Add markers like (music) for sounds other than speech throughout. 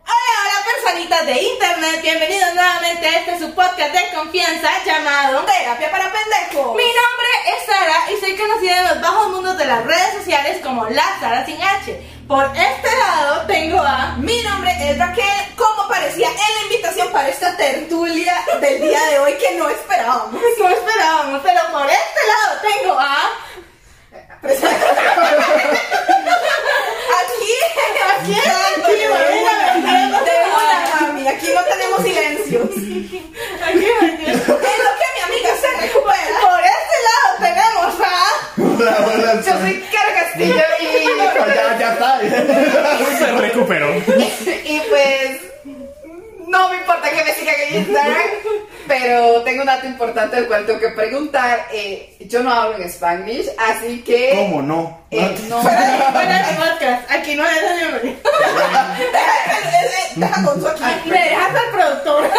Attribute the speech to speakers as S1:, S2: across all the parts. S1: Hola, hola, personitas de internet. Bienvenidos nuevamente a este su podcast de confianza llamado Terapia para Pendejos. Mi nombre es Sara y soy conocida en los bajos mundos de las redes sociales como la Sara sin H. Por este lado tengo a.
S2: Mi nombre es Raquel, como parecía en la invitación para esta tertulia del día de hoy que no esperábamos.
S1: No esperábamos, pero por este lado tengo a.
S2: Aquí,
S1: Aquí,
S2: aquí, aquí,
S1: bueno,
S2: de una, mami, aquí no tenemos silencios.
S1: (laughs) Aquí,
S2: Es lo que mi amiga se recupera.
S1: por este lado tenemos a.
S3: Hola, hola,
S2: Yo soy Cara Castillo (laughs)
S1: (laughs)
S3: Ya, ya está. Se recuperó.
S2: y, y pues no me importa que me sigan
S1: (laughs)
S2: en Instagram, pero tengo un dato importante del cual tengo que preguntar. Eh, yo no hablo en Spanish, así que...
S3: ¿Cómo no?
S2: Eh, no.
S1: Buenas podcast. Aquí no es el
S2: (laughs) Deja con su aquí.
S1: Me dejas al
S2: (laughs)
S1: productor.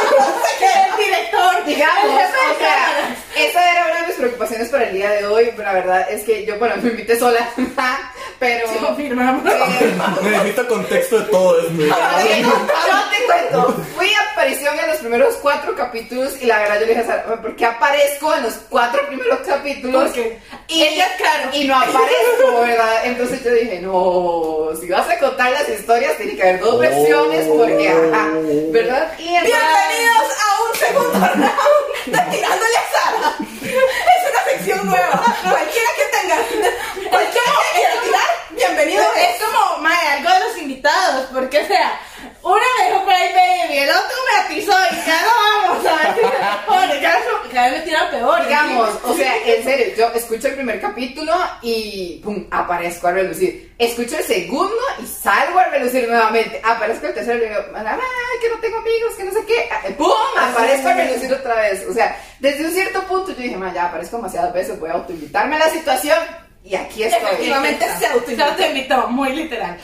S1: el director. (laughs)
S2: Digamos,
S1: el jefe de
S2: o sea, esa era una de mis preocupaciones para el día de hoy. pero La verdad es que yo, bueno, me invité sola, (laughs) pero.
S1: cámara. Confirmamos.
S2: eh,
S3: Necesito contexto de todo
S2: (laughs)
S3: esto.
S2: ahora te- ahora te cuento. Fui a aparición en los primeros cuatro capítulos y la verdad yo le dije a Sara, ¿por qué aparezco en los cuatro primeros capítulos?
S1: ¿Por qué?
S2: Y,
S1: Ella es Caro.
S2: y no aparezco, ¿verdad? Entonces yo dije, no, si vas a contar las historias, tiene que haber dos versiones, porque ajá, ¿verdad? Y entonces-
S4: Bienvenidos a un segundo round de Tirándole a Sara. Es una sección nueva. Cualquiera que tenga, cualquiera que quiera tirar, bienvenido.
S1: (laughs) Es como, madre, algo de los invitados. Porque, o sea, una me dijo por ahí baby, el otro me atizó. Y ya no vamos
S4: (laughs)
S1: a ver si me pone. Ya no- Cada vez me tiran peor.
S2: Digamos, o sea, en serio, yo escucho el primer capítulo y pum, aparezco a relucir. Escucho el segundo y salgo a relucir nuevamente. Aparezco el tercero y le digo, "Mamá, que no tengo amigos, que no sé qué. Ah, ¡Pum! Aparezco a relucir otra vez. O sea, desde un cierto punto yo dije, "Ma, ya aparezco demasiadas veces, voy a autoinvitarme a la situación y aquí estoy.
S4: Efectivamente se
S1: Se
S4: autoinvitó.
S1: autoinvitó, muy literal.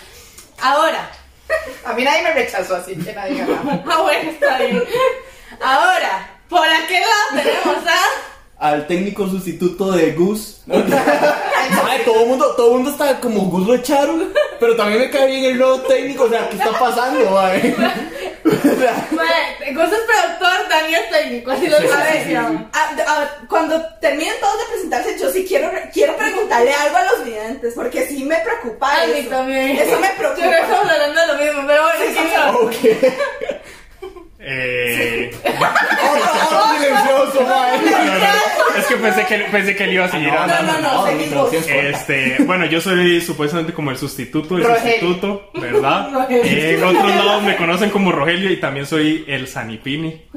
S1: Ahora, (laughs)
S2: A mí nadie me rechazó, así que nadie ganaba.
S1: ah, bueno, está bien. Ahora, por aquel lado tenemos a.
S5: al técnico sustituto de Gus. Ay, todo el mundo, todo mundo está como Gus lo echaron, pero también me cae bien el nuevo técnico, o sea, ¿qué está pasando, mae? O sea,
S1: Madre, Gus es productor, Daniel es técnico, así lo sabes. ya.
S4: A- a- cuando terminen todos de presentarse, yo sí quiero, quiero preguntarle algo a los videntes, porque sí me preocupa
S1: A mí
S4: eso.
S1: también.
S4: Eso me
S1: Yo creo que
S4: preocupa.
S1: estamos hablando de lo mismo, pero bueno, ¿quién sabe?
S5: ok.
S3: Eh,
S5: Todo silencioso, mae.
S3: no, no, no. Es que pensé que, pensé que él iba a
S5: Ah,
S3: seguir
S4: No,
S3: hablando.
S4: no, no, seguimos.
S3: Este, bueno, yo soy supuestamente como el sustituto del
S2: Rogelio.
S3: sustituto, ¿verdad?
S1: Rogelio.
S3: Eh, en otros lados me conocen como Rogelio y también soy el Sanipini.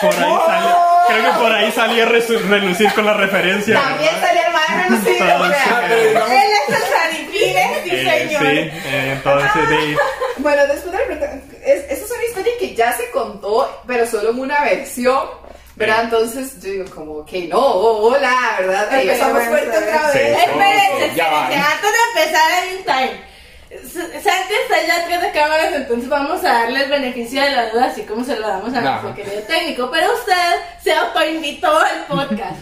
S3: Por ahí salió, creo que por ahí salí a resu- relucir con la referencia.
S2: También
S3: ¿verdad?
S2: salí hermana relucido, o sea.
S5: Ah, pero digamos,
S1: Él es el Sanipine, sí,
S3: Eh, sí,
S1: señor.
S3: eh, entonces sí.
S2: Bueno, después de la pregunta, es- esa es una historia que ya se contó, pero solo en una versión, ¿verdad? Entonces yo digo como, que no, oh, hola, ¿verdad? Eh,
S4: Empezamos
S2: bueno,
S4: fuerte otra
S3: Sí.
S4: vez.
S1: Espérense,
S5: Ya va.
S1: espérense, antes de empezar el time. S- Santi está allá atrás de cámaras, entonces vamos a darle el beneficio de la duda, así como se lo damos a
S5: Ajá.
S1: nuestro querido técnico. Pero usted se autoinvitó al podcast.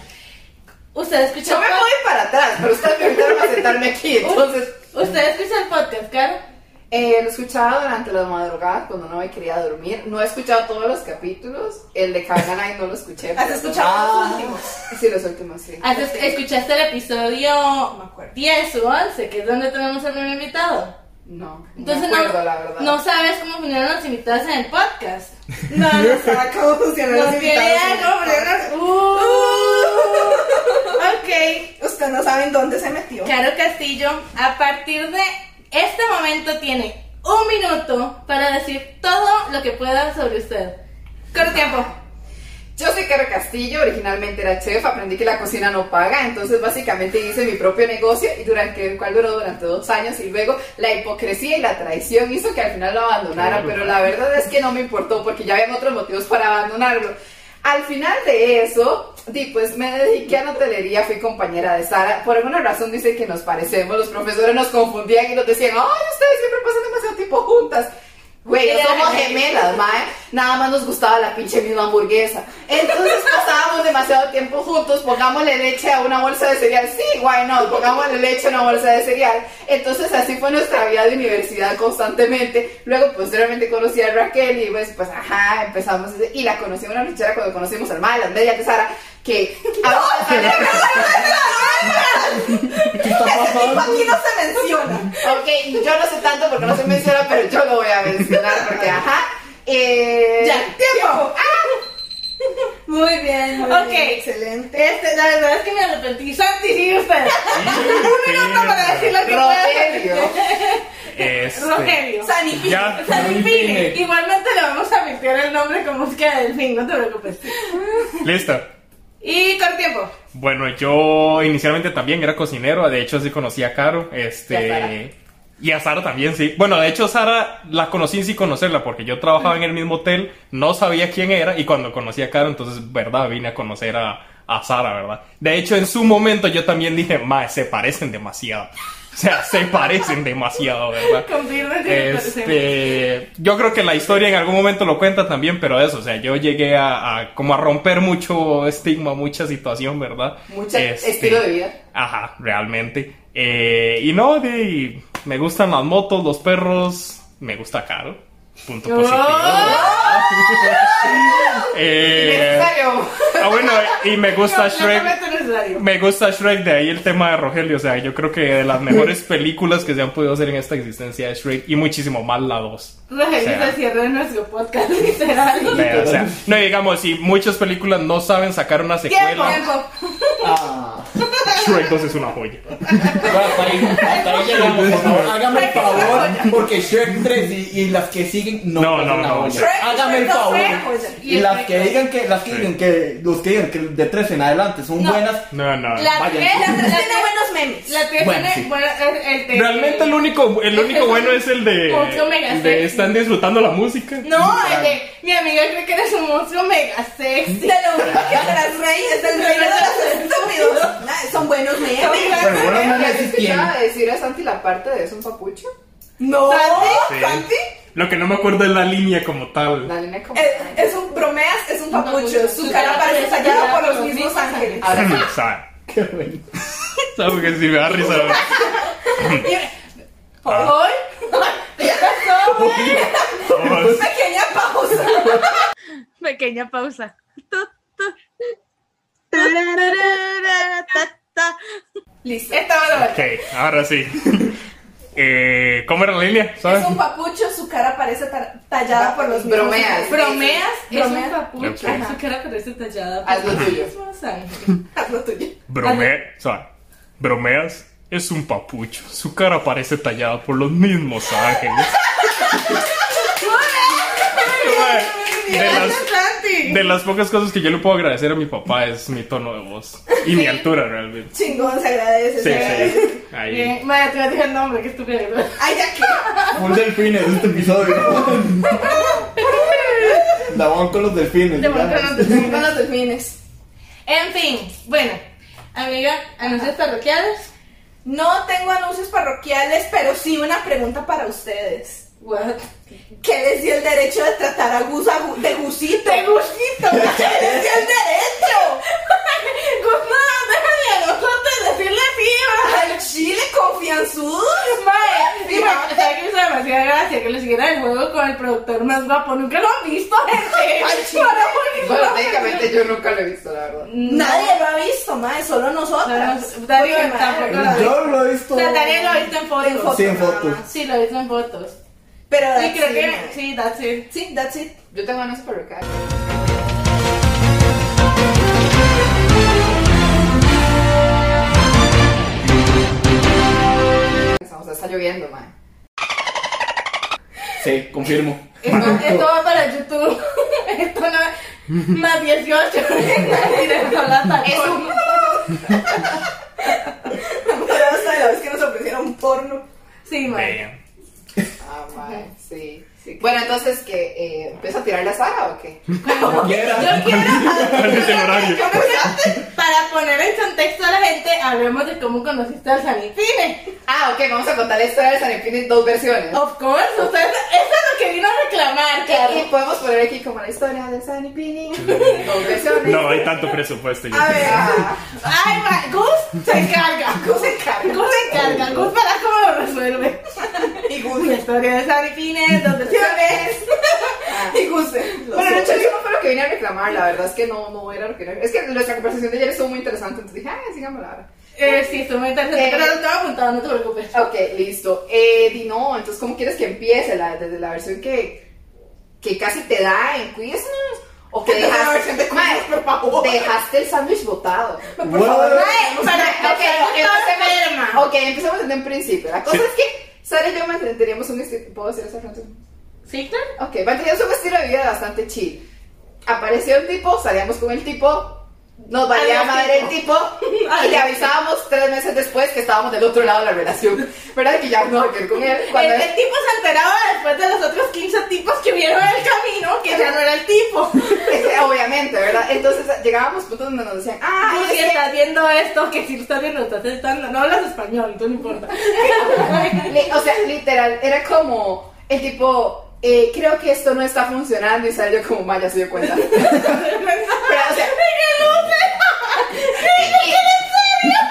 S1: Usted escuchó
S2: Yo me
S1: el
S2: voy para atrás, pero ustedes me invitaron a sentarme
S1: (laughs)
S2: aquí, entonces...
S1: podcast. Usted escuchó el podcast, Caro.
S2: eh, lo escuchaba durante la madrugada cuando no me quería dormir. No he escuchado todos los capítulos. El de Kaganai no lo escuché.
S4: ¿Has
S2: pero-
S4: escuchado los
S5: Ah.
S4: últimos?
S2: Sí, los últimos, sí.
S1: Antes escuchaste el episodio
S4: me acuerdo.
S1: 10 o 11, que es donde tenemos al primer invitado.
S2: No,
S1: Entonces
S2: no me acuerdo,
S1: no,
S2: la verdad.
S1: no sabes cómo funcionan los invitados en el podcast.
S4: No,
S2: (laughs)
S4: no, Sara, ¿cómo funcionan los
S1: Nos quiere
S4: invitados?
S1: algo, pero no- Uh. Ok.
S4: Ustedes no saben dónde se metió.
S1: Caro Castillo, a partir de este momento tiene un minuto para decir todo lo que pueda sobre usted. Corto tiempo.
S4: Yo
S2: Yo soy Cara Castillo, originalmente era chef, aprendí que la cocina no paga, entonces básicamente hice mi propio negocio y durante el cual duró durante dos años y luego la hipocresía y la traición hizo que al final lo abandonara,
S3: Claro.
S2: pero la verdad es que no me importó porque ya habían otros motivos para abandonarlo. Al final de eso, di, pues me dediqué a la hotelería, fui compañera de Sara. Por alguna razón dice que nos parecemos, los profesores nos confundían y nos decían, ¡ay, ustedes siempre pasan demasiado tiempo juntas! Güey, no
S1: Era
S2: somos
S1: gemela.
S2: gemelas, mae. Nada más nos gustaba la pinche misma hamburguesa. Entonces pasábamos demasiado tiempo juntos. Pongámosle leche a una bolsa de cereal. Sí, why not? Pongámosle leche a una bolsa de cereal. Entonces así fue nuestra vida de universidad constantemente. Luego posteriormente conocí a Raquel y pues, pues ajá, empezamos. ese- Y la conocí en una luchera cuando conocimos al mae, las medias de Sara. Que.
S5: ¿Qué está pasando?
S1: Aquí no se menciona.
S2: Ok, yo no sé tanto porque no se menciona, pero yo lo voy a mencionar porque ajá. Eh,
S1: Ya, (laughs) tiempo.
S6: Muy bien, muy
S1: Ok,
S6: bien.
S1: excelente.
S6: Este, la verdad es que me arrepentí. Santi, sigue
S1: (laughs)
S6: usted.
S3: Un
S6: No para decir lo que
S2: Rogelio.
S3: Este,
S6: Rogelio.
S1: Sanipini.
S3: Ya.
S6: Sanipini. Igualmente le vamos a meter el nombre con búsqueda del fin, no te preocupes.
S3: Listo.
S6: Y con tiempo.
S3: Bueno, yo inicialmente también era cocinero, de hecho sí conocí a Caro,
S2: Y a Sara.
S3: este y a Sara también, sí. Bueno, de hecho Sara la conocí sin conocerla porque yo trabajaba en el mismo hotel, no sabía quién era y cuando conocí a Caro, entonces, verdad, vine a conocer a, a Sara, ¿verdad? De hecho, en su momento yo también dije, "Mae, se parecen demasiado." (laughs) O sea, se parecen demasiado, ¿verdad?
S6: Confirma si me parece.
S3: Este, yo creo que la historia en algún momento lo cuenta también, pero eso, o sea, yo llegué a, a como a romper mucho estigma, mucha situación, ¿verdad? Este,
S2: Mucho estilo de vida.
S3: Ajá, realmente. Eh, y no, de, y me gustan las motos, los perros, me gusta caro. Punto
S2: ¡Oh!
S3: positivo.
S2: (laughs)
S3: Eh,
S2: Necesario.
S3: ah, bueno, y me gusta Shrek.
S6: Completamente necesario.
S3: Me gusta Shrek, de ahí el tema de Rogelio. O sea, yo creo que de las mejores películas que se han podido hacer en esta existencia es Shrek y muchísimo más la 2.
S6: Rogelio
S3: sea.
S6: se cierra en nuestro podcast, (laughs) literal.
S3: Pero, o sea, no digamos, si muchas películas no saben sacar una
S6: Tiempo,
S3: secuela,
S6: tiempo.
S5: Ah.
S3: Shrek 2 es una joya.
S5: Bueno, hasta ahí- hasta ahí llegamos, por favor. Hágame el favor, porque Shrek 3 y, y las que siguen no,
S3: No,
S5: pasan
S3: no,
S5: la
S3: no.
S5: olla.
S1: Shrek,
S5: Hágame el
S1: Shrek no,
S5: favor.
S1: Shrek, oye.
S5: Y las que digan que, las que digan que, los que digan que de 3 en adelante son buenas.
S3: No, no.
S6: La
S5: Vayan.
S6: tres, la tres
S1: Tiene
S6: tiene buena-
S1: buenos memes.
S6: La tres
S5: Bueno,
S6: tiene
S5: sí.
S6: buena- el- el de-
S3: Realmente el único, el único bueno es el de,
S6: Monstruo Mega
S3: el de
S6: Sexy.
S3: están disfrutando la música.
S6: No, el de mi amiga cree que eres un monstruo mega sexy.
S1: De lo único que se las rey es el reino de los
S6: (laughs)
S1: estúpidos. Ah, Son buenos memes.
S5: Bueno, bueno,
S2: (laughs)
S5: no me
S2: "Eh, ¿Has
S5: decís quién.
S2: escuchado decir a Santi la parte de es un papucho?
S1: No.
S3: Sí.
S1: Santi.
S3: Lo que no me acuerdo es la línea como tal.
S2: La línea como.
S1: Es, es un bromeas, es un papucho. Su cara parece tallada por los mismos ángeles.
S3: (clears throat)
S2: Ahora sí.
S3: O sea,
S5: Qué bueno.
S3: ¿Sabes que sí me da risa? ¿verdad?
S6: Hoy,
S3: Vamos.
S1: Pequeña pausa.
S6: pequeña pausa.
S1: Listo.
S6: Estaba la
S3: Ok, ahora sí. (laughs) Eh, ¿Cómo era la línea? ¿Sabes?
S1: Es un papucho, su cara parece ta- tallada por los mismos
S2: Bromeas.
S1: ángeles.
S6: Bromeas es un
S1: Bromeas.
S6: papucho.
S3: Ok.
S6: Su cara parece tallada.
S2: Haz lo tuyo.
S1: Haz lo tuyo.
S3: Brome- o sea, bromeas. Es un papucho. Su cara parece tallada por los mismos ángeles. De las, de las pocas cosas que yo le puedo agradecer a mi papá es mi tono de voz y mi altura realmente.
S1: Chingón, se agradece.
S3: Sí,
S1: se agradece.
S3: sí. Ahí.
S6: Bien, madre, te voy a dejar el nombre, que estúpido.
S1: Ay, ya que.
S5: Full delfines este episodio. La van con los delfines.
S6: Te voy a dejar
S5: digamos.
S6: el nombre.
S1: Con los delfines.
S6: En fin, bueno, amiga, anuncios parroquiales.
S1: No tengo anuncios parroquiales, pero sí una pregunta para ustedes.
S6: What?
S1: ¿Qué les dio el derecho de tratar a Gus a gu- de gusito? ¡De gusito! ¿Qué les dio el
S6: (laughs)
S1: derecho?
S6: Gustavo, déjame a nosotros decirle fibra.
S1: ¡Al chile confianzudo!
S6: Mae, y me- ¿sabes qué me hizo demasiada gracia? Que le siguiera el juego con el productor más guapo. Nunca lo han visto,
S1: (laughs)
S6: gente.
S1: Al chile.
S2: Bueno, técnicamente yo nunca lo he visto, la verdad.
S1: Nadie lo ha visto, madre, solo nosotras.
S6: No, Darío
S1: Porque, madre,
S6: tampoco lo ha visto.
S5: Yo lo he visto.
S6: O sea, Darío lo ha visto en
S1: en
S6: fotos.
S1: fotos
S5: Sí, en
S1: nada
S5: fotos.
S1: más.
S6: Sí, lo he visto en fotos.
S1: Pero
S6: Sí, creo
S1: madre.
S6: que sí, that's it.
S1: Sí, that's it.
S2: Yo tengo anuncios para acá. O sea, está lloviendo, man.
S5: Sí, confirmo.
S1: Esto, esto va para YouTube. (laughs) Esto no Más 18. (laughs) Directo a la tarea.
S2: Es un-
S6: (laughs) Pero hasta la vez que nos ofrecieron porno.
S1: Sí, mae.
S3: Damn.
S2: Ah, mae, sí, sí. Bueno, entonces, que eh, ¿Empiezo a tirar la saga o qué?
S5: Como quiera.
S1: Yo quiero.
S3: ¿Cuál es el horario?
S1: Para poner en contexto a la gente, hablemos de cómo conociste al Sanifine.
S2: Ah, ok, vamos a contar la historia de San Efín en dos versiones.
S1: Of course, ustedes, eso es lo que vino a reclamar,
S2: Y
S1: Carlos.
S2: podemos poner aquí como la historia de San Efín en dos versiones.
S3: No hay tanto presupuesto. yo
S6: A ver,
S2: Ah,
S1: Ay, mae, Gus se encarga. Gus se encarga. Gus se encarga. Gus para cómo lo resuelve.
S6: y
S1: La
S6: Gus.
S1: historia de Sanifine, donde se ves.
S6: Y Gus.
S2: Bueno, de hecho, eso no fue Ah. lo que vine a reclamar, la verdad es que no, no era lo que era. Es que nuestra conversación de ayer estuvo muy interesante, entonces dije, ah, sigámosla ahora.
S1: Eh, sí, estoy muy interesante,
S2: Eh.
S1: pero lo estaba apuntado, no te preocupes.
S2: Ok, listo. Eh, di no, entonces, ¿cómo quieres que empiece? La, ¿Desde la versión que, que casi te da en Quiznos? ¿O que
S6: Desde la
S2: dejaste,
S6: versión de
S2: Mae,
S6: Quiznos, por favor.
S2: dejaste el sándwich (laughs) botado?
S6: Por
S1: eh,
S6: favor,
S1: Mae,
S5: What?
S6: mae,
S1: para
S2: Ok,
S1: que
S2: empecemos-
S1: enferma.
S2: ok, empecemos desde un principio. La cosa
S3: Sí.
S2: es que Sara y yo manteníamos un estilo... ¿Puedo decir esa frase?
S1: ¿Sí, claro?
S2: Ok, manteníamos un estilo de vida bastante chill. Apareció un tipo, salíamos con el tipo... Nos valía
S1: Adiós,
S2: madre el tipo y le
S1: Adiós.
S2: avisábamos tres meses después que estábamos del otro lado de la relación. ¿Verdad? Que ya no, que con él.
S1: El,
S2: Cuando
S1: el tipo se enteraba después de los otros 15 tipos que vieron en el camino que ya no era el tipo.
S2: Este, (laughs) obviamente, ¿verdad? Entonces llegábamos a puntos donde nos decían, ah,
S1: Ay,
S2: es
S1: si
S2: que-".
S1: estás viendo esto, que si lo estás viendo, estás editando. No hablas español, tú no importa.
S2: Li- o sea, literal, era como el tipo, eh, creo que esto no está funcionando y salió como mal, ya se
S1: (laughs)
S2: dio cuenta. Pero, o sea,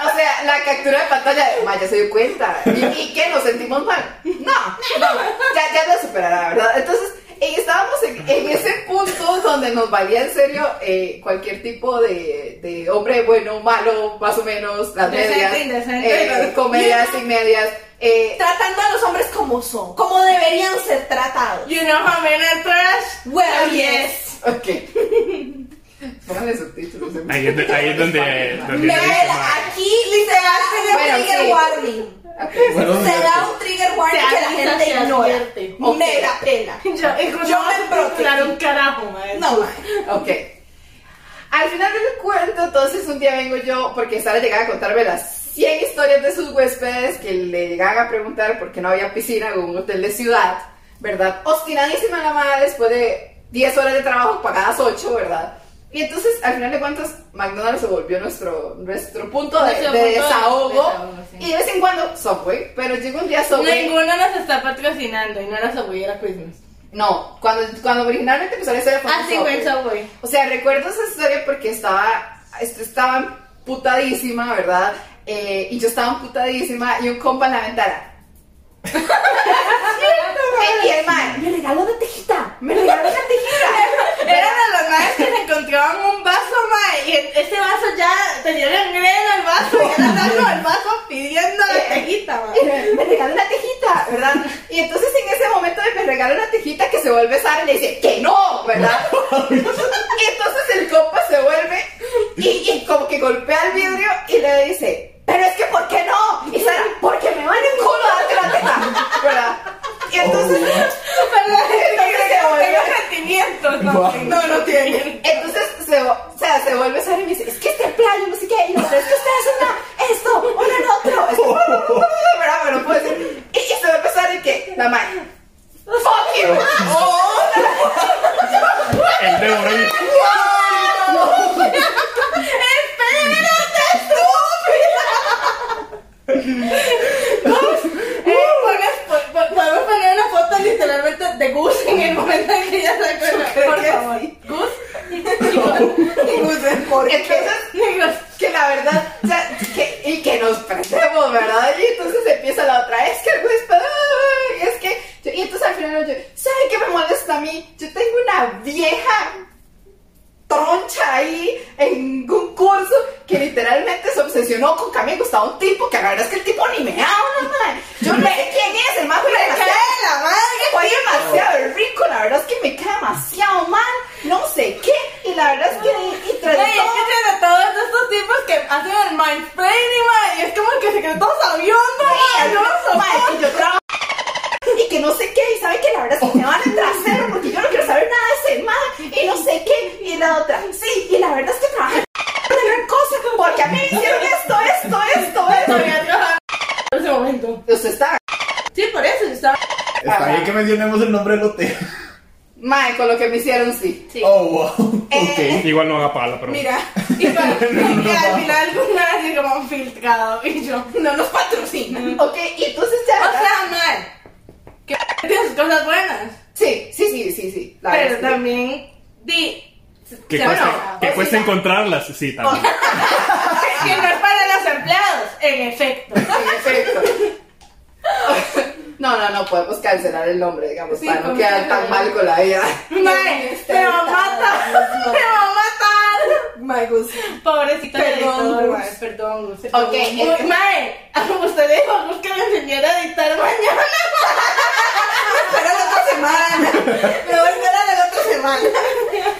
S2: o sea, la captura de pantalla de Maya se dio cuenta. ¿Y, y qué? ¿Nos sentimos mal? No, no, ya, ya lo superará, ¿verdad? Entonces, eh, estábamos en, en ese punto donde nos valía en serio eh, cualquier tipo de, de hombre bueno, malo, más o menos, las
S1: Decente,
S2: medias,
S1: indecente.
S2: eh, comedias y medias. eh,
S6: (laughs) tratando a los hombres como son, como deberían ser tratados.
S1: You know how men are trash?
S6: Well, yes.
S2: ok. Pónganle subtítulos. ¿eh?
S3: Ahí es, de- ahí es donde. donde yo dije,
S6: Mel,
S3: "Ma,
S6: aquí literal se da
S2: Bueno,
S6: un trigger
S2: sí.
S6: warning.
S2: Ok.
S5: Bueno,
S6: Se da un trigger warning
S1: Se
S6: que la
S1: avisa,
S6: gente
S1: se
S6: ignora.
S1: advierte.
S6: Me la pela.
S1: Yo,
S6: Yo me
S1: procurar un
S6: protegí.
S1: carajo, maestro.
S2: (laughs)
S6: No,
S2: Ok. Al final del cuento, entonces un día vengo yo, porque Sara llegaba a contarme las 100 historias de sus huéspedes que le llegaban a preguntar por qué no había piscina en un hotel de ciudad, ¿verdad? Obstinadísima la madre después de 10 horas de trabajo pagadas 8, ¿verdad? Y entonces, al final de cuentas, McDonald's se volvió nuestro, nuestro punto de,
S1: Nuestro
S2: de
S1: punto de
S2: desahogo.
S1: desahogo, sí.
S2: Y de vez en cuando, Subway, pero llegó un día Subway.
S1: Ninguno nos está patrocinando y no era Subway, era Christmas.
S2: No, cuando, cuando originalmente empezó la historia fue
S1: Ah,
S2: con
S1: sí,
S2: Subway.
S1: fue Subway.
S2: O sea, recuerdo esa historia porque estaba, est- estaba putadísima, ¿verdad? Eh, y yo estaba putadísima y un compa en la ventana. Eh, y el man,
S6: me regalo de tejita.
S2: me regaló una
S1: (laughs)
S2: tijera.
S1: Eran de los maes que se encontraban un vaso, mae, y e- ese vaso ya tenía el en el vaso, y era andaba con el vaso pidiendo la tejita, mae.
S2: Eh, Me regaló una tejita, ¿verdad? Y entonces en ese momento de me regaló una tejita que se vuelve Sara y le dice que no, ¿verdad? y entonces el compa se vuelve y, y como que golpea el vidrio y le dice, pero es que ¿por qué no? Y Sara, porque me van en culo darte la teta, ¿verdad? Y
S1: (laughs)
S2: entonces, (laughs) entonces se vuelve-
S1: Tengo sentimientos, no,
S5: Wow.
S1: no, no tiene.
S2: entonces se, o sea, se vuelve Sara y me dice, es que este plan, y no sé qué, y no sé, es que ustedes son una- esto, uno en otro. Es como, ¿verdad? Pero no puede ser. Y, y se vuelve Sara y que, la madre, fuck
S1: eh,
S2: you.
S3: El de Borrell".
S1: Eh, pongas- po- po- Podemos poner una foto literalmente de Gus en el momento en que ella se acuerda. Por favor.
S6: Y Gus es por
S2: Entonces,
S6: (laughs)
S2: que la verdad, o sea, que, y que nos prendemos, ¿verdad? Y entonces empieza la otra, es que el huésped, ah, y es que, yo- y entonces al final yo, ¿sabe qué me molesta a mí? Yo tengo una vieja troncha ahí en un curso que literalmente se obsesionó con que a mí me gustaba un tipo que la verdad es que el tipo ni me habla, man. Yo no sé quién es, el más fue la madre, fue demasiado rico, la verdad es que me queda demasiado mal, no sé qué, y la verdad es que, y, y tras de
S1: Ey, es
S2: todo-
S1: que tiene todos estos tipos que hacen el mindframe y es como que se quedan todos aviondo,
S2: Mae,
S1: mae, no
S2: mae, que yo trabajo. Y
S1: que no sé qué, y sabe que la verdad es que me van a trasero porque yo no quiero saber nada de ese madre, y no sé qué, y la otra, sí, y la verdad es que trabajé en gran cosa, porque a mí me hicieron esto, esto, esto, esto, y yo,
S6: En ese momento.
S2: Usted está.
S6: Sí, por eso yo estaba.
S5: Está bien que mencionemos el nombre del hotel.
S2: Mae, con lo que me hicieron, sí.
S6: Sí.
S5: Oh, wow.
S1: Eh,
S5: Ok.
S3: Igual no haga pala, pero.
S1: Mira,
S6: Y cuando-
S5: No, no,
S6: y al
S5: no.
S6: final una así como filtrado y yo.
S1: no nos patrocinan.
S2: Ok, y entonces ya.
S6: O sea, mal. Que tiene sus cosas buenas.
S2: sí, sí, sí, sí, sí. la
S6: pero
S2: verdad es que-
S6: también. Di.
S3: Que
S6: se-
S3: cuesta,
S6: bueno,
S3: que
S6: o
S3: cuesta
S6: sea,
S3: encontrarlas, sí, también.
S6: que no es para los empleados, en
S2: En
S6: efecto.
S1: (laughs)
S2: efecto. No, no, no
S1: pues,
S2: podemos cancelar el nombre, digamos,
S6: Sí,
S2: para no
S6: con-
S2: quedar tan mal con la vida.
S6: Mae, te va a matar, (laughs) te va a matar.
S1: My Gus.
S6: Pobrecito
S1: Perdón,
S6: editor,
S1: Gus.
S6: mae, perdón, Gus.
S2: Ok, este-
S6: mae, usted le dijo a Gus que me enseñara a editar mañana.
S1: Pero la otra semana. Me voy a esperar la otra semana.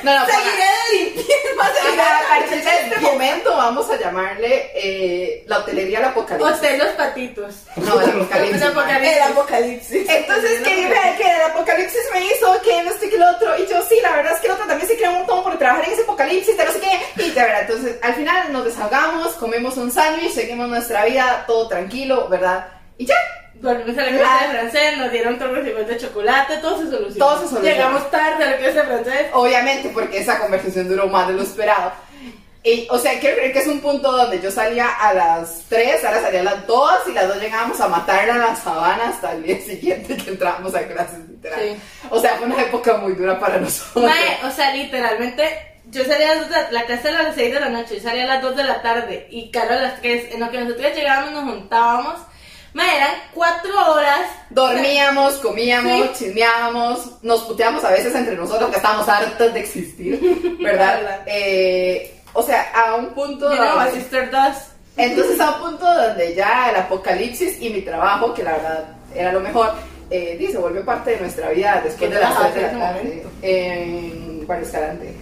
S2: No, no, para-
S1: Seguiré de limpieza. Seguiré
S2: para- a
S1: de
S2: partir de este
S1: limpieza.
S2: momento vamos a llamarle eh, la hotelería del apocalipsis.
S6: Usted los patitos.
S2: No, el apocalipsis.
S6: (laughs) El apocalipsis.
S1: El apocalipsis.
S2: Entonces,
S1: Entonces,
S2: que
S1: ¿qué?
S2: vea que el apocalipsis me hizo, que no sé qué el otro. Y yo, sí, la verdad es que el otro también se creó un montón por trabajar en ese apocalipsis, de no sé qué. Y de verdad, entonces al final nos desahogamos, comemos un sándwich, seguimos nuestra vida, todo tranquilo, ¿verdad? Y ya,
S6: Volvimos a la clase de francés, nos dieron todo recibos de chocolate, Ah. todo se solucionó.
S2: Todo se solucionó.
S6: Llegamos tarde a la clase de francés.
S2: obviamente, porque esa conversación duró más de lo esperado. Y, o sea, quiero creer que es un punto donde yo salía a las 3, ahora salía a las 2 y las 2 llegábamos a matarla en la sabana hasta el día siguiente que entrábamos a clases, literal.
S6: Sí.
S2: O sea, fue una época muy dura para nosotros.
S6: Mae, o sea, literalmente, yo salía a las dos de- la clase a las 6 de la noche, yo salía a las 2 de la tarde y Caro a las 3, en lo que nosotros llegábamos nos juntábamos. Mae, eran 4 horas.
S2: Dormíamos, comíamos,
S6: Sí.
S2: chismeábamos, nos puteamos a veces entre nosotros que estábamos hartas de existir, ¿verdad?
S6: (laughs) Verdad.
S2: Eh, o sea, a un punto
S6: You know, my
S2: donde,
S6: sister does.
S2: entonces a un punto donde ya el apocalipsis y mi trabajo, que la verdad era lo mejor, eh, di, se volvió parte de nuestra vida después
S6: ¿Qué
S2: de las
S6: trabajaste
S2: 3 de la
S6: en ese
S2: tarde en Barrio Escalante.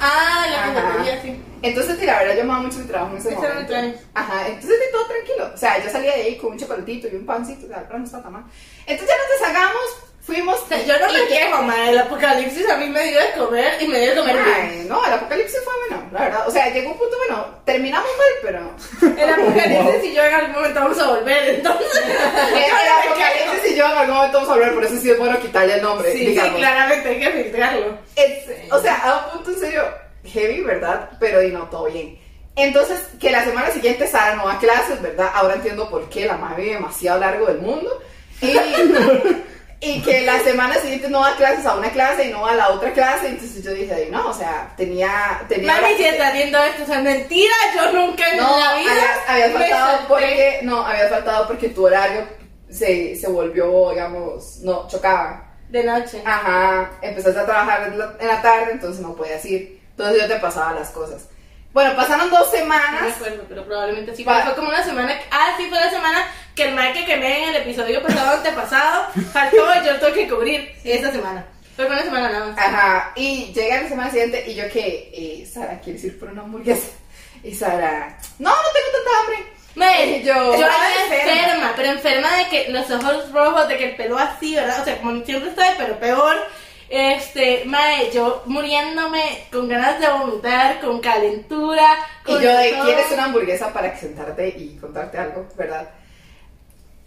S6: Ah, la
S2: Ajá.
S6: cafetería, sí.
S2: Entonces, di, la verdad, yo amaba mucho mi trabajo en ese
S6: Ese era
S2: momento.
S6: mi plan.
S2: Ajá, entonces, de todo tranquilo. O sea, yo salía de ahí con un chocolatito y un pancito, o sea, no está tan mal. Entonces, ya nos deshagamos, fuimos.
S6: O sea, yo no
S2: y-
S6: me quejo, mae, el apocalipsis a mí me dio de comer y me dio de comer bien.
S2: Ay, no, el apocalipsis fue bueno, la verdad. O sea, llegó un punto, bueno, terminamos mal, pero.
S6: (laughs) El apocalipsis y yo en algún momento vamos a volver, entonces.
S2: El, apocalipsis y yo en algún momento vamos a hablar, por eso sí es bueno quitarle el nombre.
S6: Sí, sí,
S2: digamos.
S6: claramente hay que filtrarlo.
S2: Es- o sea, a un punto en serio, heavy, ¿verdad? Pero y no, todo bien. Entonces, que la semana siguiente Sara no va a clases, ¿verdad? Ahora entiendo por qué la madre vive demasiado largo del mundo. Y, y que la semana siguiente no va a clases a una clase y no va a la otra clase. Entonces yo dije, "Ay, no, o sea, tenía. tenía
S6: Mami, si estás viendo esto, o sea, mentira, yo nunca en
S2: No,
S6: la vida
S2: habías, habías
S6: me
S2: faltado
S6: salté.
S2: porque, no, habías faltado porque tu horario se, se volvió, digamos, no, chocaba.
S6: De noche.
S2: Ajá, empezaste a trabajar en la, en la tarde, entonces no podías ir. Entonces yo te pasaba las cosas. Bueno, pasaron dos
S6: No me
S2: semanas.
S6: acuerdo, pero probablemente sí.
S2: Ah, Va.
S6: pero Fue como una semana. que- Ah, sí, fue la semana que el Mike que quemé en el episodio pasado, antepasado, faltó y yo lo tuve que cubrir esta semana. Fue una semana nada
S2: Ah,
S6: más.
S2: Ajá, y llega la semana siguiente y yo que, eh, Sara, ¿quieres ir por una hamburguesa? Y Sara, no, no tengo tanta hambre.
S6: Me,
S2: Y yo,
S6: yo
S2: ah,
S6: era
S2: enferma.
S6: enferma, pero enferma de que los ojos rojos, de que el pelo así, ¿verdad? O sea, como siempre está, pero peor. Este, mae, yo muriéndome con ganas de vomitar, con calentura.
S2: Y
S6: con
S2: yo de,
S6: todo.
S2: ¿quieres una hamburguesa para que sentarte y contarte algo, verdad?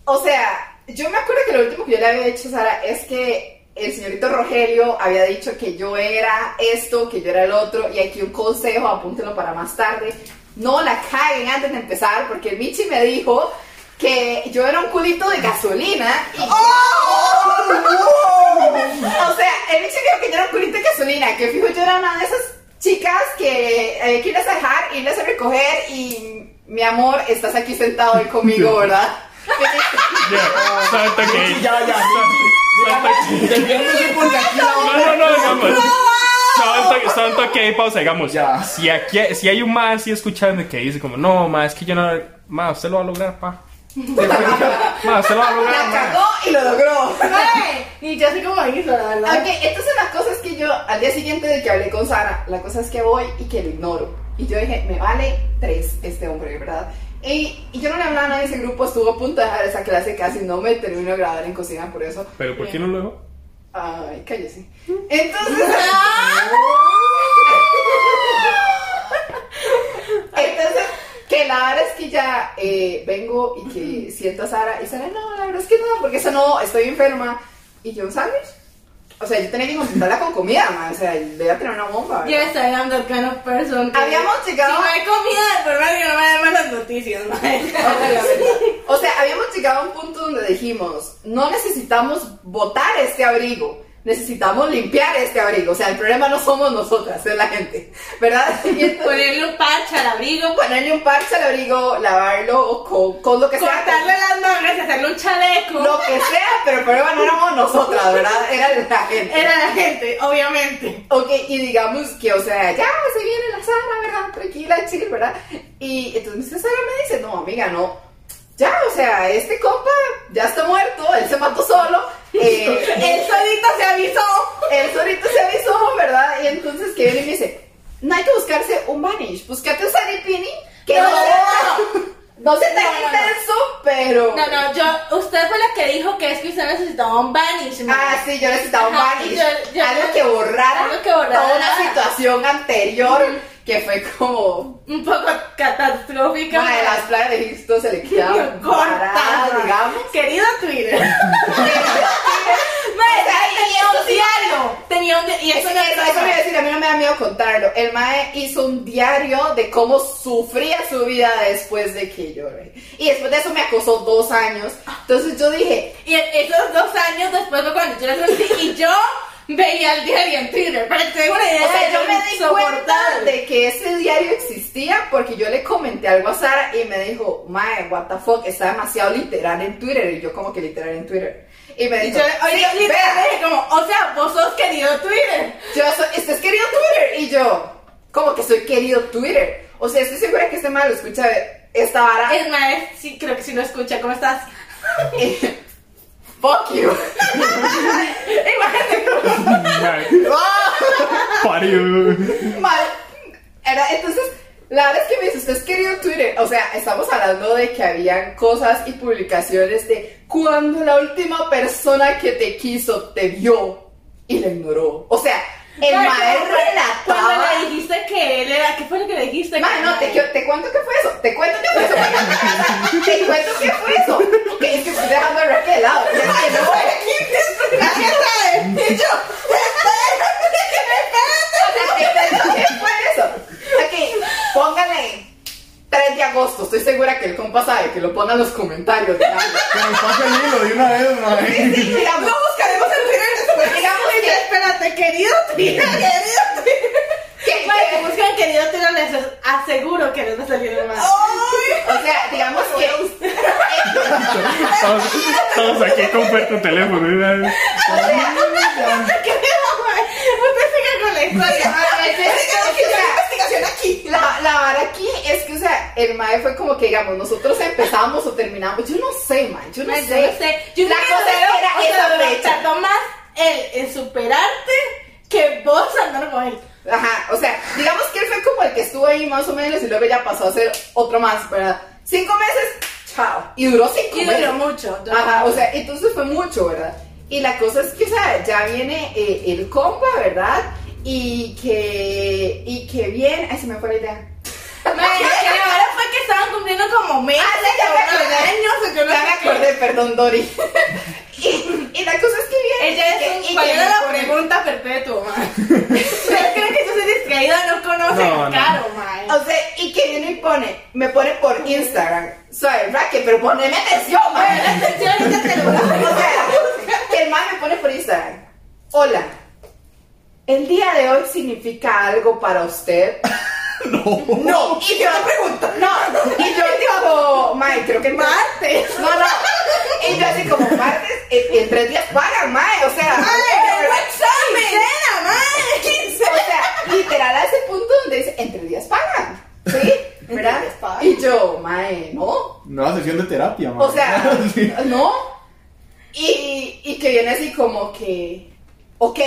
S2: O sea, yo me acuerdo que lo último que yo le había dicho a Sara es que el señorito Rogelio había dicho que yo era esto, que yo era el otro, y aquí un consejo, apúntenlo para más tarde. No la caguen antes de empezar, porque el Michi me dijo que yo era un culito de gasolina. Y
S6: ¡Oh!
S2: o sea, el bicho dijo que yo era un culito de gasolina, que fijo yo era una de esas chicas que hay que irlas a dejar, irlas a recoger y mi amor, estás aquí sentado hoy conmigo, ¿verdad?
S6: (laughs)
S3: Ya, Santa que.
S5: Ya, ya.
S3: Santa que.
S5: Desviándose porque aquí la
S3: No,
S5: otra-
S3: no, no, digamos. Santa, Santa que pausa, digamos.
S5: Ya.
S3: Si, aquí, si hay un man así escuchando que dice, como, no, ma, es que yo no. Ma, usted lo va a lograr, pa. Ma, usted lo va a lograr,
S2: La
S3: ma.
S2: cagó y lo logró. (laughs)
S6: Mae, y yo así como hizo, la verdad.
S2: Ok, entonces la cosa es que yo, al día siguiente de que hablé con Sara, la cosa es que voy y que lo ignoro. Y yo dije, me vale tres este hombre, ¿verdad? Y, y yo no le hablaba a nadie de ese grupo, estuvo a punto de dejar esa clase, casi no me termino de graduar en cocina por eso.
S3: Pero ¿por qué no luego?
S2: Ay, cállese. Entonces. (laughs) Entonces, que la verdad es que ya eh, vengo y que siento a Sara. Y Sara, no, la verdad es que no, porque eso no, estoy enferma. Y yo, un sándwich. O sea, yo tenía que consultarla con comida, ma, O sea, le voy a tener una bomba. ¿verdad?
S6: Yes, I am that kind of person. que-
S2: Habíamos llegado-
S6: Si no hay comida de por medio, no me dan malas noticias,
S2: (laughs)
S6: mae.
S2: Obviamente. O sea, habíamos llegado a un punto donde dijimos, no necesitamos botar este abrigo, necesitamos limpiar este abrigo. O sea, el problema no somos nosotras, es la gente, ¿verdad? Y entonces,
S6: Ponerle un parche al abrigo,
S2: ponerle un parche al abrigo, lavarlo o con, con lo Pues, que sea.
S6: cortarle las mangas, hacerle un chaleco.
S2: Lo que sea, pero el problema no éramos nosotras, ¿verdad? Era la gente.
S6: Era la gente, obviamente.
S2: Ok, y digamos que, o sea, ya se viene la Sara, ¿verdad? Tranquila, chill, ¿verdad? Y entonces Sara me dice, no, amiga, no. Ya, o sea, este compa ya está muerto, él se mató
S6: (laughs)
S2: solo. eh, él,
S6: Él solito se avisó.
S2: él solito se avisó, ¿verdad? Y entonces que viene y me dice, no hay que buscarse un vanish, búscate un saripini, que no,
S6: No,
S2: no,
S6: no,
S2: se te
S6: No, no, no.
S2: intenso, pero...
S6: No, no, yo, usted fue la que dijo que es que usted necesitaba un banish. mae.
S2: Ah, sí, yo necesitaba un
S6: Ajá,
S2: vanish.
S6: y yo- yo-
S2: algo que borrara,
S6: algo que borrara.
S2: toda una situación anterior que fue como...
S6: Un poco catastrófica.
S2: Una de las playas de Egipto se le quedaba
S6: corta,
S2: parada, digamos.
S6: Querido Twitter. tenía un diario. Tenía un diario. Y
S2: Eso,
S6: eso no
S2: eso- eso me iba a decir, a mí no me da miedo contarlo. El Mae hizo un diario de cómo sufría su vida después de que lloré. Y después de eso me acosó dos años. Entonces yo dije,
S6: Y e- esos dos años después fue cuando yo la sentí y yo veía el diario en Twitter. Para que te den una idea,
S2: o sea, yo me di cuenta
S6: insoportable.
S2: de que ese diario existía porque yo le comenté algo a Sara y me dijo, Mae, what the fuck, está demasiado literal en Twitter. Y yo, como que literal en Twitter. Y me
S6: Y
S2: dijo,
S6: yo, oye,
S2: "Sí,
S6: yo literal
S2: vea".
S6: dije como, o sea, vos sos querido Twitter.
S2: Yo soy, este es querido Twitter. Y yo, como que soy querido Twitter. O sea, estoy segura que este mal lo escucha esta vara.
S6: Es más, sí, creo que sí lo escucha. ¿Cómo estás?
S2: Fuck you.
S6: Imagínate cómo-
S3: Mae, Parió.
S2: mal. Era, entonces, la verdad es que me dice, usted es querido Twitter. O sea, estamos hablando de que habían cosas y publicaciones de cuando la última persona que te quiso te vio y la ignoró. O sea, el
S6: Ay,
S2: maestro
S6: cuando- Cuando
S2: relataba.
S6: le dijiste que él era, ¿qué fue lo que le dijiste?
S2: Mae, no, te, quiero- te cuento que fue eso. Te cuento que fue eso. mae. te cuento que fue eso. Ok, es que estoy dejando el rap de lado. Es que no voy a Y yo, espérate, espérate. O sea, te cuento que fue eso. Ok, póngale 3 de agosto. Estoy segura que el compa sabe que lo ponga en los comentarios. digamos.
S5: Pero pasa el hilo de una vez, mae.
S2: Sí, sí, digamos.
S6: No buscaremos el Twitter.
S2: Digamos
S6: Oye,
S2: que-
S6: espérate, querido Twitter, querido Twitter.
S2: Que-
S6: Mae,
S2: que-
S6: que buscan querido Twitter, les aseguro que les va a salir el mal.
S2: (laughs) O sea, digamos que.
S3: Estamos, estamos aquí con tu teléfono. ¿verdad?
S2: O sea,
S6: No te creo, (laughs) mae. (laughs) Usted sigue con la historia.
S2: (laughs) Ah, es que- es que, o sea,
S6: investigación aquí.
S2: La, la vara aquí es que, o sea, el mae fue como que, digamos, nosotros empezamos o terminamos. Yo no sé, mae, yo no
S6: Mae,
S2: sé.
S6: yo no sé. Yo
S2: la
S6: creo
S2: cosa
S6: que
S2: es que era
S6: o sea,
S2: esa
S6: me
S2: fecha.
S6: tardó más el, el superarte que vos andar con él.
S2: Ajá, o sea, digamos que él fue como el que estuvo ahí más o menos y luego ya pasó a ser otro más, ¿verdad? Cinco meses, chao. Y duró cinco
S6: Y
S2: meses.
S6: duró (laughs) mucho. duró
S2: Ajá, o
S6: mucho.
S2: sea, entonces fue mucho, ¿verdad? Y la cosa es que, o sea, ya viene eh, el compa, ¿verdad? Y que, y que bien, ay, se me fue la idea.
S6: Mae, que la verdad fue que estaban cumpliendo como meses
S2: Ah, sí, ya
S6: o
S2: me
S6: unos
S2: acordé. (laughs)
S6: años, o yo no
S2: Ya me
S6: sé qué.
S2: acordé, perdón, Dori.
S6: (laughs)
S2: y, y la cosa es que viene.
S6: Ella es
S2: y que-
S6: un
S2: y que
S6: pañuelo
S2: me
S6: la
S2: pone-
S6: pregunta
S3: (laughs)
S6: perpetua, mae. ¿Ustedes creen que yo soy distraída? No conoce
S3: No, no.
S6: caro, mae.
S2: O sea, y que viene y pone, me pone por Instagram. Soy Raquel, pero poneme atención,
S6: Mae, la
S2: man.
S6: atención ahorita te lo
S2: O
S6: voy a
S2: sea, que el man me pone por Instagram. Hola. ¿El día de hoy significa algo para usted? No. No. Y yo le pregunto. No. Y yo digo, Mae, creo que el
S6: Martes.
S2: No, no. Y yo así como martes, en, en tres días pagan, mae. O sea,
S6: Mae,
S2: o
S6: el examen. Quincena, mae. Quincena.
S2: sea, literal a ese punto donde dice, en tres días pagan. ¿Sí? ¿Verdad?
S6: días pagan.
S2: Y yo, mae, no.
S5: Nueva sesión de terapia, mae.
S2: O sea,
S5: (laughs) Sí.
S2: no. Y, y que viene así como que, ok,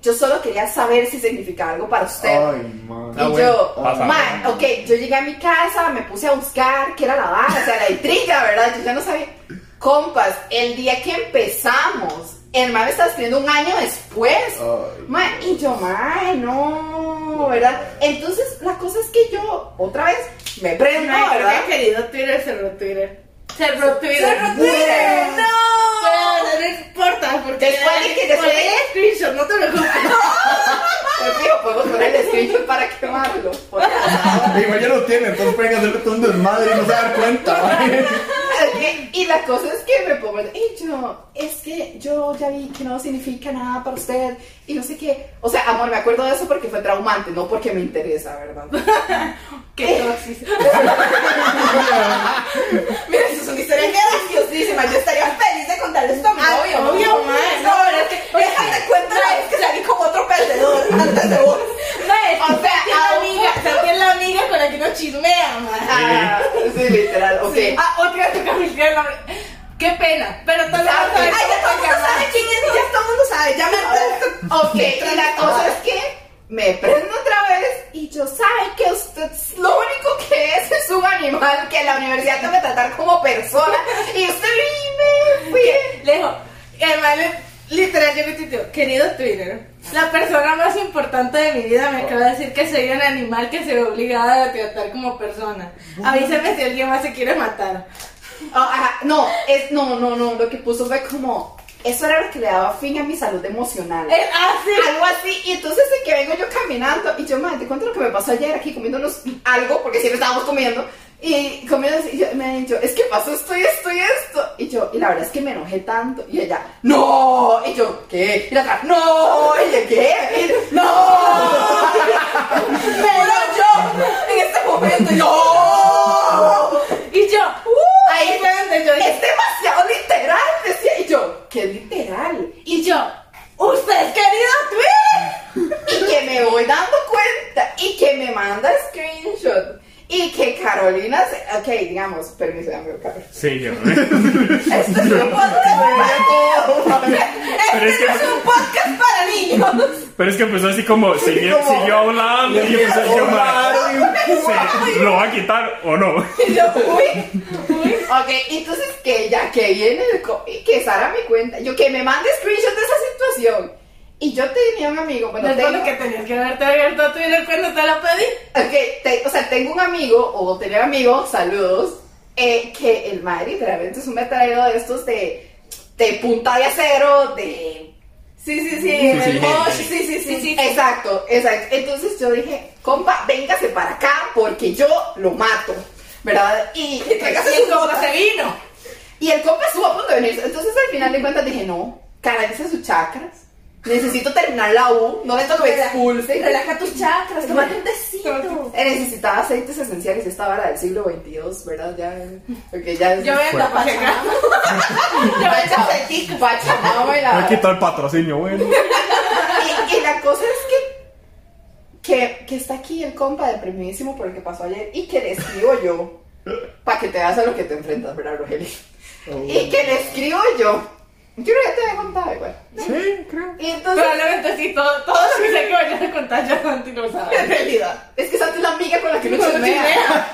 S2: yo solo quería saber si significa algo para usted.
S5: Ay, man.
S2: Y
S3: Ah, bueno,
S2: yo,
S3: pasa.
S2: "Mae, ok, yo llegué a mi casa, me puse a buscar qué era la vara, o sea, la intriga, ¿verdad? Yo ya no sabía. Compas, el día que empezamos, el mae me estaba escribiendo un año después.
S5: Ay.
S2: Mae, y yo, mae, no, ¿verdad? Entonces, la cosa es que yo, otra vez, me prendo,
S6: Ay,
S2: ¿verdad?
S6: qué querido Twitter, cerró Twitter. Cerró Twitter.
S2: Cerró Twitter,
S6: no. Pero no importa, porque
S2: Después de que- después de-
S6: Ponle el screenshot, no te preocupes.
S2: Pero fijo, Pues, podemos poner el screenshot para quemarlo.
S6: (laughs)
S5: (laughs) Igual ya lo tiene, entonces pueden hacerle todo un desmadre y no se dar
S2: (laughs)
S5: cuenta. mae.
S2: Ok, (laughs) Y la cosa es que me pongo, y yo, es que yo ya vi que no significa nada para usted, y no sé qué. O sea, amor, me acuerdo de eso porque fue traumante, no porque me interesa, ¿verdad?
S6: (laughs)
S2: Eh,
S6: Qué tóxico.
S2: (laughs) Mira, eso es una historia graciosísima, yo estaría feliz de contarles esto a mi
S6: Ah,
S2: novio.
S6: obvio,
S2: No,
S6: mae,
S2: No,
S6: no,
S2: pero es que, déjate cuenta la vez que salí como otro perdedor antes de vos.
S6: No,
S2: O sea,
S6: es la amiga, también la amiga con la que uno chismea, man.
S2: Ah, sí, literal, ok.
S6: Ah, otra vez toca mi el nombre. Qué pena, pero tal vez vas a
S2: Ay,
S6: ver
S2: ya todo el
S6: cómo
S2: mundo
S6: toca,
S2: sabe quién es, ya todo el mundo sabe, ya me Ok, y la cosa es que me prendo otra vez y yo sabe que usted es lo único que es es un animal que la universidad debe tratar como persona y usted vive,
S6: man. Le dijo, el man le- literal, yo me tuiteo, querido Twitter, la persona más importante de mi vida me acaba de decir que soy un animal que se ve obligada a tratar como persona. Avísame si alguien más se quiere matar.
S2: Ah, no, es, no, no, no, lo que puso fue como, eso era lo que le daba fin a mi salud emocional.
S6: Es así.
S2: algo así, y entonces de que vengo yo caminando, y yo, madre, te cuento lo que me pasó ayer aquí comiéndonos algo, porque siempre estábamos comiendo, y comiendo, y yo- me ha dicho, es que pasó esto y esto y esto, y yo, y la verdad es que me enojé tanto, y ella, no, y yo, ¿qué? Y la otra, no, y ella, ¿qué? Y yo, no, (laughs) pero yo, en este momento, no,
S6: Y yo,
S2: Uh,
S6: ahí fue donde yo dije,
S2: es demasiado literal, decía, y yo, ¿qué literal?
S6: y yo, usted es querido Twitter.
S2: y que me voy dando cuenta y que me manda screenshot y que Carolina se... ok digamos permiso amigo
S3: (laughs)
S2: Carlos
S3: Sí, yo. ¿eh?
S2: esto es un podcast para
S3: Pero es que-
S2: esto es un podcast para niños
S3: Pero es que empezó así como, siguió,
S5: Como-
S3: siguió hablando
S5: (laughs)
S3: y empezó yo más. Sí, ¿Lo va a quitar o no?
S2: y yo uy uy ok entonces que ya que viene el co- y que Sara me cuenta yo que me mande screenshot de esa situación y yo tenía un amigo bueno
S6: No es
S2: tengo-
S6: lo que tenías que haberte abierto Twitter cuando te lo pedí.
S2: Ok, te- o sea, tengo un amigo, o tenía un amigo, saludos, eh, que el madre literalmente es un metalero de estos de, de punta de acero, de...
S6: Sí, sí, sí.
S3: Sí, sí,
S6: el Bosch,
S3: sí.
S6: sí, sí, sí, sí.
S2: Exacto, exacto. Entonces yo dije, compa, véngase para acá porque yo lo mato, ¿verdad? Y,
S6: Y el compa se vino.
S2: y el compa estuvo a punto de venirse. Entonces al final de cuentas dije, no, canaliza sus chakras. Necesito terminar la U, no necesito que me expulsen.
S6: Relaja tus chakras, tómate un tecito.
S2: Eh, Necesitaba aceites esenciales esta vara del siglo XXII, ¿verdad? Ya, porque ya es...
S6: Yo voy a andar para acá.
S2: Pachamama, Pachamama y
S3: Va a
S2: la...
S3: quitar el patrocinio, bueno.
S2: Y, y la cosa es que, que... Que está aquí el compa deprimidísimo por lo que pasó ayer y que le escribo yo. Para que te veas a lo que te enfrentas, ¿verdad, Rogelio?
S3: Oh,
S2: Y que le escribo yo. Yo creo que ya te había contado igual.
S3: Sí, creo.
S2: Y entonces...
S6: Probablemente sí, todo, todo lo que sé que vayas a contar ya Santi lo
S2: En
S6: sabe.
S2: realidad, es que Santi es la amiga con la que uno
S6: Con la que
S2: chismea.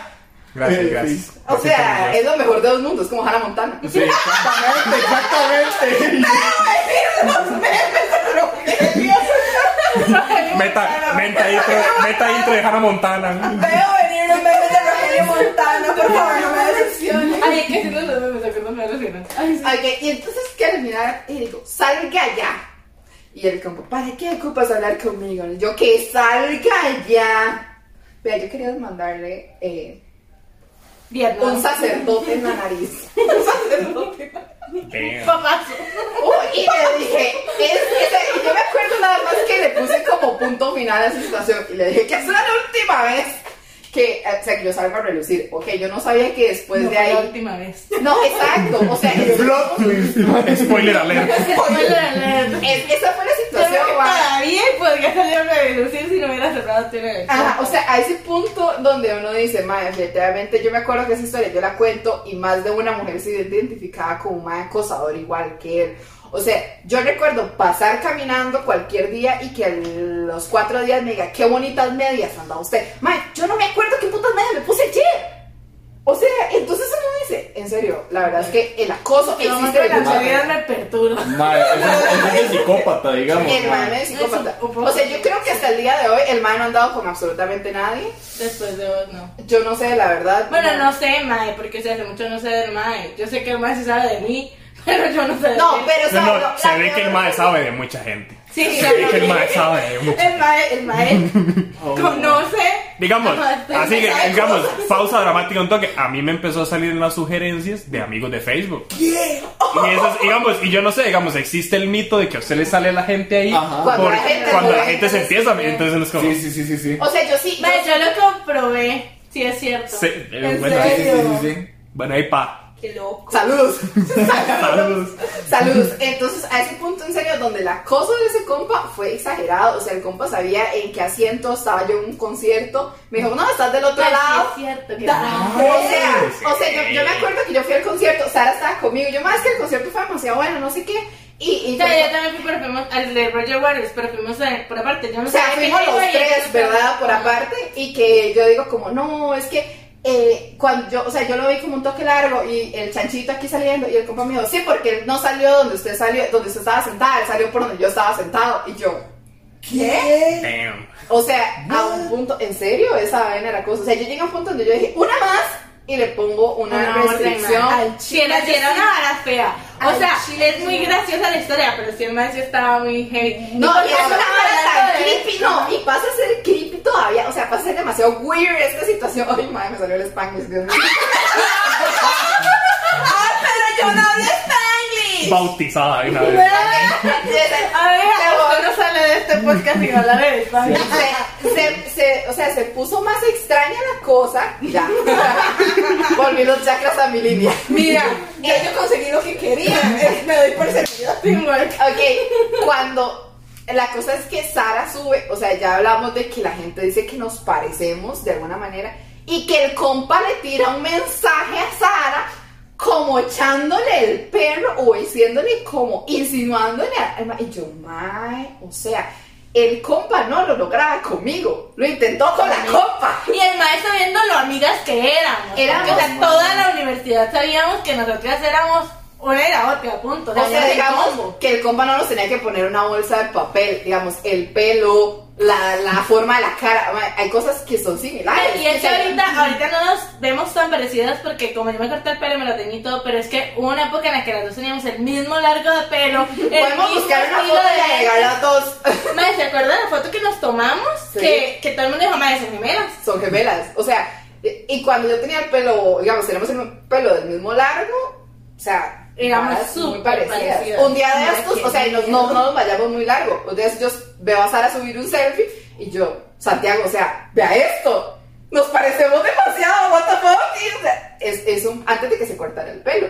S3: Gracias,
S5: Sí,
S3: gracias.
S5: sí.
S2: O
S3: Lo siento,
S2: sea,
S3: gracias.
S2: es lo mejor de dos mundos, como Hannah Montana.
S3: Sí,
S5: Exactamente, exactamente.
S3: Meta, meta intro, meta intro de
S2: (laughs)
S3: Hannah Montana.
S2: Veo venir un meme de Rogelio Montana, por favor, no me decepciones.
S6: Ay, es que si no los memes, ¿a qué no me refiero? Ay, sí.
S2: Ok, y entonces que al mirar, y digo, salga ya. Y él como, ¿para qué ocupas hablar conmigo? Y yo, que salga ya. Vea, yo quería mandarle eh,
S6: Vietnam.
S2: un sacerdote en la nariz.
S3: Damn.
S6: Papazo.
S2: Oh, y le dije, es que, y yo me acuerdo nada más que le puse como punto final a esa situación. Y le dije, que es la última vez que, eh, o sea, que yo salgo a relucir. Ok, yo no sabía que después
S6: No
S2: Pues de
S6: fue la
S2: ahí...
S6: última vez.
S2: No, exacto, o sea... es-
S5: Plot twist.
S3: (laughs) Spoiler alert.
S2: es- esa fue la situación. guau.
S6: Todavía podría salir a reducir si no hubiera cerrado Twitter.
S2: Ajá, o sea, a ese punto donde uno dice, madre, definitivamente yo me acuerdo que esa historia yo la cuento y más de una mujer se identificaba con un mae acosador igual que él. O sea, yo recuerdo pasar caminando cualquier día y que a los cuatro días me diga, qué bonitas medias andaba usted. Mae, yo no me acuerdo qué putas medias me puse ayer. O sea, entonces uno dice, en serio, la verdad es que el acoso
S6: No,
S2: existe de
S6: la
S2: muchas
S6: realidad me perturba.
S5: Mae, eso, eso es de psicópata, digamos.
S2: El man
S5: mae.
S2: es psicópata.
S6: un poco.
S2: O sea, yo creo que hasta el día de hoy el man no ha andado con absolutamente nadie.
S6: Después de vos, no.
S2: Yo no sé, la verdad.
S6: Bueno, no sé, Mae, porque si hace mucho no sé del Mae. Yo sé que el Mae sí sabe de mí, (laughs) pero yo no sé de
S2: No,
S6: él.
S2: pero o sea,
S3: No, no,
S2: la-
S3: se ve
S2: la-
S3: que el mae sabe de mucha gente.
S6: Sí,
S3: Se ve que el mae sabe de mucha
S6: El Mae, el Mae (laughs) conoce.
S3: Digamos, ah,
S6: Ajá,
S3: así que,
S6: sabe
S3: digamos,
S6: cosas.
S3: pausa dramática un toque. A mí me empezó a salir en las sugerencias de amigos de Facebook. Y eso es, digamos, y yo no sé, digamos, existe el mito de que a usted le sale la gente ahí
S5: Ajá.
S3: por-
S2: Cuando la gente-
S3: cuando la
S2: cuando
S3: gente se empieza,
S6: sí.
S3: entonces es como...
S5: Sí, sí, sí, sí, sí.
S2: O sea, yo sí.
S6: Mae, yo lo comprobé. Sí, es cierto.
S3: Sí, eh,
S6: ¿En
S3: bueno,
S5: Sí, sí,
S6: serio?
S5: sí, sí, sí.
S3: Bueno, ahí pa.
S6: Qué loco.
S3: (laughs)
S2: Saludos.
S3: Saludos.
S2: Saludos. Entonces, a ese punto en serio, donde el acoso de ese compa fue exagerado. O sea, el compa sabía en qué asiento estaba yo en un concierto. Me dijo, no, estás del otro
S6: Mae,
S2: lado.
S6: sí, es cierto. que
S2: Da-
S6: no.
S2: o sea, o sea yo, yo me acuerdo que yo fui al concierto, Sara estaba conmigo, yo más que el concierto fue demasiado bueno, no sé qué, y, y
S6: O sea, yo también fui, pero fuimos al de Roger Waters, pero fuimos a- por aparte. Yo no
S2: O sea,
S6: sabía
S2: fuimos
S6: que
S2: los
S6: iba y
S2: tres,
S6: ellos-
S2: ¿verdad? Por aparte, y que yo digo como, no, es que eh, cuando yo, o sea, yo lo vi como un toque largo y el chanchito aquí saliendo y el compa me dijo, sí, porque él no salió donde usted salió, donde usted estaba sentada, él salió por donde yo estaba sentado, y yo, ¿qué?
S3: Damn.
S2: O sea, a un punto, en serio, esa vaina era cosa, o sea, yo llegué a un punto donde yo dije, una más, y le pongo una,
S6: una
S2: restricción.
S6: orden Si era, si era una vara fea. O
S2: Al
S6: sea,
S2: chile,
S6: es muy
S2: sí.
S6: graciosa la historia, pero si el man sí estaba muy heavy.
S2: No, y
S6: porque
S2: es una
S6: estamos
S2: vara
S6: hablando
S2: tan
S6: de-
S2: creepy, no, y pasa a ser creepy todavía, o sea, pasa a ser demasiado weird esta situación. Ay, madre, me salió el Spanglish, Dios mío.
S6: ¡Ah, pero yo no hablo (laughs) Spanglish!
S3: Bautizada de una
S1: (laughs)
S3: vez.
S6: A ver, usted no sale de este podcast sin hablar de Spanglish.
S2: Se, se, se- o sea, se puso más extraña la cosa, ya. Volví los chakras a mi línea.
S6: Mira, ya yo conseguí lo que quería. eh, Me doy por servido. Teamwork.
S2: Ok, cuando la cosa es que Sara sube, o sea, ya hablamos de que la gente dice que nos parecemos de alguna manera y que el compa le tira un mensaje a Sara como echándole el perro o diciéndole como insinuándole a- al ma- y yo, mae, o sea, el compa no lo lograba conmigo, lo intentó con la compa.
S6: Y el maestro viendo lo amigas que éramos.
S2: Éramos,
S6: o sea, toda la universidad sabíamos que nosotras éramos una y la otra, punto.
S2: O sea,
S6: no sé
S2: digamos
S6: cómo.
S2: que el compa no nos tenía que poner una bolsa de papel, digamos, el pelo, la, la forma de la cara, ma, hay cosas que son similares.
S6: Y es que
S2: O sea,
S6: ahorita, ahorita no nos vemos tan parecidas porque como yo me corté el pelo y me lo teñí todo, pero es que hubo una época en la que las dos teníamos el mismo largo de
S2: (laughs)
S6: pelo. el
S2: Podemos
S6: mismo
S2: buscar una
S6: estilo
S2: foto
S6: de-
S2: y agregarla a todos.
S6: Mae, ¿se acuerdan la foto que nos tomamos?
S2: Sí.
S6: Que, que todo el mundo dijo, madre, son gemelas.
S2: Son gemelas. O sea, y cuando yo tenía el pelo, digamos, tenemos el pelo del mismo largo, o sea,
S6: Éramos
S2: varas
S6: súper parecidas.
S2: Un día de
S6: Madre,
S2: estos,
S6: qué
S2: o sea, y nos- no, no nos vayamos muy largo. Un día de estos, yo veo a Sara subir un selfie y yo, Santiago, o sea, vea esto. Nos parecemos demasiado, what the fuck. Y, o sea, es, es un, antes de que se cortara el pelo.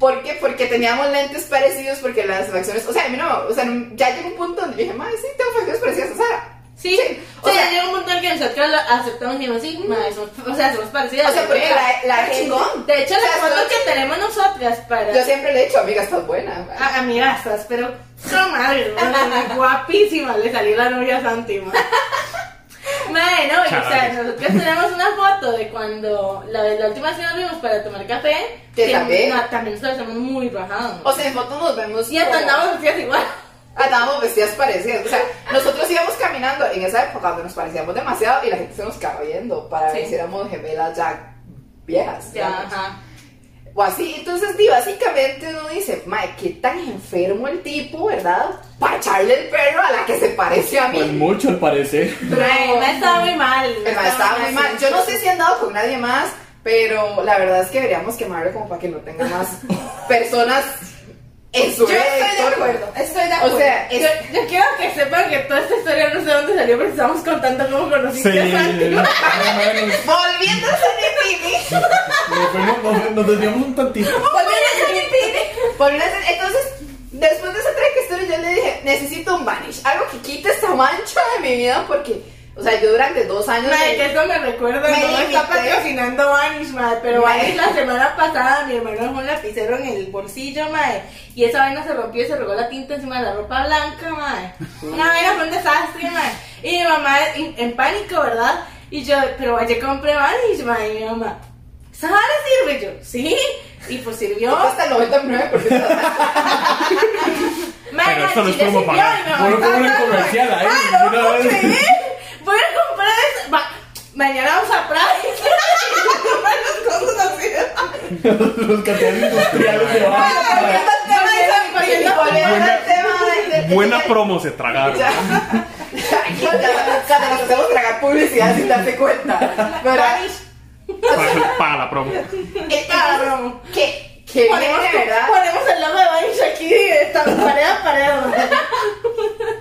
S2: ¿Por qué? Porque teníamos lentes parecidos, porque las facciones, o sea, a mí no, o sea, ya llegó un punto donde yo dije, madre, sí, tengo facciones parecidas a Sara.
S6: Sí,
S2: Sí,
S6: o
S2: o
S6: sea,
S2: sea-
S6: llegó un punto en que nosotros lo aceptamos y dijimos, sí, madre, somos- o sea, somos parecidas.
S2: O sea, porque
S6: gemelas".
S2: la- la chingón.
S6: De hecho,
S2: O sea,
S6: la foto
S2: son-
S6: que tenemos nosotras para...
S2: Yo siempre le he dicho, amiga, estás buena. mae".
S6: A, amigas, estás, pero no madre, madre,
S2: (laughs)
S6: guapísima le salió la novia Santi. Madre, Madre, no, y, o sea,
S3: Chale.
S6: nosotros tenemos una foto de cuando la, la última vez que nos vimos para tomar café,
S2: Que también.
S6: no, también nos hacemos muy bajados.
S2: O sea, en fotos nos vemos.
S6: y hasta
S2: como-
S6: andamos vestidas igual.
S2: Andábamos vestidas parecidas. (laughs) O sea, nosotros íbamos caminando en esa época donde nos parecíamos demasiado y la gente se nos quedaba viendo para
S6: Sí.
S2: ver si éramos gemelas ya viejas.
S6: Ya,
S2: digamos.
S6: ajá.
S2: O así. Entonces, di, básicamente uno dice, mae, qué tan enfermo el tipo, ¿verdad? Para echarle el perro a la que se parece a mí.
S5: Pues mucho al parecer.
S6: Pero me estaba muy mal. me
S2: Pero estaba muy mal. Yo no sé si han dado con nadie más, pero la verdad es que deberíamos quemarlo como para que no tenga (laughs) más personas en su
S6: Yo estoy de
S2: entorno.
S6: acuerdo, estoy de
S2: O
S6: acuerdo.
S2: sea, es-
S6: yo, yo quiero que sepan que toda esta historia no sé dónde salió, pero estamos contando cómo conociste
S3: Sí.
S6: a Santi.
S2: Volviendo a Sandy Pini.
S5: Nos, fuimos- nos- nos desviamos un tantito. (laughs)
S2: Volviendo a Sandy Pini. Volviendo a Sandy- Entonces, después de esa trayectoria, yo le dije: Necesito un vanish. Algo que quite esta mancha de mi vida porque. O sea, yo durante dos años.
S6: Madre, que esto me recuerda,
S2: Me
S6: no está
S2: dijiste.
S6: patrocinando Vanish, madre, pero
S2: Madre.
S6: Vanish la semana pasada mi hermano dejó un lapicero en el bolsillo, madre, y esa vaina se rompió y se regó la tinta encima de la ropa blanca, madre. Una vaina fue un desastre, madre. Y mi mamá en, en pánico, ¿verdad? Y yo, pero vaya, compré Vanish, madre, y mi mamá. ¿Esa vara sirve? Y yo, sí. Y pues sirvió.
S2: hasta el 99%.
S6: Madre,
S3: Pero esto no es
S6: Chile
S3: como
S6: sirvió,
S3: para-
S6: y mi mamá
S5: Bueno,
S6: estaba
S5: ponle
S6: todo,
S5: comercial
S3: ¿eh?
S5: ahí,
S6: "Ay,
S5: de
S6: no
S5: una
S6: puedo
S5: vez".
S6: creer. Voy a comprar eso. Ma- Mañana vamos a Price. Voy a comprar las cosas así.
S5: Los carteles industriales se van.
S6: Volviendo al tema de esa- volviendo al tema de-
S3: Buena-
S2: tema de-
S3: Buena
S2: (laughs)
S3: promo se tragaron.
S2: Ya. Ya, ya, ya, nos hacemos tragar publicidad sin darte cuenta. Pero,
S6: Vanish.
S3: Paga paga la promo.
S2: eh,
S6: Cabrón.
S2: que, que
S6: Ponemos,
S2: viene, ¿verdad?
S6: ponemos el logo de Vanish aquí de esta pared a pared.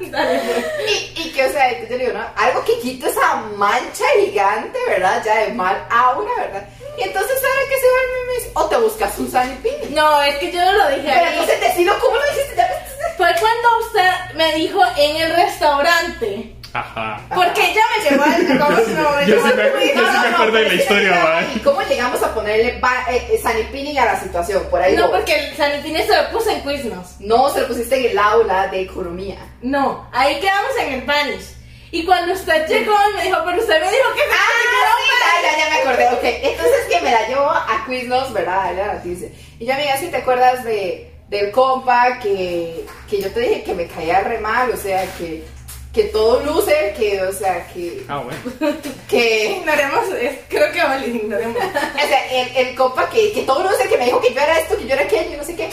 S6: Dale, pues.
S2: Y, y que, o sea, entonces yo le digo, ¿no? Algo que quita esa mancha gigante, ¿verdad? Ya de mal aura, ¿verdad? Y entonces, ¿sabes qué se va el meme? O te buscas un sanipini.
S6: No, es que yo no lo dije
S2: Pero
S6: ahí.
S2: entonces, decido cómo lo hiciste. Ya ves?
S6: Fue cuando usted me dijo en el restaurante.
S3: Ajá.
S6: Porque ella
S2: (laughs)
S6: me
S3: (laughs)
S6: llevó al. ¿Cómo se llama?
S3: Yo sí
S6: llevó al-
S3: me- yo sí me acuerdo de la
S2: pero es que
S3: historia,
S2: llegamos-
S3: mae.
S2: ¿Y cómo llegamos a ponerle ba- eh, eh, sanipini a la situación? Por ahí.
S6: No,
S2: voy.
S6: porque el Sanitini se lo puse en Quiznos.
S2: No, se lo pusiste en el aula de economía.
S6: No, ahí quedamos en el Vanish. Y cuando usted llegó, me dijo, pero usted me dijo que se
S2: Ah, sí,
S6: quedó
S2: ya, ya, ya me acordé, ok. Entonces que me la llevo a Quiznos, ¿verdad? Era la noticia. Y yo, amiga, si te acuerdas de, del compa que, que yo te dije que me caía re mal, o sea, que, que todo luce, que, o sea, que...
S3: Ah, bueno.
S2: que
S6: Ignoremos, es- creo que vale, ignoremos.
S2: o sea, el, el compa que, que todo luce, que me dijo que yo era esto, que yo era aquello, yo no sé qué.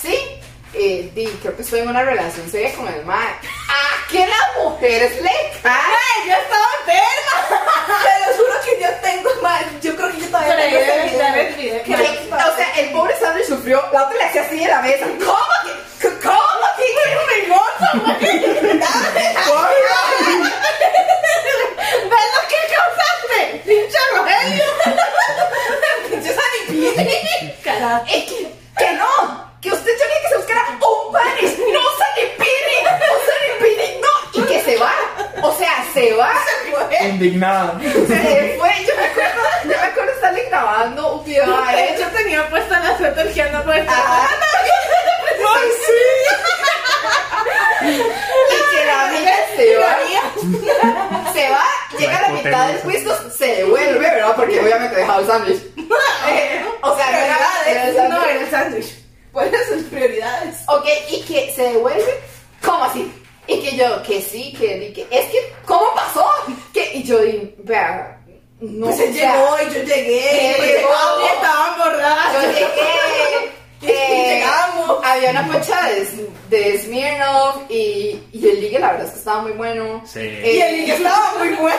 S2: Sí, eh, di, creo que estoy en una relación seria con el man. ¿A qué las mujeres le caen?
S6: ¡Ay, yo estaba enferma!
S1: Te lo juro que yo tengo mal. Yo creo que yo todavía
S6: Pero ahí
S1: tengo ese
S6: debe estar el
S1: video.
S6: video.
S2: Que le- o sea, el pobre Sandro sufrió, la otra le hacía así en la mesa. ¿Cómo que? ¿Cómo que? quiere un mimoso?
S6: (laughs) ¿Ves lo que causaste? ¡Pinche Rogelio!
S2: (laughs) (laughs) Yo salí
S6: (laughs) Carajo.
S2: Es que, que no, que usted tenía que se buscara un paris, no salipini, no salipini, no, y que se va, o sea, se va, se fue,
S5: Indignada.
S2: se fue, yo me acuerdo, yo me acuerdo estarle grabando un video a
S6: De
S2: él,
S6: hecho, tenía puesta la suerte pues, que anda puesta.
S2: Ah.
S6: ¡Ay,
S2: (laughs)
S6: sí!
S2: y que la amiga se va, se va, llega a la mitad del
S3: hipotenusa.
S2: puesto, se devuelve, ¿verdad? Porque obviamente dejaba el sándwich,
S1: (laughs)
S2: Eh, o sea, no era- no era el sándwich.
S6: No, era el sándwich.
S1: ¿Cuáles son sus prioridades?
S2: Ok, y que se devuelve, ¿cómo así? Y que yo, que sí, que, y que es que, ¿cómo pasó? Que, y yo, y, vea, no
S1: Pues él
S2: o sea,
S1: llegó y yo llegué.
S2: Sí,
S1: pues
S2: llegó.
S1: llegó.
S6: Y estaban
S2: Yo
S6: borradas.
S2: llegué, eh,
S1: Llegamos.
S2: había una pocha de, de Smirnoff y, y el ligue, la verdad es que estaba muy bueno.
S3: Sí.
S2: Eh,
S1: Y el niño estaba muy bueno.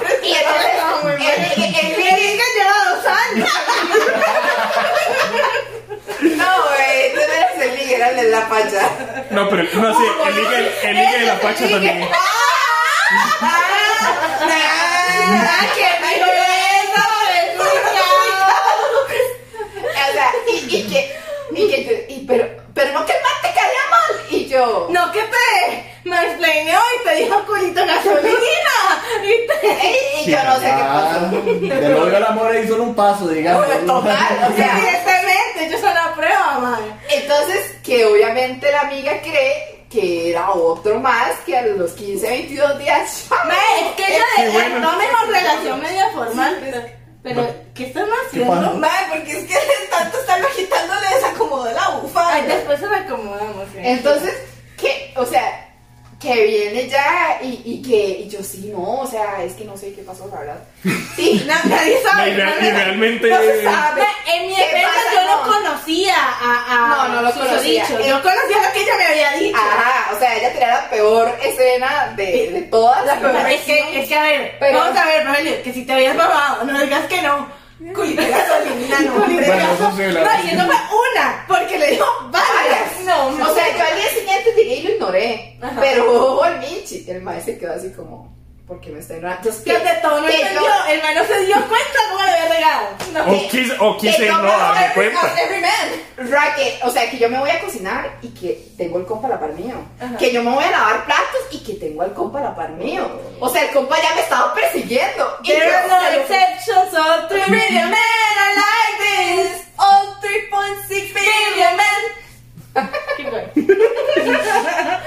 S1: pero-
S2: y entonces,
S6: estaba muy bueno.
S2: el ligue- el
S6: Me
S2: ligue-
S6: dije que lleva dos años.
S2: no, güey, tú no eres el ligue, era el de la pacha.
S3: No, pero no, sí, el liga, el liga de la pacha también.
S2: Ah, que
S6: Ay,
S2: dijo
S6: eso,
S2: O sea, y, y que, y que, y, pero, pero no que el man te caía mal. Y yo,
S6: No, que te me explaneó y te dijo culito gasolina. Y te...
S2: eh, y yo no sé qué
S5: Ah,
S2: pasó.
S5: Del odio al amor hay solo un paso, digamos.
S2: Bueno, total, o sea,
S6: Evidentemente, yo soy la prueba, madre.
S2: entonces, que obviamente la amiga cree que era otro más que a los 15, 22 días. (laughs) ya.
S6: Mae, es que ella
S3: Qué
S6: de
S3: bueno.
S6: no mejor relación media formal, pero, pero ¿qué están haciendo?
S5: pasó?
S1: Madre, porque es que tanto estarlo agitando le desacomodó la
S6: Ay,
S1: bufanda.
S6: después se la acomodamos. ¿eh?
S2: Entonces, que, o sea, que viene ya y, y que, y yo sí, no, o sea, es que no sé qué pasó, la verdad. Sí,
S6: Na- nadie
S3: No,
S6: sabe.
S3: Y rea- (laughs) y
S6: nadie sabe.
S3: realmente.
S1: No se sabe.
S6: Mae, En mi
S2: ¿Qué
S6: defensa
S2: pasa?
S6: yo no
S2: No.
S6: conocía a, a
S2: No, no lo
S6: sus
S2: conocía. Eh,
S6: dichos. Yo conocía lo que ella me había dicho.
S2: ajá, o sea, ella tenía la peor escena de, de todas.
S6: La peor es que, es que a ver,
S2: Pero-
S6: vamos a ver, Rogelio, que si te habías mamado, no digas que no.
S1: Culito de gasolina, no. hombre.
S5: Bueno, eso sí, la
S6: No, y eso fue una, porque le dijo varias. No,
S2: O sea, yo al día siguiente llegué y lo ignoré. Pero ojo al Michi. El maestro se quedó así como. porque me está ignorando. Entonces,
S6: Fíjate, todo no
S2: que
S6: entendió.
S2: yo-
S6: El man no se dio cuenta cómo le había regado. No.
S3: O quise, o quise
S2: que
S3: no
S2: yo me voy a
S3: darme
S2: ver
S3: cuenta.
S2: a Every man. Raquel, o sea, que yo me voy a cocinar y que tengo el compa a la par mío.
S6: Ajá.
S2: Que yo me voy a lavar platos y que tengo al compa a la par mío. O sea, el compa ya me estaba persiguiendo. Y
S6: There
S2: yo-
S6: are no exceptions, all three billion men are like this. All 3.6 billion men. Keep going.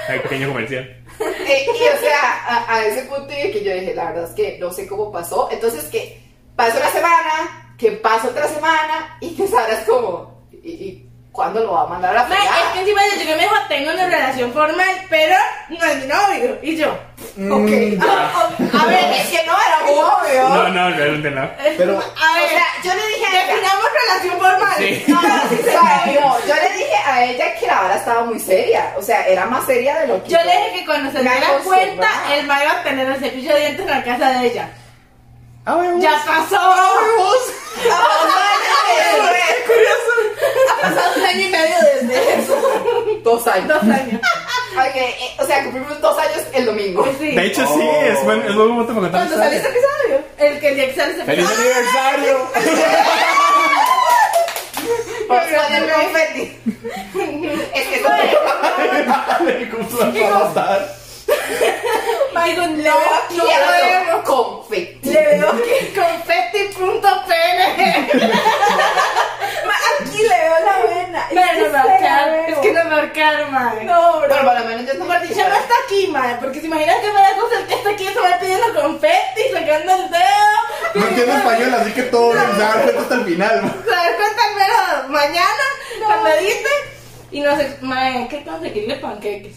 S3: Hay pequeño comercial.
S2: Eh, (laughs) y o sea, a, a ese punto de que yo dije, la verdad es que no sé cómo pasó. Entonces que pasó una semana, que pasó otra semana y que sabrás cómo. ¿Y, y cuándo lo va a mandar a la
S6: (laughs) Mae, es que
S2: fregada?
S6: encima yo llegué y me dijo, tengo una relación formal, pero no es mi novio. Y yo,
S2: Ok. Ah, ok. (laughs) a ver, es que no era muy obvio.
S3: No, no, realmente no.
S5: Pero-
S6: a ver,
S2: O sea, yo le dije a ella.
S6: definamos relación formal.
S3: Sí.
S2: No, no, sí, (laughs) se sabe, no, yo le dije a ella que la vara estaba muy seria. O sea, era más seria de lo que.
S6: Yo le dije que cuando se
S2: Me
S6: diera
S2: acostumbraba.
S6: cuenta, él va a tener el cepillo de dientes en la casa de ella.
S5: Ah, bueno,
S6: ¡Ya pasó!
S2: ¡Ah,
S6: Ha pasado un año y medio desde eso.
S2: madre! Dos años.
S6: Dos años.
S2: Ok, eh, o sea, cumplimos dos años el domingo.
S6: Sí.
S3: De hecho, sí,
S5: Oh.
S3: es buen, es buen momento para contar
S6: Cuando
S3: esta
S6: salió
S3: historia.
S6: este episodio, el que el día que sale este
S5: ¡Feliz
S6: episodio.
S5: aniversario!
S2: Por eso el confeti. Es que eso
S5: Dale, ¿Cómo se va a pasar?
S6: Michael, le veo
S2: no
S6: no veo-
S2: quiero confeti.
S6: Le veo que confetti.png.
S1: (laughs) Aquí le veo la vena.
S6: Pero
S1: Es
S6: nos
S1: que se la
S6: marcaron.
S1: veo.
S6: Es que nos marcaron, madre.
S1: No, bro.
S2: Pero por lo menos yo no
S6: Por dicha no está aquí, madre. Porque si imaginas que fuera cosa el que está aquí, se va pidiendo confetti, sacando el dedo.
S5: No entiendo español, así que todo lo que se va a dar cuenta hasta el final. man.
S6: Se va a dar cuenta al menos mañana, cuando edite. Y no sé, madre, ¿qué conseguirle panqueques?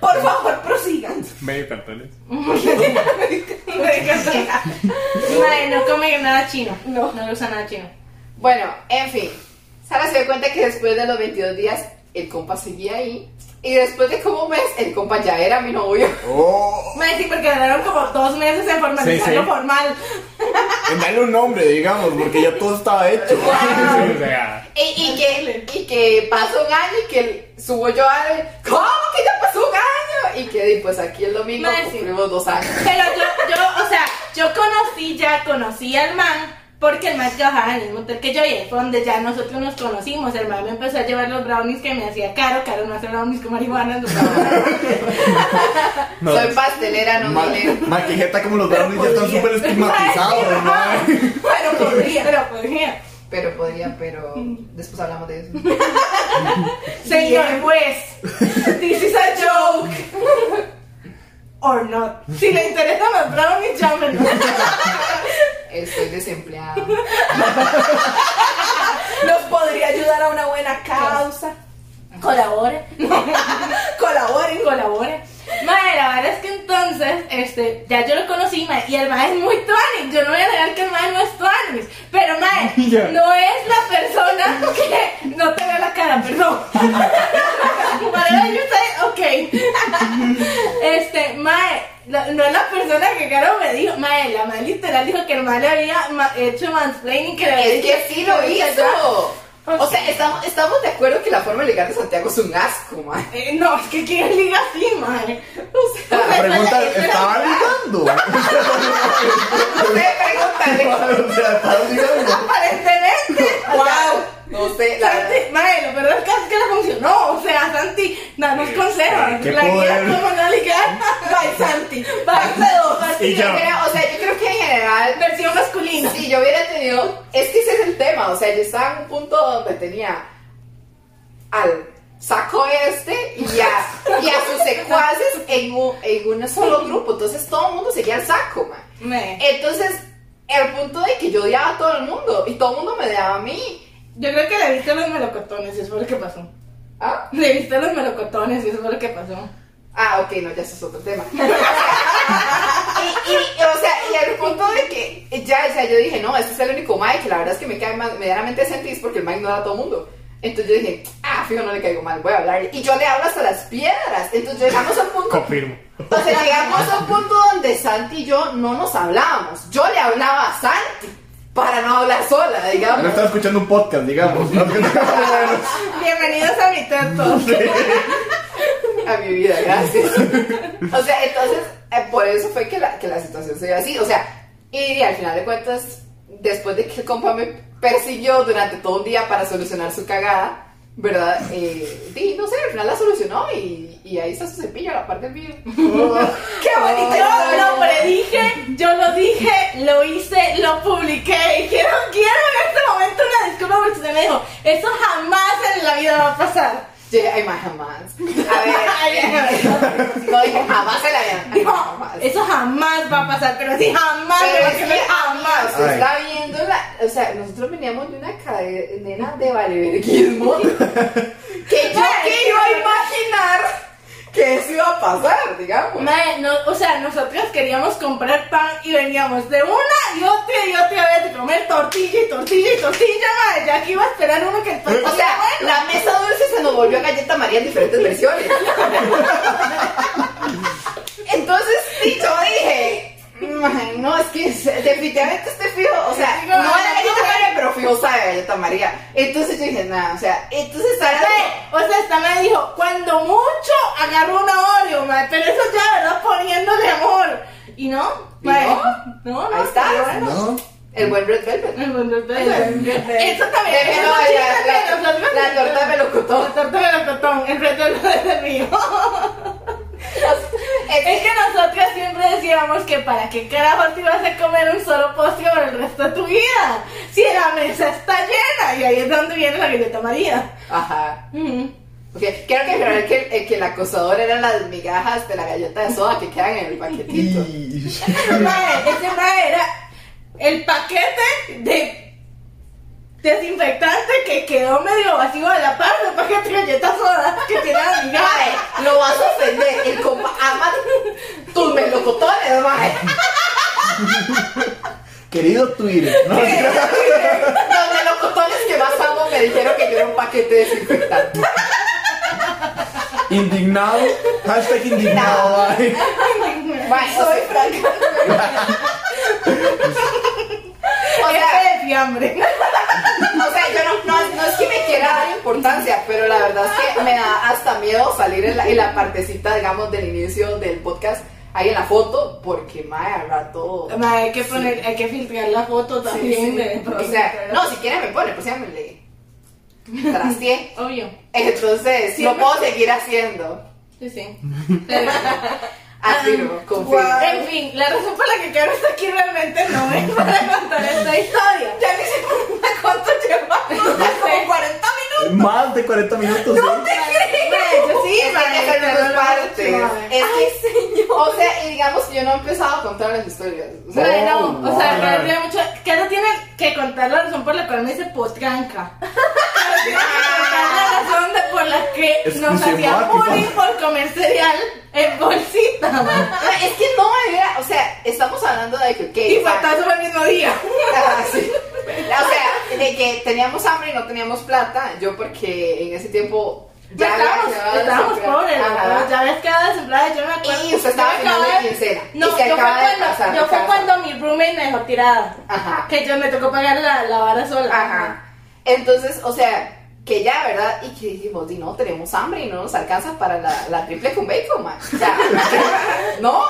S1: Por favor, prosigan.
S3: Medio carteles.
S6: Me encanta. (laughs) Madre, no come nada chino. No, no le gusta nada chino.
S2: Bueno, en fin. Sara se dio cuenta que después de los 22 días el compa seguía ahí. Y después de como un mes, el compa ya era mi novio.
S5: Oh,
S6: Madre, sí, porque duraron como dos meses en formalizarlo
S3: Sí, sí.
S6: formal.
S5: en darle un nombre, digamos, porque ya todo estaba hecho.
S2: Ah.
S3: Sí, o sea,
S2: Y, Eh, y que, y que pasó un año y que subo yo a ¿Cómo que ya pasó un año? Y que y pues aquí el domingo
S6: Mae, sí.
S2: cumplimos dos años.
S6: (laughs) Pero yo, yo, o sea, yo conocí, ya conocí al man, porque el man trabajaba en el mismo hotel que yo y ahí fue donde ya nosotros nos conocimos. El man me empezó a llevar los brownies que me hacía caro, caro no hace brownies con marihuana. no
S3: no,
S2: Soy pastelera, no milero.
S5: Maquijeta como los brownies ya están súper estigmatizados, man.
S6: pero podría, pero podría.
S2: Pero podría, pero después hablamos de eso. (laughs)
S6: Señor West, this is a joke. Or not. Si le interesan los brownies, llámenos.
S2: Estoy desempleada.
S1: Los podría ayudar a una buena causa.
S6: Colabore.
S1: Colaboren.
S6: colabore. Madre, la verdad es que entonces, este, ya yo lo conocí, mae, y el mae es muy tuanis. Yo no voy a negar que el mae no es tuanis, pero mae,
S3: Ya.
S6: no es la persona que no te ve la cara, perdón. Whatever you say, ok. Este, mae, la- no es la persona que Caro me dijo, mae, la mae literal dijo que el mae le había ma- hecho mansplaining, que le había
S2: Es que
S6: dicho-
S2: sí lo hizo.
S6: Ok.
S2: O sea, estamos, estamos de acuerdo que la forma legal de Santiago es un asco, man. (laughs)
S6: Eh, no, es que quién liga así, mae. O sea,
S5: La pregunta,
S6: es la-
S5: ¿estaba ligando? (laughs)
S2: Ustedes (laughs) pregúntale.
S5: O sea, ¿estaba ligando?
S6: (laughs) Aparentemente.
S2: Wow. No sé, la verdad.
S6: Santi, mae, lo peor del caso es que le funcionó. O sea, Santi, danos consejos.
S5: qué
S6: La guía
S5: poder.
S6: cómo no (laughs) ligar. Bye, Santi. Bye, dos.
S5: Y
S2: Yo
S5: ya.
S2: creo- o sea, yo creo que en general
S6: Versión masculina.
S2: si yo hubiera tenido, es que ese es el tema, o sea, yo estaba en un punto donde tenía al saco este y a, y a sus secuaces en un, en un solo grupo, entonces todo el mundo seguía al saco, man.
S6: Me.
S2: Entonces, el punto de que yo odiaba a todo el mundo y todo el mundo me odiaba a mí.
S6: Yo creo que le viste los melocotones y eso fue lo que pasó.
S2: Ah,
S6: Le viste los melocotones y eso fue lo que pasó.
S2: ah ok, no, ya eso es otro tema. y, y, o sea, y el punto de que ya, o sea, yo dije, no, este es el único Mike, que la verdad es que me cae más medianamente decente y es porque el Mike no da a todo el mundo. Entonces yo dije, ah, fijo, no le caigo mal, voy a hablarle. Y yo le hablo hasta las piedras. Entonces llegamos a un punto.
S3: Confirmo.
S2: Entonces llegamos a un punto donde Santi y yo no nos hablábamos. Yo le hablaba a Santi para no hablar sola, digamos.
S5: Ah, No estaba escuchando un podcast, digamos. (laughs)
S6: Bienvenidos a mi teto.
S2: a mi vida, gracias. (laughs) O sea, entonces, eh, por eso fue que la, que la situación se dio así. O sea, y al final de cuentas, después de que el compa me persiguió durante todo un día para solucionar su cagada, ¿verdad? Eh, di, no sé, al final la solucionó y, y ahí está su cepillo, a la parte del mío.
S6: (laughs) ¡Qué bonito! Yo lo predije, yo lo dije, lo hice, lo publiqué. Y quiero, quiero en este momento una disculpa porque usted me dijo, eso jamás en la vida va a pasar.
S2: Yo dije, ay, ma, jamás. A
S6: (laughs) Ay,
S2: ver, eh. no dije jamás se la vean.
S6: Dijo, eso jamás va a pasar, pero sí jamás,
S2: Pero
S6: pero
S2: es que jamás.
S6: jamás.
S2: Se
S5: Ay.
S2: está viendo la. O sea, nosotros veníamos de una cadena de
S6: (laughs)
S2: valeverguismo. que yo
S6: Ay,
S2: que iba a imaginar que eso iba a pasar, digamos.
S6: Mae, no, o sea, nosotros queríamos comprar pan y veníamos de una y otra y otra vez de comer tortilla y tortilla y tortilla, madre. Ya que iba a esperar uno que el pan
S2: O sea, la mesa dulce se nos volvió galleta María en diferentes versiones. Entonces, sí, yo dije. "Ay, No, es que es- definitivamente este fijo, o sea,
S6: Digo,
S2: no era
S6: no,
S2: galleta
S6: no,
S2: María, pero fijo sabe galleta María. Entonces yo dije, nada, o sea, entonces Sara
S6: Mae, O sea, esta me dijo, cuando mucho agarro una Oreo, mae, pero eso ya, ¿verdad? Poniéndole amor. ¿Y no?
S2: ¿Y
S6: mae,
S2: no?
S6: no, no,
S2: Ahí está.
S6: pero bueno.
S5: No.
S2: el buen Red Velvet.
S6: Eso también
S2: Déjeme,
S6: eso
S2: no,
S6: sí,
S2: ya, la-
S6: también, nosotros-
S2: la torta de melocotón.
S6: La torta de melocotón, enfrente de lo del mío. Es que nosotras siempre decíamos que para qué carajo te ibas a comer un solo postre por el resto de tu vida. Si la mesa está llena y ahí es donde viene la galleta María.
S2: Ajá.
S6: Ujú.
S2: Ok, Quiero que aclarar que, eh, que el acosador eran las migajas de la galleta de soda que quedan en el paquetito.
S5: Y-
S6: Ese mae, ese mae era el paquete de desinfectante que quedó medio vacío de la parte del paquete de galletas sodas que tiene (laughs) la migaja.
S2: Mae, lo vas a ofender. El compa ama tus melocotones, mae.
S5: (laughs) Querido Twitter. No,
S2: Los melocotones que más amo me dijeron que yo era un paquete desinfectante.
S5: Indignado. (laughs) Hashtag indignado. ay.
S2: Mae, o
S6: Soy
S2: sea-
S6: franca.
S2: O sea,
S6: Ese de fiambre.
S2: O sea, yo no, no, no es que me quiera dar importancia, pero la verdad es que me da hasta miedo salir en la, en la partecita, digamos, del inicio del podcast, ahí en la foto, porque mae, al rato.
S6: Ma, hay que poner, hay que filtrar la foto
S2: Sí,
S6: también.
S2: sí.
S6: de-
S2: O sea, no, si quiere me pone, pues ya me le trasteé.
S6: obvio.
S2: Entonces,
S6: Sí,
S2: lo
S6: me-
S2: puedo seguir haciendo.
S6: Sí, sí.
S2: Afirmo, confirmo.
S6: Ah, Guau. En fin, la razón por la que quiero estar aquí realmente no (laughs) es para contar esta historia. Ya ni sé cuánto (laughs) llevamos. como 40
S5: Más de 40 minutos. ¿eh?
S6: minutos. Sí,
S2: Es que
S6: ma,
S2: dejan
S6: pero
S2: dos
S6: no,
S2: partes.
S6: ma.
S2: Es que- O sea, y digamos que yo no he empezado a contar las historias. O sea,
S6: Bueno,
S5: Oh,
S6: o sea,
S5: wow.
S6: que habría mucho. Que no tiene que contar la razón por la cual me dice potranca. Pero tiene que contar la razón de por la que nos
S5: Excuse
S6: hacía
S5: me,
S6: bullying por comer cereal en bolsita. ma.
S2: Ah, Es que no, era, o sea, estamos hablando de que, ok,
S6: Y
S2: o sea,
S6: faltaba el mismo día.
S2: ah, sí. o sea, de que teníamos hambre y no teníamos plata, yo porque en ese tiempo
S6: Ya estábamos,
S2: había quedado
S6: estábamos
S2: desempleada.
S6: pobres,
S2: Ajá.
S6: ¿no? ya habías quedado desempleada, yo me acuerdo.
S2: Y usted estaba
S6: yo
S2: final
S6: acababa-
S2: de quincena, y
S6: No,
S2: se
S6: yo fue
S2: acaba de
S6: cuando,
S2: pasar de
S6: yo fue
S2: casa.
S6: cuando mi roommate me dejó tirada.
S2: Ajá.
S6: Que yo me tocó pagar la, la vara sola.
S2: Ajá. Entonces, o sea, que ya, ¿verdad? Y que dijimos, y no, tenemos hambre y no nos alcanza para la, la triple con bacon, man. O sea, (laughs) no,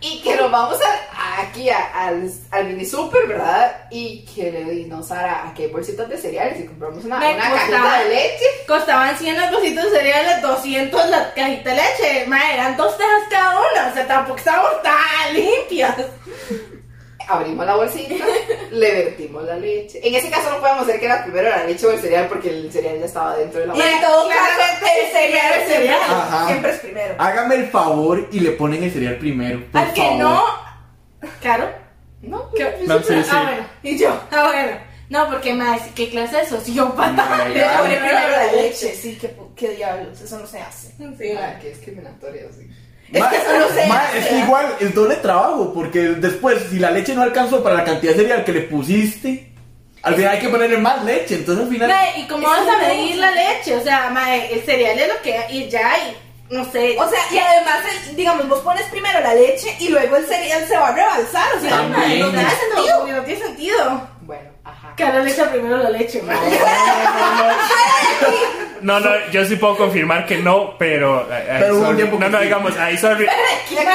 S2: y que nos vamos a- a- aquí a- al, al mini super, ¿verdad? Y que le dimos Sara, aquí hay bolsitas de cereales y compramos una,
S6: Me
S2: una
S6: costaba.
S2: cajita de leche.
S6: Costaban 100 las cositas de cereales, 200 la cajita de leche. Madre, eran dos tejas cada una. O sea, tampoco estábamos tan limpias.
S2: Abrimos la bolsita, le vertimos la leche. En ese caso no podíamos hacer que era primero la leche o el cereal porque el cereal ya estaba dentro de la
S1: Y
S2: bolsa.
S1: en todo caso,
S6: Claramente,
S1: el cereal
S6: el
S1: es Ah,
S6: cereal.
S1: primero.
S5: Ajá.
S1: Siempre es primero.
S5: Hágame el favor y le ponen el cereal primero. por
S6: Al que
S5: favor.
S6: no. Claro.
S2: No,
S6: ¿Qué?
S3: No, sí, sí.
S6: Ah, bueno. Y yo, ah, bueno. No, porque más, ¿qué clase de (laughs) sociópata?
S5: Madre,
S6: Le
S5: ya.
S6: pone
S1: Pobre primero
S6: primero
S1: la leche, sí, qué, pu- qué diablos, eso no se hace.
S6: Sí,
S2: Ah,
S6: madre.
S2: qué discriminatorio, sí.
S1: Es que eso no se
S5: Ma,
S1: hace.
S5: es que igual es doble trabajo, porque después, si la leche no alcanzó para la cantidad de cereal que le pusiste, Al final hay que ponerle más leche, entonces al final.
S6: Mae, ¿y cómo
S1: Es
S6: vas
S1: una
S6: a medir
S1: cosa.
S6: la leche? O sea, mae, el cereal es lo que y ya y no sé.
S1: O sea, y además, el- digamos, vos pones primero la leche y luego el cereal se va a rebalsar. O sea,
S6: Mae,
S5: También.
S6: no tiene
S1: no,
S6: sentido. No tiene sentido.
S2: Bueno, ajá.
S6: Carol echa primero la leche,
S1: (laughs)
S6: mae.
S3: No, no, yo sí puedo confirmar que no, pero. eh, eh,
S5: Pero hubo un
S3: sorry.
S5: tiempo que
S3: no, no,
S5: sí.
S3: digamos, ahí sorry.
S1: que no,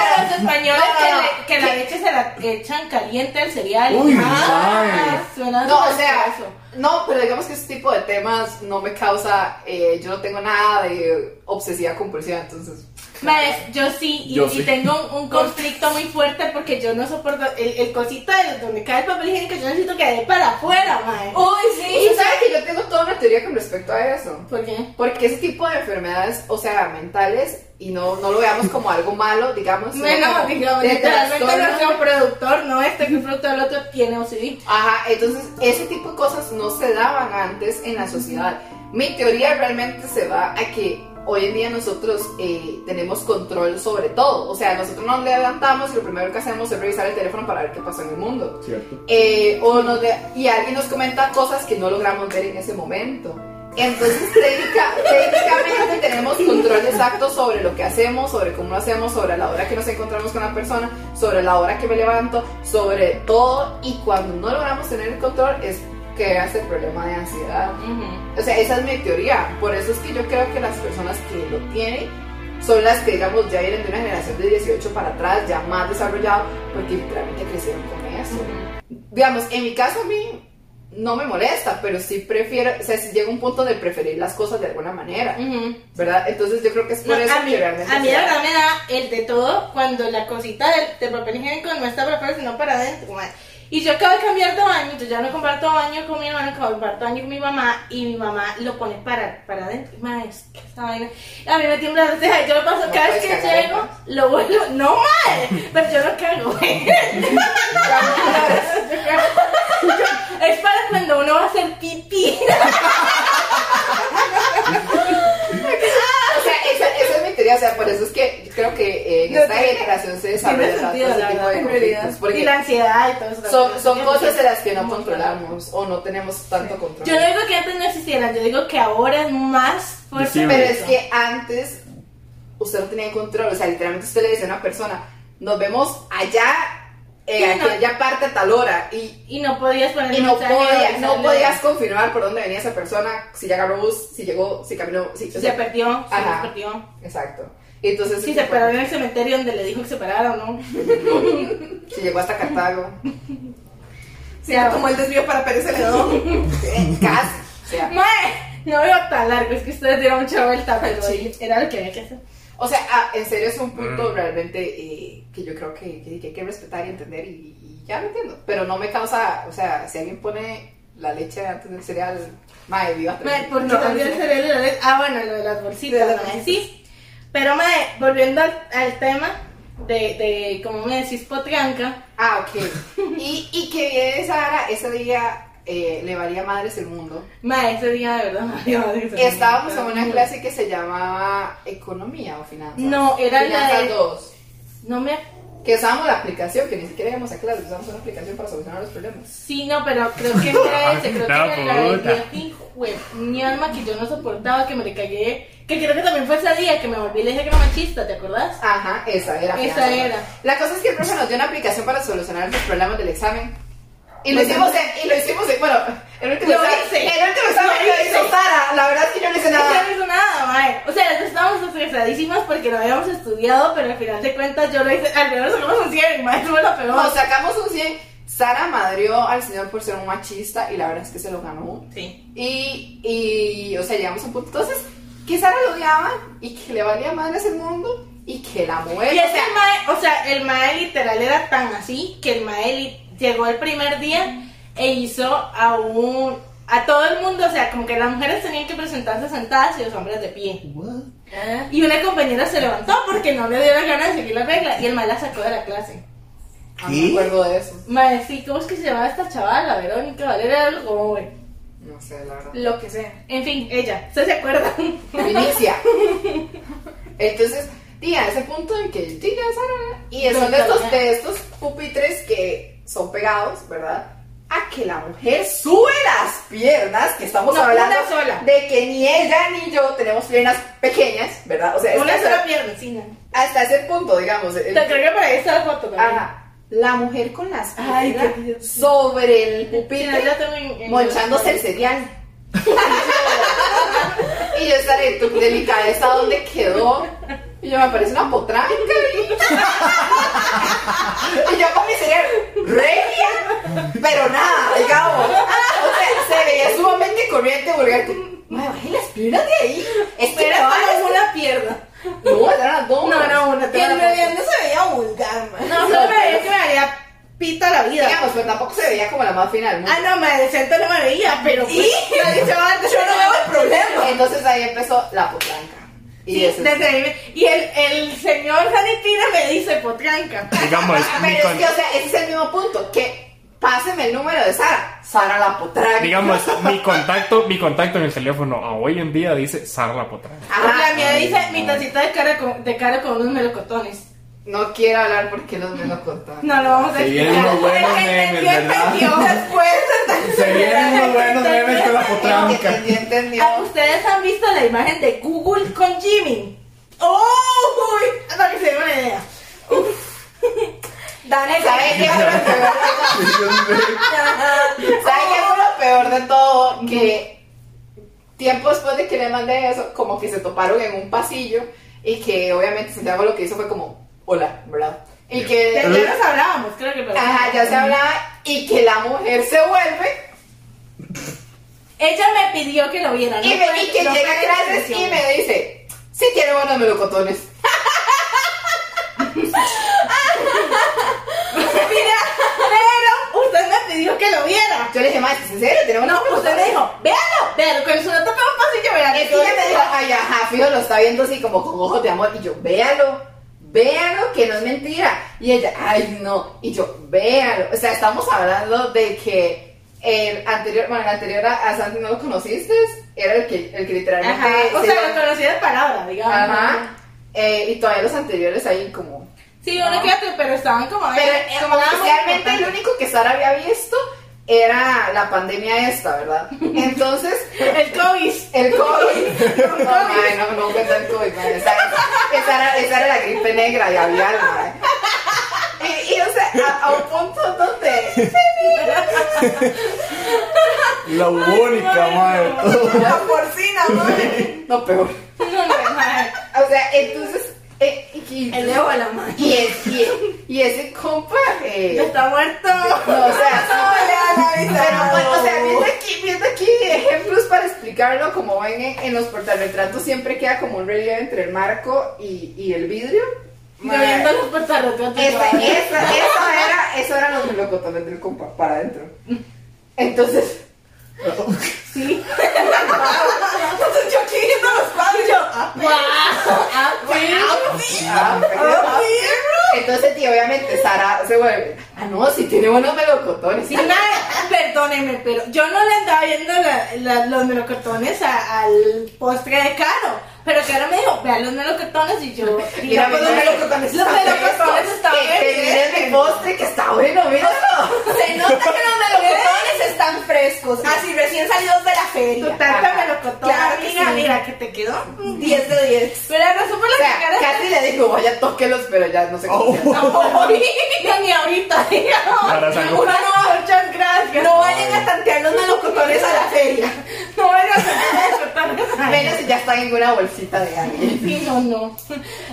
S1: pero-
S6: los españoles
S2: No, no, no.
S6: que, le- que la leche se la echan caliente al cereal.
S5: Uy,
S6: Ah,
S5: mae.
S6: suena
S2: No, o sea,
S6: delicioso.
S2: no, pero digamos que este tipo de temas no me causa, eh, yo no tengo nada de obsesiva compulsiva, entonces...
S6: Mae, yo sí, y,
S5: Yo
S6: y
S5: sí.
S6: tengo un, un conflicto muy fuerte porque yo no soporto el, el cosito de donde cae el papel higiénico, yo necesito que dé para afuera, mae.
S1: Uy, sí.
S2: Y sabes que yo tengo toda una teoría con respecto a eso.
S6: ¿Por qué?
S2: Porque ese tipo de enfermedades, o sea, mentales, y no, no lo veamos como algo malo, digamos. sino
S6: Bueno,
S2: como
S6: digamos,
S2: de
S6: literalmente
S2: trastorno.
S6: nuestro productor, no este que es productor del otro, tiene OCD.
S2: Ajá, entonces ese tipo de cosas no se daban antes en la sociedad. Mi teoría realmente se va a que hoy en día nosotros eh, tenemos control sobre todo. O sea, nosotros nos levantamos y lo primero que hacemos es revisar el teléfono para ver qué pasó en el mundo.
S5: Cierto.
S2: Eh, o nos de- y alguien nos comenta cosas que no logramos ver en ese momento. Entonces, técnica- técnicamente tenemos control exacto sobre lo que hacemos, sobre cómo lo hacemos, sobre la hora que nos encontramos con la persona, sobre la hora que me levanto, sobre todo. Y cuando no logramos tener el control es que hace el problema de ansiedad. O sea, esa es mi teoría. Por eso es que yo creo que las personas que lo tienen son las que, digamos, ya vienen de una generación de 18 para atrás, ya más desarrollado, porque literalmente crecieron con eso digamos, en mi caso a mí no me molesta, pero sí prefiero, o sea, si llega un punto de preferir las cosas de alguna manera,
S6: Ujú.
S2: ¿verdad? Entonces yo creo que es por
S6: Mm. No,
S2: eso
S6: a mí,
S2: que realmente...
S6: a mí
S2: se
S6: la
S2: da.
S6: verdad me da el de todo cuando la cosita del, del papel higiénico no está para afuera sino para adentro. mae. Y yo acabo de cambiar de baño, yo ya no comparto baño con mi hermano, comparto baño con mi mamá y mi mamá lo pone para, para adentro. Mae, es que esa vaina. A mí me tiembla la ceja, yo lo paso
S2: No
S6: cada vez que
S2: puedes cagar,
S6: llego, lo vuelvo. No, madre, pero yo no
S2: (laughs)
S6: cago. (laughs) mae. es para cuando uno va a hacer pipí.
S2: O sea, esa, esa es mi teoría, o sea, por eso es que yo creo que eh, en
S6: No,
S2: esta
S6: tiene-
S2: generación se
S6: Tiene
S2: desarrolla
S6: sentido,
S2: todo
S6: la
S2: ese tipo
S6: verdad,
S2: de
S6: en realidad.
S2: conflictos, porque
S6: Y la ansiedad y todo eso.
S2: son, son cosas de las que no
S6: Muy
S2: controlamos o no tenemos tanto control.
S6: Yo no digo que antes no existieran, yo digo que ahora es más fuerte.
S5: Visible.
S2: Pero es que antes usted no tenía control, o sea, literalmente usted le decía a una persona, nos vemos allá, eh,
S6: Sí, no.
S2: aquella parte a tal hora, y
S6: Y no podías poner
S2: y no,
S6: mensaje,
S2: podía,
S6: avisarle.
S2: no podías confirmar por dónde venía esa persona, si ya agarró bus, si llegó, si caminó, si,
S6: Si
S2: o
S6: se
S2: sea,
S6: perdió, si
S2: Ajá.
S6: se perdió.
S2: exacto. Y entonces
S6: Si
S2: ese
S6: se
S2: tipo de-
S6: paró en el cementerio donde le dijo que se parara o no.
S2: si llegó hasta
S6: (laughs)
S2: Cartago,
S1: Sí, como el desvío para Pérez Celedón.
S2: eh, (laughs) casi, o sea,
S6: Mae, no iba tan largo, es que ustedes dieron mucha
S2: (laughs)
S6: vuelta, pero
S2: Sí.
S6: era lo que había que hacer.
S2: o sea, ah, en serio es un punto realmente eh, que yo creo que, que- que hay que respetar y entender y, y ya lo entiendo, pero no me causa, o sea, si alguien pone la leche antes del cereal, madre, viva.
S6: Mae, ¿por qué
S2: No,
S6: cambió el cerebro? de Loret? Ah, bueno, lo de las bolsitas,
S1: De las
S6: mae,
S1: bolsitas.
S6: sí. Pero mae, volviendo al, al tema de, de, como me decís, potranca.
S2: Ah, ok. Y, y que viene Sara, ese día eh, le valía madres el mundo.
S6: Mae, ese día de verdad, madre, madre, se me-
S2: Estábamos en una clase que se llamaba Economía o Finanzas.
S6: No, era la
S2: Finanzas
S6: de-
S2: 2.
S6: No me
S2: Que usábamos la aplicación, que ni siquiera íbamos a clase, usábamos una aplicación para solucionar los problemas.
S6: Sí, no, pero creo que no era ese, creo que
S3: No,
S6: era la de
S3: puta.
S6: Yeti, güey, mi alma que yo no soportaba, que me le cagué, que creo que también fue ese día que me volví y le dije que era machista, ¿te acordás?
S2: Ajá, esa era.
S6: Esa
S2: Finanzas dos.
S6: era.
S2: La cosa es que el profe nos dio una aplicación para solucionar los problemas del examen. Y lo
S6: Bueno.
S2: hicimos en, y lo hicimos en, bueno, el último
S6: Lo
S2: examen,
S6: hice.
S2: el último examen
S6: Lo
S2: lo hizo
S6: hice.
S2: Sara, la verdad es que yo no hice
S6: Y
S2: nada.
S6: (laughs) ya no hizo nada, mae. O sea, nosotros estábamos estresadísimos porque no habíamos estudiado, pero al final de cuentas yo lo hice, al menos sacamos un 100, mae, fue lo peor.
S2: Nos sacamos un 100. Sara madrió al señor por ser un machista y la verdad es que se lo ganó.
S6: Sí.
S2: Y, y, o sea, llegamos a un punto. Entonces, que Sara lo odiaba y que le valía madres el mundo y que la muerte.
S6: Y
S2: o
S6: ese
S2: sea,
S6: mae, o sea, el mae literal era tan así que el mae li- llegó el primer día e hizo a un, a todo el mundo, o sea, como que las mujeres tenían que presentarse sentadas y los hombres de pie.
S5: What?
S6: Y una compañera se levantó porque no le dio la gana de seguir la regla y el mal la sacó de la clase.
S2: no me acuerdo de eso.
S6: Mae, sí, ¿cómo es que se llamaba esta chavala? Verónica, Valera, algo como, güey.
S2: No sé, la verdad.
S1: Lo que sea.
S6: En fin, ella, ¿ustedes se acuerdan? (laughs)
S2: Vinicia. Entonces, tía, ese punto en que tía, Sara. Y son de estos, de estos pupitres que son pegados, ¿verdad? a que la mujer sube las piernas, que estamos
S6: No,
S2: hablando
S6: una sola.
S2: de que ni ella ni yo tenemos piernas pequeñas, ¿verdad? O sea,
S6: Una
S2: hasta-
S6: sola pierna, sí, no.
S2: hasta ese punto, digamos. el-
S6: Te creo que para esta foto también.
S2: Ajá. La mujer con las
S6: Ay,
S2: piernas
S6: qué Dios.
S2: sobre el
S6: Sí, no, yo
S2: pupitre,
S6: tengo en- en-
S2: mochándose el cereal. (laughs) y yo estaré, tu delicadeza, ¿dónde quedó? Y yo me parece una potranca. y yo con mi cereal, regia, pero nada, digamos. O sea, se veía sumamente corriente, vulgar. Mae, bajé las piernas de ahí. Este Es que
S6: Era
S2: me van
S6: solo
S2: a-
S6: una pierna.
S2: No, eran las dos.
S6: No, era una, te
S1: Que
S6: la
S1: en
S6: paso.
S1: realidad no se veía vulgar, man.
S6: No, solo me veía que me haría pita la vida.
S2: Digamos, pero tampoco se veía como la más final. ¿no?
S6: Ah, no, madre, centro no me veía, pero. pues,
S1: ¿Y?
S6: Nadie se va a dar
S1: Yo no veo el problema.
S2: (laughs) Entonces ahí empezó la potranca. Y
S6: Sí,
S2: eso es-
S6: desde ahí me- y el, el señor Sanitira me dice potranca.
S2: (laughs)
S3: Digamos, es mi
S2: Pero es
S3: con-
S2: que, o sea, ese es el mismo punto. Que páseme el número de Sara. Sara la potranca.
S3: digamos, mi contacto, mi contacto en el teléfono a hoy en día dice Sara la potranca.
S2: Ajá.
S6: la mía dice mi tacita de cara con, de cara con unos melocotones.
S2: No quiero hablar porque los me lo contaron.
S6: No lo vamos a
S5: Se
S6: explicar.
S5: vienen unos buenos
S6: El que
S5: memes,
S6: entendió,
S5: ¿verdad?
S6: entendió. Después
S5: Se vienen unos buenos memes con la
S2: El que
S5: potranca.
S2: entendió, entendió.
S6: Ah, Ustedes han visto la imagen de Google con Jimmy. ¡Oh! Uy, para que se den una idea. Uf. (laughs) Dale,
S2: ¿Sabe qué fue lo peor? ¿Sabe qué fue lo peor de todo? Que tiempo después de que le mandé eso, como que se toparon en un pasillo y que obviamente Santiago lo que hizo fue como, hola, ¿verdad? Y que...
S6: Ya ya nos hablábamos, creo que pero-
S2: Ajá, ya se hablaba y que la mujer se vuelve
S6: Ella me pidió que lo vieran.
S2: y, me- y que llega a clases y me dice, sí tiene buenos melocotones.
S6: (laughs) Mira, pero usted me pidió que lo viera.
S2: Yo le dije, maestro, ¿en serio? Tenemos
S6: No,
S2: unos
S6: usted me
S2: melocotones.
S6: dijo, véalo, véalo, con su nota para un pasillo, verán.
S2: Y ella me dijo, ay, ajá, fijo, lo está viendo así como con ojos de amor. Y yo, véalo, véalo, que no es mentira. Y ella, ay, no. Y yo, véalo. O sea, estamos hablando de que el anterior, bueno, el anterior a, a Santi no lo conociste, era el que, el que literalmente.
S6: Ajá, o
S2: se
S6: sea,
S2: iba-
S6: lo conocía de palabra, digamos.
S2: Ajá. Eh, y todavía los anteriores ahí como.
S6: Sí, uno que otro, pero estaban como...
S2: Pero
S6: eh,
S2: eh,
S6: como nada más
S2: oficialmente el
S6: importante.
S2: único que Sara había visto era la pandemia esta, (laughs) ¿verdad? Entonces,
S6: El COVID.
S2: (laughs) el COVID. No, mae, no, no cuenta el COVID, mae. Esa, esa era, esa era la gripe negra y había alma. Y, y, o sea, a, a un punto donde (laughs)
S5: La bubónica, madre.
S1: La porcina, madre.
S2: no peor.
S6: (laughs) No, no, madre.
S2: O sea, entonces eh, y,
S6: El dedo de la mano.
S2: y, es- y, y ese compa eh,
S6: Ya
S2: (laughs)
S6: está (laughs) muerto.
S2: no, o sea, sí,
S1: No le dan la vista.
S2: Pero bueno, o sea, viendo aquí, viendo aquí ejemplos para explicarlo, como ven en, en los portarretratos siempre queda como un relieve entre el marco y, y el vidrio.
S6: Bebiendo los portarretratos.
S2: Esa, esa, eso era, eso eran los melocotones del compa para adentro. Entonces,
S6: Sí.
S1: Entonces yo aquí viendo los padres, yo, ah,
S6: ¡Guau!
S2: (laughs)
S6: ¡Ah, sí!
S2: ah,
S1: ah,
S2: perdón. entonces y obviamente Sara se vuelve. Ah, no, si tiene buenos melocotones.
S6: Sí, madre, perdónenme, pero yo no le andaba viendo la- la- los melocotones a- al postre de Caro. Pero Caro me dijo, vean los melocotones y
S2: (laughs)
S6: yo. pues,
S2: Mira,
S6: los
S2: mira,
S6: melocotones
S1: los
S6: están
S1: melocotones
S6: están
S2: Que, que miren mi postre, que está bueno, (laughs) mira.
S1: Se nota que los melocotones están frescos, así recién salidos de la
S6: Tu
S1: feria.
S6: tarta
S2: Ajá.
S6: melocotón.
S1: Claro que
S6: amiga,
S1: sí.
S6: mira, que te quedó.
S1: 10 de 10.
S6: Pero la razón por la
S2: O sea,
S6: que Caro.
S2: casi le dijo, vaya, tóquelos, pero ya no sé cómo. se hace.
S6: (laughs)
S1: Oh.
S2: (laughs)
S6: No, ni ahorita, (laughs) digamos.
S3: Ahora salgo.
S6: Una no, muchas gracias.
S1: No vayan a tantear los melocotones a la feria.
S6: No vayan a hacer melocotones.
S2: Menos si ya están en una bolsita de alguien.
S6: (laughs) Sí, no, no.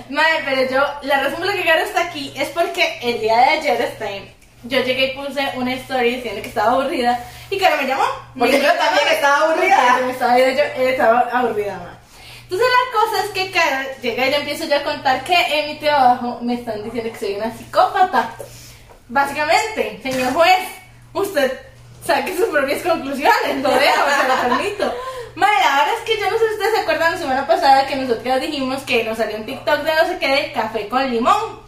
S6: Madre, pero yo, la razón por la que Caro está aquí es porque el día de ayer está ahí. Yo llegué y puse una historia diciendo que estaba aburrida y Caro me llamó.
S2: Porque
S6: Me
S2: yo también estaba aburrida.
S6: Yo estaba, yo, yo estaba aburrida, ma. Entonces la cosa es que Caro llega y yo empiezo yo a contar que en mi trabajo me están diciendo que soy una psicópata. Básicamente, señor juez, usted saque sus propias conclusiones, lo dejo, se lo permito. Madre, la verdad es que yo no sé si ustedes se acuerdan la semana pasada que nosotros dijimos que nos salió un TikTok de no sé qué de café con limón.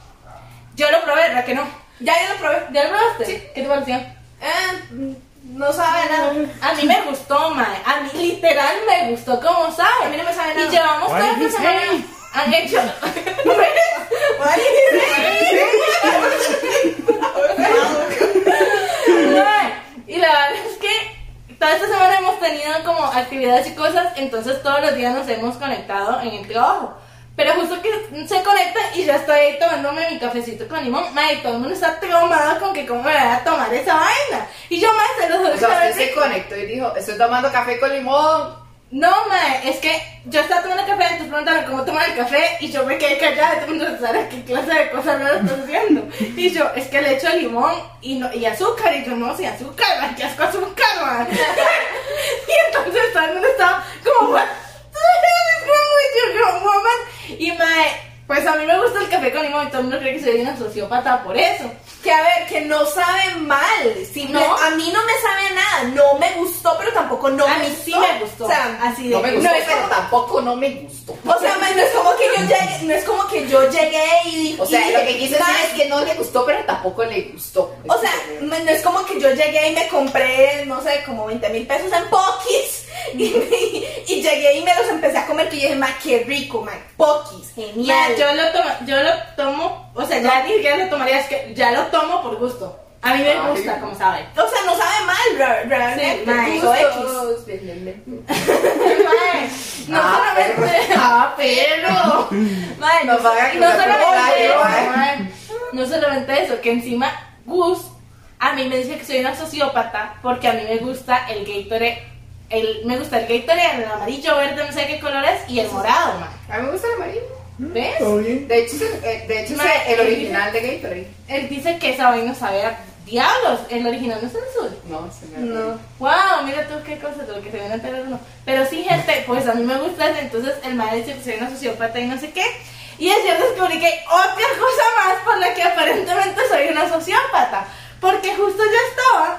S6: Yo lo probé, ¿verdad que no?
S1: Ya yo lo probé.
S6: ¿Ya lo probaste? Sí. ¿Qué te pareció?
S1: Eh, no sabe nada.
S6: A mí me gustó, mae. A mí literal me gustó, como sabe.
S1: A mí no me sabe nada.
S6: Y llevamos
S3: Why
S6: toda
S3: did he
S6: esta semana.
S3: say?
S6: Han hecho.
S1: (laughs) Ay,
S6: (laughs) Mae, y la actividades y cosas, entonces todos los días nos hemos conectado en el trabajo. Pero justo que se conecta y yo estoy ahí tomándome mi cafecito con limón, madre, todo el mundo está traumado con que cómo me voy a tomar esa vaina. Y yo, madre, se los juro
S2: O
S6: que
S2: sea,
S6: a
S2: usted
S6: veces-
S2: se conectó y dijo, estoy tomando café con limón.
S6: No, mae, es que yo estaba tomando café, entonces preguntaron cómo tomar el café y yo me quedé callada, todo el mundo Sara, qué clase de cosas raras estás haciendo. Y yo, es que le echo limón y, no, y azúcar, y yo, no, sin azúcar, mae, qué asco azúcar, mae. (laughs) y entonces todo el mundo estaba como, what the hell is wrong with you, young woman? Y mae, pues a mí me gusta el café con limón y todo el mundo cree que soy una sociópata por eso.
S1: Que a ver, que no sabe mal. Simple,
S6: No.
S1: A mí no me sabe a nada. No me gustó, pero tampoco no
S6: a
S1: me
S6: mí
S1: gustó.
S6: sí me gustó,
S1: O sea,
S6: así de
S2: No me
S6: que-
S2: gustó,
S1: no es-
S2: pero tampoco no me gustó.
S1: o sea, ma, no es como que yo llegué, no es como que yo llegué y dije.
S2: O sea, lo que quise
S1: "Ma,
S2: decir es que no le gustó, pero tampoco le gustó.
S1: O sea, ma, no es como que yo llegué y me compré, no sé, como 20 mil pesos en Pokis. Y, me- y llegué y me los empecé a comer. Que yo dije, ma, qué rico, ma. Pokis,
S6: Ya,
S1: genial.
S6: yo lo tomo, yo lo tomo, o sea, ya ni siquiera lo tomaría, es que ya lo tomo por gusto. A mí me
S2: Ay.
S6: gusta, como sabe.
S1: O sea, no sabe mal, re- realmente.
S6: Sí, ma,
S1: Gusto
S6: (laughs)
S1: X.
S2: Gustos, bien, bien, bien.
S6: No
S2: Ah,
S6: solamente. Ah, pero. Mae,
S2: Nos van a
S6: no
S2: quitar
S6: solamente
S2: el
S6: eso,
S2: horario,
S6: mae. No solamente eso, que encima Gus a mí me dice que soy una sociópata porque a mí me gusta el Gatorade, el, me gusta el Gatorade, el amarillo, verde, no sé qué colores y el morado, mae.
S2: A mí me gusta el amarillo.
S6: ¿Ves?
S5: (laughs) Todo bien.
S2: De hecho, es el- eh, de hecho es
S6: Ma,
S2: el
S6: ¿qué
S2: original de Gatorade.
S6: Él dice que esa vaina sabe a diablos. El original no es el azul.
S2: No, se me
S6: No. Wow, mira tú qué cosa, lo que se viene a enterar uno. Pero sí, gente, pues a mí me gusta, ese, entonces el mal dice que soy una sociópata y no sé qué. Y es cierto descubrí que hay otra cosa más por la que aparentemente soy una sociópata. Porque justo yo estaba,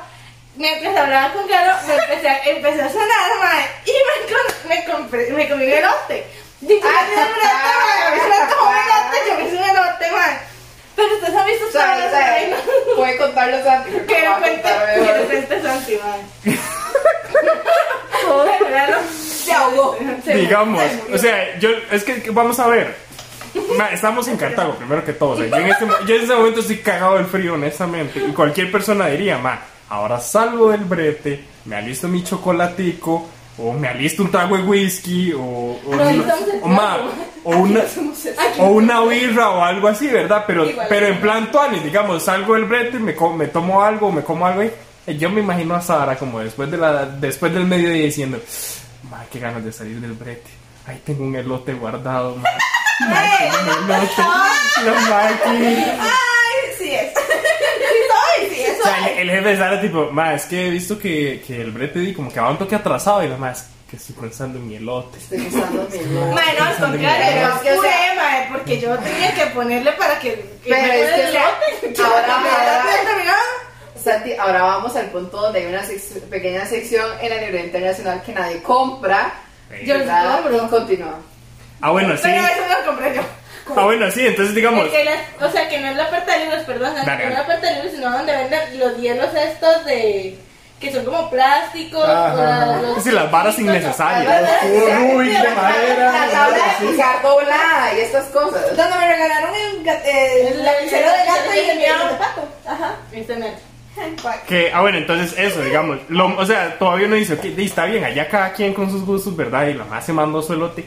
S6: mientras hablaba con Caro, me empecé a, empecé a sonar, mae, y me, con- me compré, me comí un elote. Dije, ah, me un elote, mae, me elote, como un elote, yo me hice un elote, mae. Pero ustedes han visto todas
S2: Sabe,
S6: las
S2: sabe,
S6: vainas.
S2: Puede contarlo Santi. porque
S6: Que
S2: no va
S6: no
S2: a
S6: cuente
S2: contar,
S6: (laughs) que
S2: ¿verdad?
S6: no cuente Santi,
S2: (laughs)
S6: mae. Joder, claro.
S1: Se ahogó.
S6: Se-
S3: Digamos,
S6: se murió.
S3: o sea, yo, es que, que vamos a ver. Ma, Estamos en Cartago, primero que todo. o sea, yo, en este, mo- yo en este momento estoy cagado del frío, honestamente. Y cualquier persona diría, ma, ahora salgo del brete, me alisto mi chocolatico, o me alisto un trago de whisky, o, o,
S6: Pero ahí estamos en
S3: o, ma, o una, o una birra o algo así, ¿verdad? Pero,
S6: Igual.
S3: pero en plan tuanis, digamos, salgo del brete, me, co- me tomo algo, me como algo. Y yo me imagino a Sara como después, de la, después del mediodía diciendo, ma, qué ganas de salir del brete. Ahí tengo un elote guardado, ma. Ma, tengo un elote. Lo maqui.
S1: Ay, sí es. Sí soy, sí es.
S3: O sea, el, el jefe de Sara tipo, ma, es que he visto que, que el brete di como que va un toque atrasado y la más que estoy pensando en mi elote.
S2: Estoy pensando en mi
S6: Mae, no, al contrario,
S2: Pero es que, o
S6: yo
S2: sea-
S6: juré, mae, eh, porque yo tenía que ponerle para que. que
S2: Pero
S6: me
S2: es que, o sea,
S6: elote. (laughs)
S2: ahora-
S6: Ya había terminado.
S2: Santi, ahora vamos al punto donde hay una sec- pequeña sección en la librería internacional que nadie compra.
S3: Eh,
S6: Yo-
S2: ¿verdad?
S6: compro.
S2: Y continúa.
S3: Ah, bueno, sí.
S6: Pero eso lo compré yo.
S3: Ah, bueno, sí, entonces digamos.
S6: Porque las- o sea, que no es la parte de libros, perdón, no
S3: Dale, dale.
S6: es la parte de libros, sino donde venden los hielos estos de. que son como plásticos.
S5: Ajá,
S6: o
S5: ajá.
S3: Es
S6: los-
S3: decir, las varas innecesarias.
S2: Las varas
S5: Con Rubik de
S2: La
S5: madera.
S2: tabla de picar doblada y estas cosas.
S1: Donde me regalaron el, ga- el,
S6: El
S1: lapicero de gato y el
S6: lapicero de
S1: de
S6: gato.
S1: pato. Ajá.
S6: Este no.
S3: Que, ah, bueno, entonces eso, digamos. Lo- o sea, todavía uno dice, ok, di, está bien, allá cada quien con sus gustos, ¿verdad? Y la más se mandó su elote.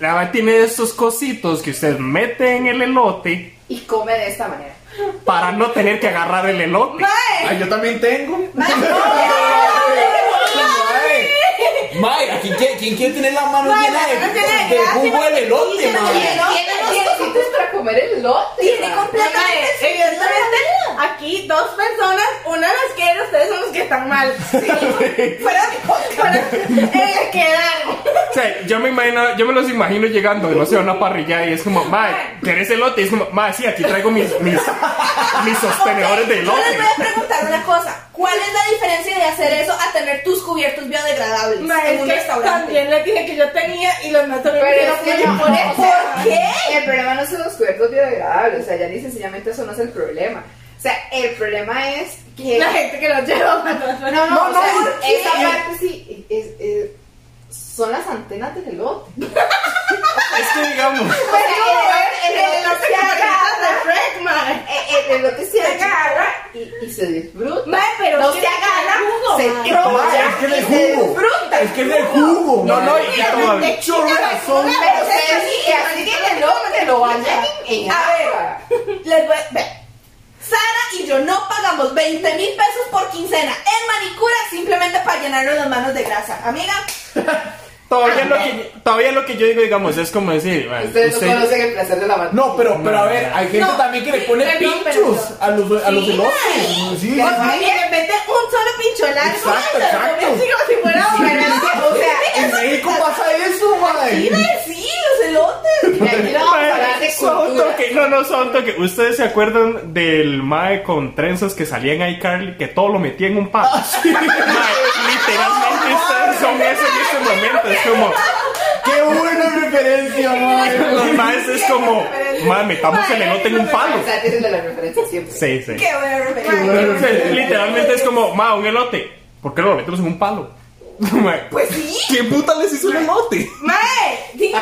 S3: La más tiene estos cositos que usted mete en el elote
S2: Y come de esta manera.
S3: para no tener que agarrar el elote.
S5: Ay, yo también tengo. Mae, ¿a quién quiere, quién quiere tener la mano
S1: Mae,
S5: llena
S1: la
S5: de,
S1: mano llena de grasa,
S5: de jugo de
S1: porque
S5: elote,
S1: quise
S5: mae?
S1: llenar.
S2: Tiene los cositos para comer el lote.
S1: Tiene completamente
S6: Mae, evidentemente, aquí dos personas, una las quiere, ustedes son los que están mal.
S1: Fuera de podcast.
S6: (laughs) Eh, quedaron.
S3: O sea, yo me imagino, yo me los imagino llegando, no sé, a una parrilla y es como, ma, ¿querés elote? Y es como, ma, sí, aquí traigo mis, mis, mis sostenedores de
S1: Yo les
S3: elote.
S1: voy a preguntar una cosa. ¿Cuál es la diferencia de hacer eso a tener tus cubiertos biodegradables
S6: Mae,
S1: en un
S6: es que
S1: restaurante?
S6: también les dije que yo tenía y los más
S2: (laughs)
S6: también
S2: Pero
S6: me
S2: es que no,
S6: por
S2: o sea,
S1: ¿Por qué?
S2: El problema no son los cubiertos biodegradables, o sea, ya ni sencillamente eso no es el problema. O sea, el problema es que...
S6: La gente que los lleva
S1: Pues
S6: para
S2: No, no,
S1: No, no,
S2: o sea,
S1: ¿por qué?
S2: esa parte sí, es, es- son las antenas del elote.
S3: Es que, digamos,
S2: O sea, el- el- el elote se agarra
S6: rec, mae.
S2: Eh, eh, el lote se agarra y, y se disfruta.
S6: Mae, pero
S2: No
S6: ¿qué
S2: se agarra,
S6: jugo,
S2: se
S6: mae?
S5: Mae,
S2: troya
S5: es que
S2: y
S5: le
S2: se
S5: jugo.
S2: disfruta.
S5: Es que es el jugo.
S3: No,
S5: mae.
S3: no, y ya
S5: Tiene
S3: todavía.
S5: un chorro de razón.
S2: Pero ustedes que así tienen loco que lo bañan en
S6: A ver.
S2: agua.
S6: Les voy, ve. Sara y yo no pagamos 20 mil pesos por quincena en manicura simplemente para llenarnos las manos de grasa. Amiga,
S3: Todavía lo, que, todavía lo que yo digo, digamos, es como decir, bueno,
S2: Ustedes no
S3: usted-
S2: conocen el placer de la mano.
S5: No, pero, pero a ver, hay gente
S6: No,
S5: también que le
S6: sí,
S5: pone
S6: pero no, pero
S5: pinchos a los, a los
S6: Sí, mae.
S5: elotes. Sí,
S2: Pero
S5: sí.
S2: no.
S6: oye, me mete un solo pincho largo.
S5: Exacto,
S6: ay, se lo
S5: exacto.
S6: comí así como si fuera
S2: Sí,
S6: un
S2: o sea,
S5: En México pasa eso,
S6: Mira,
S5: mae.
S6: sí, los elotes.
S2: y aquí no vamos a hablar de
S3: Son
S2: cultura.
S3: toque, no, no, son toque. ¿Ustedes se acuerdan del Mae con trenzas que salía en iCarly que todo lo metía en un pan? Mae, literalmente ustedes son eso en este momento. Es como,
S5: Qué buena referencia, mae.
S3: los Maes es como, Mae, metamos el elote en un palo.
S2: O sea, esa es la referencia siempre.
S3: Sí, sí.
S6: Qué buena
S5: buena
S6: referencia.
S3: Entonces, literalmente es como, Mae, un elote. ¿Por qué no lo metemos en un palo? (laughs) Mae,
S6: Pues sí.
S3: ¿Quién puta les hizo un elote?
S6: Mae, digo,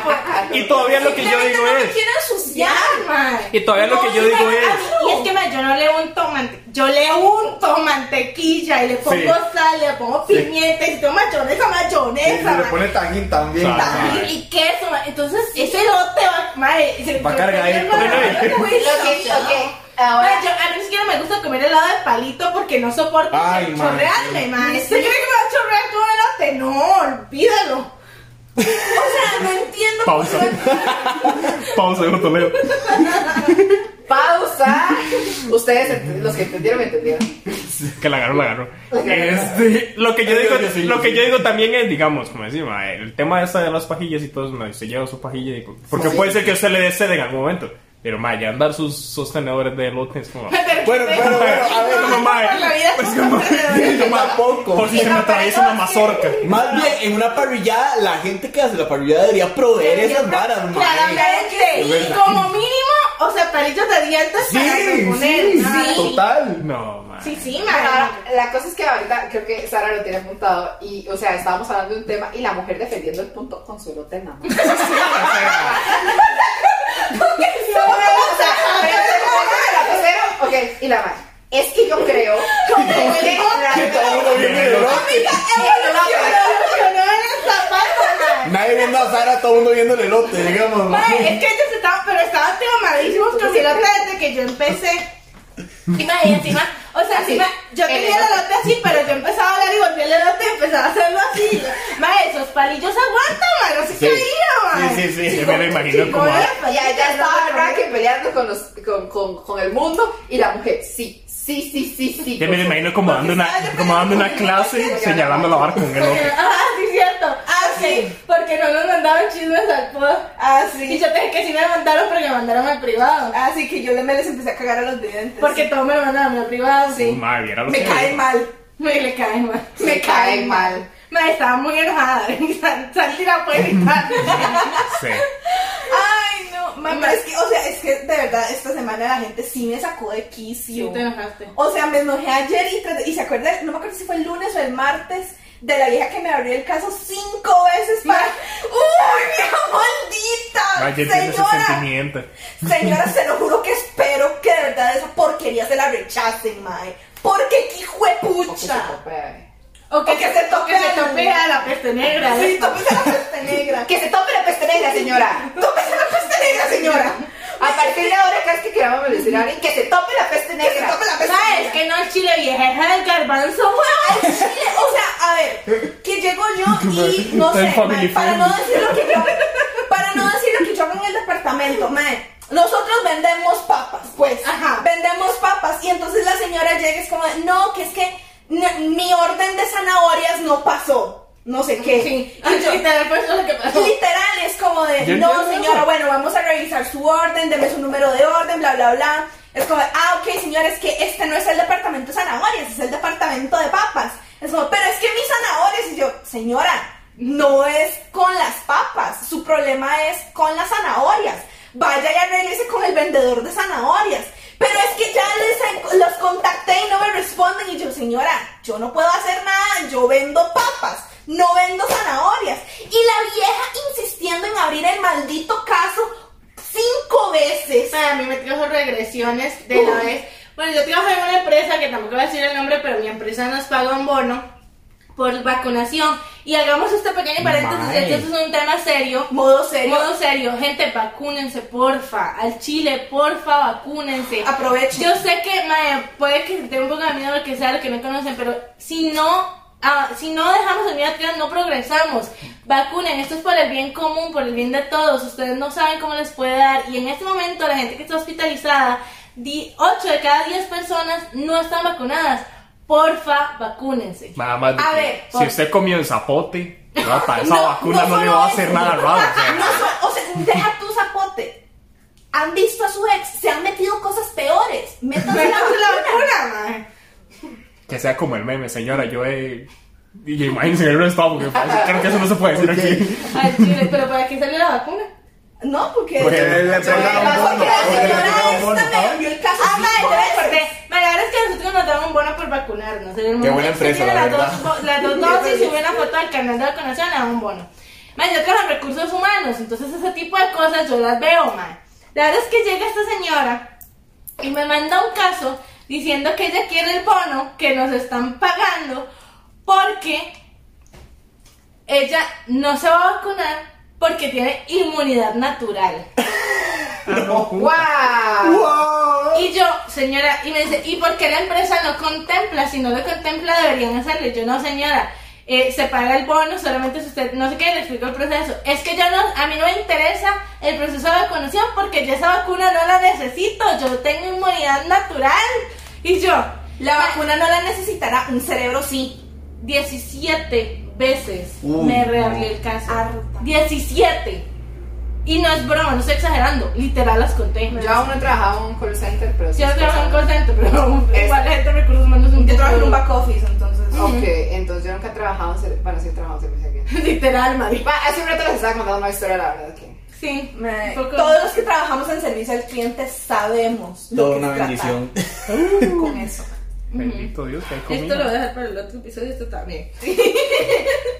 S3: Y todavía lo que yo
S6: simplemente
S3: digo
S6: no me
S3: es.
S6: quiero ensuciar, mae.
S3: Y todavía lo que yo
S6: y
S3: digo
S6: mae, a mí-
S3: es-
S6: Y es que, mae, yo no le unto, mante yo le unto mantequilla y le pongo
S3: Sí.
S6: sal, le pongo pimienta y tomo mayonesa,
S5: Y
S6: mayonesa,
S5: le
S6: mae.
S5: pone tanguín también.
S3: Claro.
S6: También,
S3: mae.
S6: y queso, mae. entonces ese lote va, mae, se-
S5: Va
S6: yo
S5: cargadito.
S6: tenía, mae,
S3: Bueno,
S6: yo
S2: Lo
S6: fui
S2: que,
S6: loca.
S2: lo que,
S6: Mae,
S2: ahora,
S6: Pues, yo- a mí ni siquiera me gusta comer helado de palito porque no soporto
S5: Ay, mae.
S6: chorrearme, mae. ¿Usted cree que me va a chorrear todo el elote? No, olvídalo. (laughs) O sea, no entiendo por (laughs)
S3: Pausa.
S6: qué-
S3: Pausa, yo Toledo.
S2: pausa. Ustedes, ent- los que entendieron, me entendieron.
S3: (laughs) Que la agarró, la agarró. Este, lo que yo
S5: Yo
S3: digo,
S5: creo que sí,
S3: lo
S5: sí.
S3: que yo digo también es, digamos, como decimos, el tema esa de las pajillas y todo, mae, usted lleva su pajilla y, porque puede ser que usted le dé sed en algún momento. Pero mae, ya andar sus sostenedores de elote es como. (laughs)
S5: Bueno, bueno, bueno, a ver,
S3: como, mae,
S6: La vida es
S3: pues,
S6: un
S3: como-
S6: alrededor.
S5: yo tampoco.
S3: Por si se me atraviesa una mazorca.
S5: Más bien, en una parrillada, la gente que hace la parrillada debería proveer esas varas, mae.
S6: Claramente,
S5: Es
S6: y
S5: verdad.
S6: como mínimo, o sea, palillos de dientes
S5: Sí,
S6: para reponer.
S5: sí,
S6: mae.
S5: total.
S3: No, mae.
S6: Sí, sí,
S2: Bueno,
S6: mae.
S2: ahora, la cosa es que ahorita creo que Sara lo tiene apuntado y, o sea, estábamos hablando de un tema y la mujer defendiendo el punto con su elote en la (laughs) mano. O sea, pero se pone el lapicero, ok, y la mano. Es que yo creo que
S5: Que todo el mundo viene de elote.
S6: Evolucionó en el zapato, mae.
S5: Nadie viendo a Sara, todo el mundo viendo el elote, digamos.
S6: Mae,
S5: mae.
S6: es que ellos estaban, pero estaban traumadísimos con mi elote desde que yo empecé. Y mae, y encima, o sea,
S2: Así,
S6: encima, yo
S2: el
S6: tenía el
S2: elote.
S6: elote así, pero yo empezaba a hablar y volvía el elote y empezaba a hacerlo así. Mae, esos palillos aguantan, mae, no se
S5: Sí.
S6: caía, mae. pues,
S3: Sí, sí, sí, yo me lo imagino como.
S2: Pues ya, ya estaba Raque peleando con, los, con, con, con el mundo y la mujer, sí, sí, sí, sí, sí.
S3: Ya me lo imagino como dando una, como dando una clase señalando la barra con el
S6: Porque-
S3: elote.
S6: Ah, sí, cierto. Ah, sí. Porque no nos mandaban chismes al pod. Ah, sí. Ah, Y yo dije que sí me mandaron, pero me mandaron al privado.
S1: Así que yo le- me les empecé a cagar a los dientes.
S6: Porque todo me lo mandaron al privado, sí.
S3: Mae, viera lo
S1: me
S3: que-
S1: cae mal.
S6: Me le cae mal.
S2: Me cae mal.
S6: Me estaba muy enojada. (laughs) Sal- pues, Salí
S1: (laughs)
S6: la puerta.
S3: Sí.
S1: Ay, no, mamá. Es que, o sea, es que de verdad esta semana la gente sí me sacó de quicio.
S6: enojaste.
S1: O sea, me enojé ayer y, traté- y se acuerda, no me acuerdo si fue el lunes o el martes, de la vieja que me abrió el caso cinco veces para. ¡Uy, vieja
S3: Mae, ya
S1: maldita!
S3: tiene ese
S1: Señora,
S3: sentimiento.
S1: señora, se lo juro que espero que de verdad esa porquería se la rechacen, mae. Porque qué hijo de pucha.
S6: O que,
S1: O que
S6: se
S1: se
S6: toque,
S1: tope
S6: que se
S1: al-
S6: tope a la peste negra.
S1: Sí, tópese la peste negra.
S2: Que se tome la peste negra, señora.
S1: Tópese la peste negra, señora.
S2: A partir de ahora, cada vez que queramos decir a alguien, que se tome la peste negra.
S1: Que se tome la peste
S6: ¿Sabes? Que no el chile vieja es el garbanzo,
S1: Al chile, o sea, a ver, que llego
S3: (laughs)
S1: yo y no
S3: Está
S1: sé,
S3: en
S1: mae,
S3: Family
S1: para no
S3: Friendly.
S1: decir lo que yo para no decir lo que yo hago en el departamento, mae. Nosotros vendemos papas, pues.
S6: Ajá.
S1: Vendemos papas y entonces la señora llega y es como, "No, que es que n- mi orden de zanahorias no pasó." No sé qué.
S6: Sí.
S1: Y yo-
S6: Y te da pues lo que pasó.
S1: Literal, es como de,
S3: Yo
S1: no
S3: entiendo
S1: señora,
S3: eso.
S1: bueno, vamos a revisar su orden, deme su número de orden, bla, bla, bla. Es como, de, ah, ok, señora, es que este no es el departamento de zanahorias, es el departamento de papas. Es como, pero es que mis zanahorias, y yo, señora, no es con las papas, su problema es con las zanahorias. Vaya y arréglese con el vendedor de zanahorias. Pero es que ya les en- los contacté y no me responden. Y yo, señora, yo no puedo hacer nada, yo vendo papas, no vendo zanahorias. Y la vieja insistiendo en abrir el maldito caso cinco veces.
S6: Mae, a mí me tiró su regresión. vacaciones de la vez. Bueno, yo trabajo en una empresa que tampoco voy a decir el nombre, pero mi empresa nos paga un bono por vacunación. Y hagamos este pequeño paréntesis,
S5: Mae.
S6: esto es un tema serio.
S1: Modo serio.
S6: Modo serio, gente, vacúnense, porfa. Al Chile, porfa, vacúnense.
S1: Aprovechen.
S6: Yo sé que, mae, puede que tenga un poco de miedo lo que sea, lo que me conocen, pero si no, ah, si no dejamos el miedo atrás, no progresamos. Vacunen, esto es por el bien común, por el bien de todos. Ustedes no saben cómo les puede dar. Y en este momento, la gente que está hospitalizada, 8 de cada 10 personas no están vacunadas. Porfa, vacúnense.
S3: Nada más de
S1: A
S3: que
S1: ver,
S3: si
S1: por-
S3: usted comió en zapote, ¿verdad?
S1: (laughs)
S3: esa
S1: No,
S3: vacuna
S1: no
S3: no, le
S1: solo
S3: va a
S1: eso.
S3: hacer nada raro. o sea.
S1: (laughs) No, so- o sea, deja tu zapote. Han visto a su ex, se han metido cosas peores. Métanse la vacuna.
S3: Que sea como el meme, señora, yo he... Y imagínense en el estado, porque creo que eso no se puede
S1: (laughs)
S3: decir aquí.
S6: Al Chile, pero ¿para qué salió la vacuna?
S1: No, porque.
S5: Porque
S1: Porque
S5: le entregaron
S1: la
S5: un bono. Porque le entregaron un
S1: señora
S5: bono.
S1: esta me envió el caso.
S6: Ah,
S1: cinco
S6: madre, yo
S1: veces.
S6: recordé. Mae, la verdad es que nosotros nos daban un bono por vacunarnos. En el momento
S5: buena
S6: en que
S5: empresa,
S6: salieron
S5: la
S6: las dos, las dos dosis, subí una foto al canal de vacunación, le daban un bono. Mae, yo trabajo en recursos humanos, entonces ese tipo de cosas yo las veo, mae. La verdad es que llega esta señora y me manda un caso diciendo que ella quiere el bono que nos están pagando porque ella no se va a vacunar porque tiene inmunidad natural.
S2: ¡Guau!
S6: Y yo, señora, y me dice, ¿y por qué la empresa no contempla? Si no lo contempla, deberían hacerlo. Y Yo, no, señora, eh, se paga el bono solamente si usted, no sé qué, le explico el proceso. Es que yo no, a mí no me interesa el proceso de vacunación porque yo esa vacuna no la necesito, yo tengo inmunidad natural. Y yo,
S1: La
S6: ma-
S1: vacuna no la necesitará, un cerebro sí.
S6: 17 veces
S5: Uy,
S6: me
S5: no.
S6: reabrió el caso.
S1: Harta.
S6: 17. Y no es broma, no estoy exagerando, literal las conté.
S2: Yo aún no trabajaba en un call center, pero sí
S6: Yo trabajo en call center, pero (laughs)
S2: Es-
S6: igual la gente de recursos humanos es un
S1: Yo
S6: poco-
S1: trabajo en un back office, entonces.
S2: Ok, entonces yo nunca he trabajado en servicio. Bueno, sí he trabajado en servicio aquí.
S6: Literal, madre.
S2: Va, Hace un rato les estaba contando una historia, la verdad, que.
S6: Sí,
S1: Me-
S6: un poco-
S1: Todos los que trabajamos en servicio al cliente sabemos. lo
S5: Toda
S1: que
S5: una
S1: es tratar
S5: bendición.
S1: Con eso.
S3: Bendito Dios, que hay
S6: Esto lo voy a
S3: comida.
S6: dejar para el otro episodio, esto también. (laughs)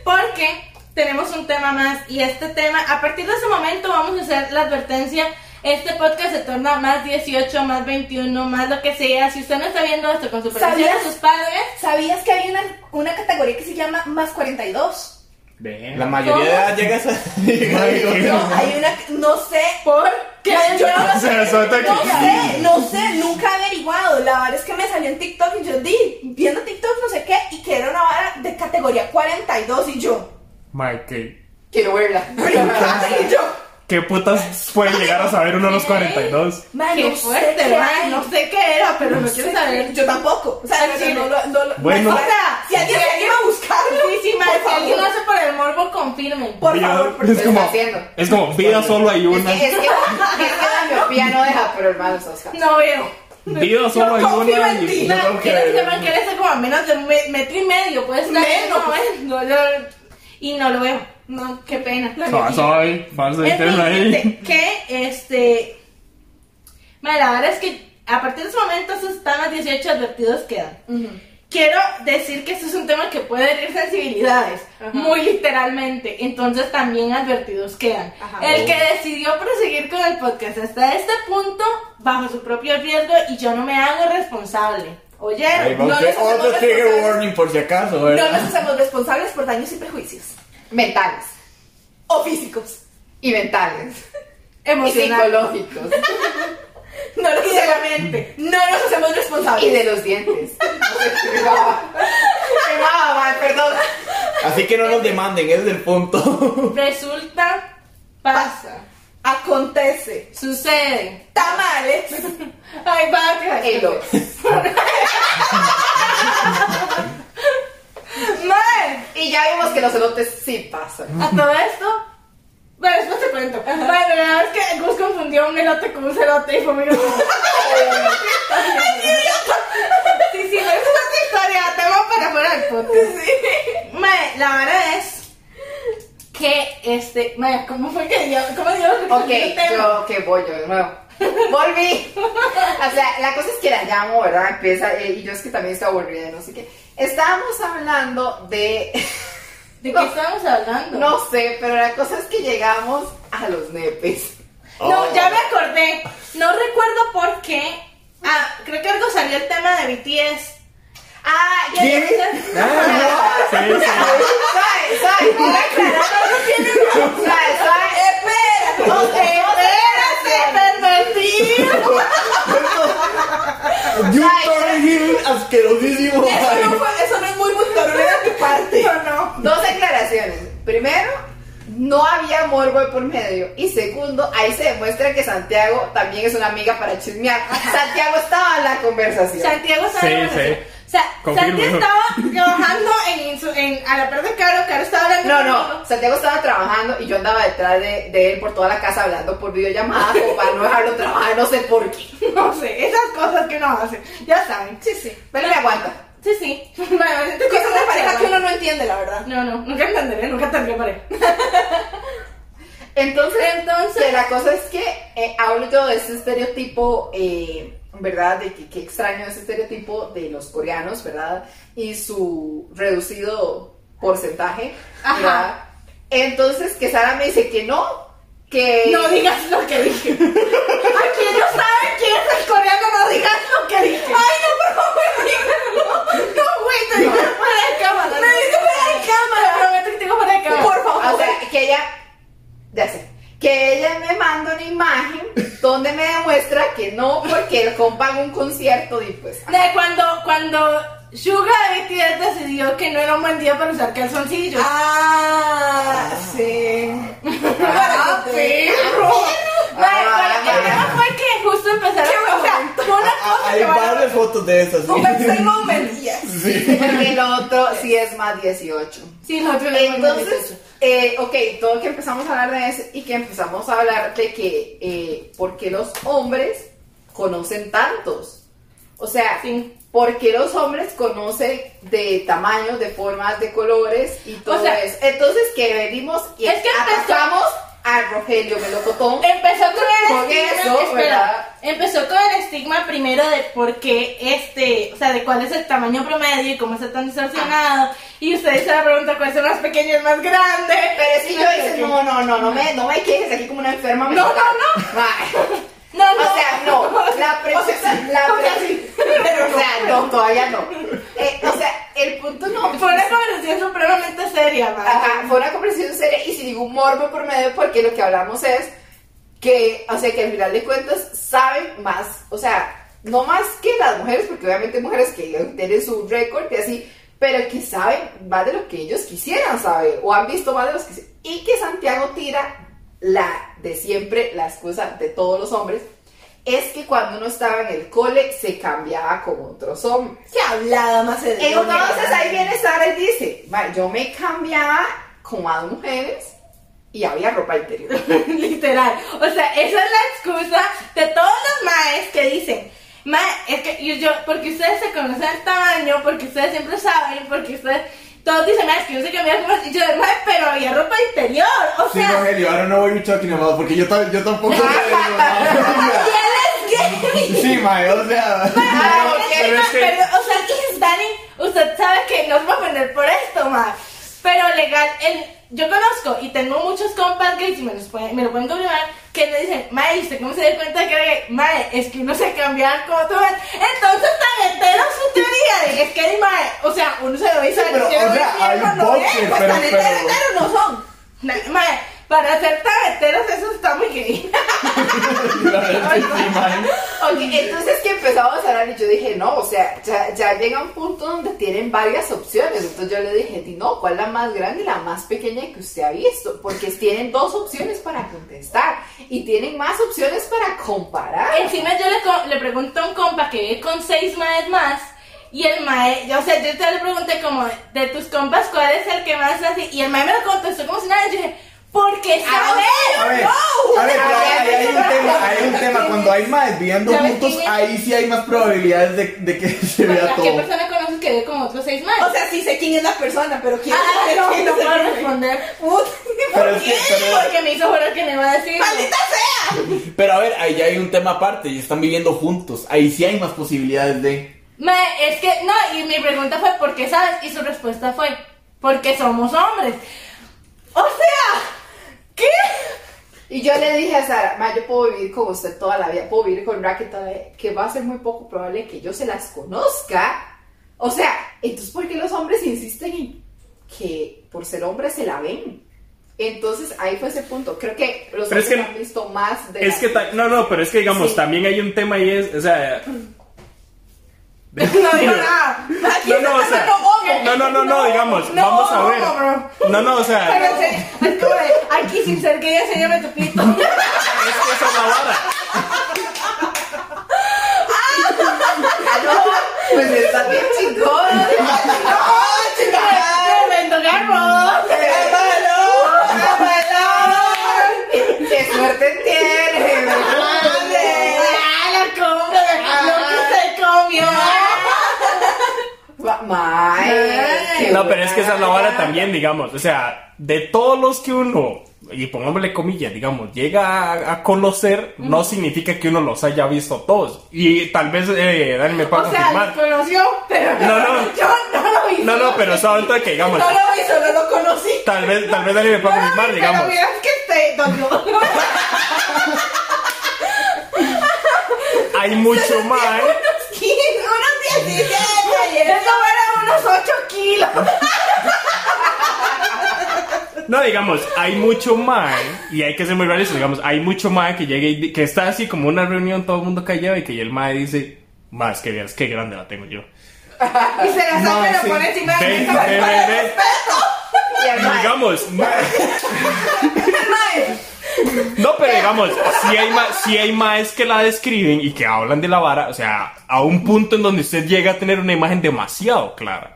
S6: Porque tenemos un tema más y este tema, a partir de ese momento vamos a hacer la advertencia. Este podcast se torna más 18, más 21, más lo que sea. Si usted no está viendo esto con su supervisión de
S1: ¿Sabías?
S6: sus padres,
S1: ¿Sabías que hay una, una categoría que se llama más 42?
S3: Ven.
S5: La
S3: (laughs)
S5: mayoría de edad llegas a.
S1: No, hay una. No sé.
S6: ¿por qué?
S1: Yo
S6: no?
S1: no sé,
S3: Se suelta
S1: no
S3: aquí.
S1: sé, no sé, nunca he averiguado. La verdad es que me salió en TikTok y yo di, viendo TikTok no sé qué, y que era una vara de categoría 42 y yo.
S3: Mike, ¿qué,
S2: Quiero verla. (laughs)
S1: y yo.
S3: qué putas puede llegar a saber uno a los 42?
S1: Man,
S6: Qué
S1: no sé
S6: fuerte,
S1: qué
S6: man,
S1: hay.
S6: no sé qué era, pero no
S1: sé
S6: quiero saber.
S1: qué- Yo tampoco. O sea,
S6: Al
S1: no,
S6: chile.
S1: no, lo- no lo-
S3: Bueno.
S1: o sea, si alguien se anima a buscarlo,
S6: Sí, sí, más,
S1: por
S6: si alguien lo
S1: favor.
S6: hace por el morbo, confirmen.
S1: Por
S3: Vida-
S1: favor, por
S3: es
S2: Lo está
S3: como,
S2: haciendo.
S3: es como vida solo hay
S2: Es
S3: una.
S2: que, es que, es que la miopía no deja, pero hermano, sos capaz.
S6: No veo.
S3: Vida solo hay
S1: confío
S3: una.
S1: en
S3: y-
S1: ti.
S3: yo
S6: No,
S3: creo que-
S6: quiero que sepan que él está como a menos de un me- metro y medio, puede estar
S1: Menos.
S6: No, eh, no, yo, y no lo veo. No, qué pena. La
S3: Ah,
S6: miopía.
S3: soy falso
S6: En fin,
S3: interno ahí.
S6: gente, que este. Bueno, la verdad es que a partir de ese momento esos temas 18 advertidos quedan. Quiero decir que esto es un tema que puede herir sensibilidades,
S1: Ajá.
S6: muy literalmente, entonces también advertidos quedan.
S1: Ajá.
S6: El que
S5: Oh.
S6: decidió proseguir con el podcast hasta este punto, bajo su propio riesgo, y yo no me hago responsable.
S5: Ahí
S6: ¿Oyeron?
S5: va
S1: No
S5: usted.
S1: nos hacemos
S5: Otro trigger
S1: responsables.
S5: warning por si acaso,
S1: No nos
S5: ¿verdad?
S1: hacemos responsables por daños y prejuicios.
S2: Mentales.
S1: O físicos.
S2: Y mentales. Y
S6: Emocional.
S2: psicológicos.
S1: No nos hacemos, no nos hacemos responsables.
S2: Y de los dientes. No sé, qué me daba. Me daba, ma, perdón.
S5: Así que no nos demanden, ese es el punto.
S6: Resulta, pasa,
S1: Acontece.
S6: sucede. (laughs)
S1: Tamales.
S6: Ay, vacas.
S2: El dos.
S6: Mae,
S2: Y ya vimos que los elotes sí pasan.
S6: a todo esto. Bueno, después te cuento. Bueno, la verdad es que Gus confundió un elote con un celote y fue muy (laughs) gracioso. Sí, sí, pero esa es otra historia. Tema para fuera del podcast. Mae, la verdad es que este. Mae, ¿cómo fue que yo? ¿Cómo yo?
S2: Ok, yo que voy yo de nuevo. Volví. O sea, la cosa es que la llamo, ¿verdad? Empieza, eh, y yo es que también estaba aburrida, no sé qué. Estábamos hablando de. (laughs)
S6: ¿De qué
S2: No,
S6: estábamos hablando?
S2: no sé, pero la cosa es que llegamos a los nepes.
S6: No, ya me acordé. No recuerdo por qué Ah, creo que algo salió el tema de BTS.
S1: Ah, ya
S5: ¿Quién? Ah,
S3: (laughs) Sí, sí.
S2: Suave, suave, voy a aclarar. Suave, suave.
S6: Espérate,
S2: Ok,
S6: espérate, pervertido.
S5: no. De un Torrent Hill asquerosísimo.
S6: Eso no,
S5: mae.
S6: fue, eso no es muy muy torneo de tu parte. No, no.
S2: Dos aclaraciones. Primero, no había morbo de por medio. Y segundo, ahí se demuestra que Santiago también es una amiga para chismear. Santiago estaba en la conversación.
S6: Santiago estaba
S3: Sí,
S6: en relación.
S3: sí.
S6: O sea,
S3: Confirmo.
S6: Santi estaba trabajando en, su- en- a la par de Caro, Caro estaba hablando
S2: No,
S6: conmigo. (laughs)
S2: no, Santiago estaba trabajando y yo andaba detrás de, de él por toda la casa hablando por videollamada como para no dejarlo trabajar, no sé por qué.
S6: No sé, esas cosas que uno hace, ya saben. Sí, sí.
S2: Pero me aguanta.
S6: Sí, sí. (laughs) Bueno, este
S1: Cosas de pareja que
S6: uno-
S1: uno no entiende, la verdad.
S6: No, no, nunca entenderé, nunca tendré pareja.
S2: Entonces,
S6: Entonces-
S2: que la cosa es que eh, hablo yo de ese estereotipo, eh, ¿verdad? De que, que extraño ese estereotipo de los coreanos, ¿verdad? Y su reducido porcentaje,
S6: Ajá.
S2: ¿verdad? Entonces, que Sara me dice que no, que...
S6: No digas lo que dije. Aquí ellos saben quién es el coreano, no digas lo que dije. Ay, no, por favor, dígalo. No, güey, te digo (laughs) fuera de cámara.
S1: Me dice fuera de cámara.
S6: Prometo que te digo fuera de cámara.
S1: Por favor.
S2: O sea, que ella... Ya sé. Que ella me manda una imagen donde me demuestra que no, porque el compa en un concierto y pues...
S6: De cuando, cuando Suga de BTS decidió que no era un buen día para usar calzoncillos.
S1: Ah, sí.
S6: Ah, perro! Bueno,
S2: Ah,
S6: bueno, el tema fue que justo empezaron a... O sea, fue una cosa
S5: Hay
S6: que va
S5: varias fotos de esas. sí.
S1: Overstay moment, yes.
S2: Porque el otro sí es más 18.
S6: Sí, lo otro era muy
S2: Entonces,
S6: bonito.
S2: eh, ok, todo que empezamos a hablar de eso y que empezamos a hablar de que, eh, ¿por qué los hombres conocen tantos? O sea,
S6: Sí.
S2: ¿por qué los hombres conocen de tamaños, de formas, de colores y todo
S6: sea,
S2: eso? Entonces, que venimos y
S6: es que empezó-
S2: atacamos a Rogelio Melocotón.
S6: Empezó con
S2: Con
S6: el estigma,
S2: eso,
S6: espera,
S2: ¿verdad?
S6: empezó con el estigma primero de por qué este, o sea, de cuál es el tamaño promedio y cómo está tan distorsionado. Y ustedes se la preguntan cuál es el más pequeño y el más grande.
S2: Pero si
S6: Y
S2: yo
S6: no sé
S2: dices,
S6: qué.
S2: no, no, no, no me, no me quejes aquí como una enferma.
S6: No, no,
S2: no.
S6: (laughs) No, no.
S2: O
S6: (laughs)
S2: sea, no, la pregunta, la
S6: o sea,
S2: pre-
S6: sí.
S2: o sea, no, todavía no. Eh, o sea, el punto no.
S6: Fue una conversación supremamente seria, ma.
S2: Ajá, fue una conversación seria y sin ningún morbo por medio, porque lo que hablamos es que, o sea, que al final de cuentas saben más, o sea, no más que las mujeres, porque obviamente hay mujeres que tienen su récord y así, pero que saben más de lo que ellos quisieran saber, o han visto más de los que Y que Santiago tira la de siempre, la excusa de todos los hombres, es que cuando uno estaba en el cole se cambiaba con otros hombres.
S1: Qué hablada más seria.
S2: Entonces ahí viene Sara y dice, "Ma, yo me cambiaba con más mujeres y había ropa interior.
S6: (laughs) Literal. O sea, esa es la excusa de todos los maes que dicen. Ma, es que yo, yo- porque ustedes se conocen el tamaño, porque ustedes siempre saben, porque ustedes, todos dicen, ma, es que yo se cambiaba como, y yo, ma, pero había ropa interior, o
S5: Sí,
S6: (laughs) sea,
S5: Rogelio, ahora no voy a talking about porque yo, ta- yo
S6: (laughs)
S5: tampoco sé. mae.
S6: ¿quién es gay?
S5: Sí, mae, o sea.
S6: Ma,
S2: ok,
S6: es que,
S3: pero
S6: ma,
S3: es que-
S6: pero, o sea, Dani, usted sabe que no os va a ofender por esto, ma, pero legal, el, yo conozco y tengo muchos compas gays y me, los pueden- me lo pueden confirmar que me dicen, mae, ¿y ¿usted cómo se dio cuenta que era gay? Mae, es que uno se cambia como tú ves. Entonces tan entero su teoría de que es que el mae, o sea, uno se lo dice
S5: Pero, o sea, hay boxes,
S1: Pues
S5: pero,
S1: tan
S5: pero.
S1: entero, entero no son.
S6: Mae, para ser tan enteros eso está muy gay.
S3: Sí, mae.
S2: (laughs) Ok, entonces que empezamos a hablar y yo dije, no, o sea, ya, ya llega un punto donde tienen varias opciones. Entonces yo le dije, "Di, no, ¿cuál es la más grande y la más pequeña que usted ha visto? Porque tienen dos opciones para contestar y tienen más opciones para comparar.
S6: Encima yo le, co- le pregunto a un compa que vive con seis maes más y el mae, yo, o sea, yo te le pregunté como de tus compas cuál es el que más hace y el mae me lo contestó como si nada, yo dije, porque
S5: A ver,
S6: saber,
S5: a ver, pero ahí hay un tema, ahí hay un tema. Cuando hay más viendo
S6: ¿Sabes
S5: juntos,
S6: quién es?
S5: ahí sí hay más probabilidades de, de que (laughs) se
S6: Bueno,
S5: vea
S6: ¿a qué
S5: todo.
S6: persona conoces que vive con otros seis maes?
S1: O sea, sí sé quién es la persona, pero quién
S6: Ah,
S1: es
S6: no,
S1: quién
S6: no
S1: es el-
S6: puedo responder.
S1: Puta, (laughs)
S5: Pero
S1: ¿por
S5: es que-
S1: qué?
S5: pero-
S6: Porque me hizo jurar que no iba a decir.
S1: ¡Maldita sea!
S5: Pero a ver, ahí ya hay un tema aparte, y están viviendo juntos. Ahí sí hay más posibilidades de.
S6: Mae, es que, no, y mi pregunta fue, ¿por qué sabes? Y su respuesta fue, porque somos hombres. O sea, ¿qué?
S2: Y Y yo le dije a Sara, ma, yo puedo vivir con usted toda la vida, puedo vivir con Raquel toda la vida, que va a ser muy poco probable que yo se las conozca. O sea, entonces, ¿por qué los hombres insisten en que por ser hombres se la ven? Entonces, ahí fue ese punto. Creo que los
S3: Pero
S2: hombres
S3: es que-
S2: han visto más de
S3: Es
S2: la-
S3: que,
S2: (laughs)
S3: ta- no, no, pero es que digamos, también hay un tema y es, o sea...
S6: (laughs) No digo nada. Aquí
S3: (laughs) No, no, o sea,
S6: está hablando homo.
S3: no, no, no, no, digamos,
S6: no,
S3: vamos a
S6: no,
S3: ver.
S6: no,
S3: No, no, o sea,
S6: Pero en serio, es como de, Aquí sin ser gay, enséñame tu (laughs) pito.
S3: es que esa es la vara.
S2: Ah, no, pues está bien chingón.
S6: Tremendo garbo.
S2: ¡Qué suerte tiene!
S6: Ah, la comida, Lo que se comió.
S2: ¡May! qué
S3: No, pero es que esa es la vara
S2: buena.
S3: también, digamos. O sea, de todos los que uno, y pongámosle comillas, digamos, llega a, a conocer, no significa que uno los haya visto todos. Y tal vez, eh, Dani me pueda
S6: O sea,
S3: confirmar.
S6: lo conoció, pero
S3: No, no.
S6: yo no lo vi.
S3: No, no, pero solo que digamos.
S6: No lo hizo, no lo conocí.
S3: Tal vez, tal vez Dani me pueda confirmar, digamos.
S6: Pero mira, es que te... No, no, no.
S3: Hay mucho más.
S6: Unos 15, unos 17 y eso eran unos 8 kilos.
S3: No, digamos, hay mucho mae, y hay que ser muy realistas, digamos, hay mucho mae que llega y di- que está así como una reunión, todo el mundo callado, y que el mae dice, más que veas qué grande la tengo yo.
S6: Y se la saca y la pone encima de la
S3: Ve,
S6: mesa
S3: ve,
S6: para
S3: ve,
S6: el
S3: ve.
S6: respeto.
S2: Y el mae,
S3: Digamos,
S6: Mae,
S3: no, pero digamos, si hay, ma- sí hay maes que la describen y que hablan de la vara, o sea, a un punto en donde usted llega a tener una imagen demasiado clara.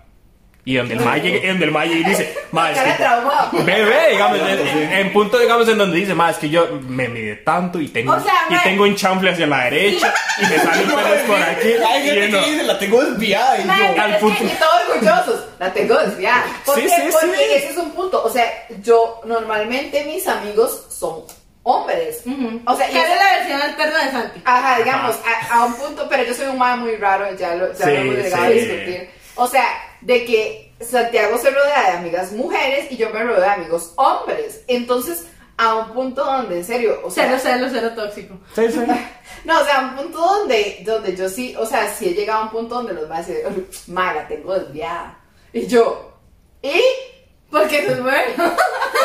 S3: Y donde el mae llega, y donde el mae llega y dice, mae, es
S2: cara
S3: que-
S2: traumado.
S3: Bebé, digamos, en, en punto, digamos, en donde dice, más que yo me mide tanto y tengo,
S6: O sea,
S3: y
S6: mae.
S3: tengo un chanfle hacia la derecha y me salen pelos por
S5: (laughs)
S3: aquí.
S5: Hay
S3: y yo
S5: gente
S3: no.
S5: que dice, la tengo desviada. Y
S6: Mae,
S5: yo,
S3: al
S2: Pero es
S3: punto.
S2: que, y todos orgullosos, la tengo desviada. Porque,
S3: Sí, sí, sí.
S2: porque ese es un punto. O sea, yo normalmente mis amigos son hombres. O sea, y
S6: ¿Cuál es
S2: esa-
S6: la versión alterna de Santi?
S2: Ajá, digamos, a, a un punto, pero yo soy un mae muy raro, ya lo, ya
S3: Sí,
S2: lo hemos llegado a
S3: sí.
S2: discutir. O sea, de que Santiago se rodea de amigas mujeres y yo me rodeo de amigos hombres. Entonces, a un punto donde, en serio, o sea,
S6: Cero, cero, cero tóxico.
S3: Sí, sí.
S2: no, o sea, un punto donde, donde yo sí, o sea, sí he llegado a un punto donde los más dicen, ma, la tengo desviada. Y yo, ¿y?
S6: Porque eso es bueno.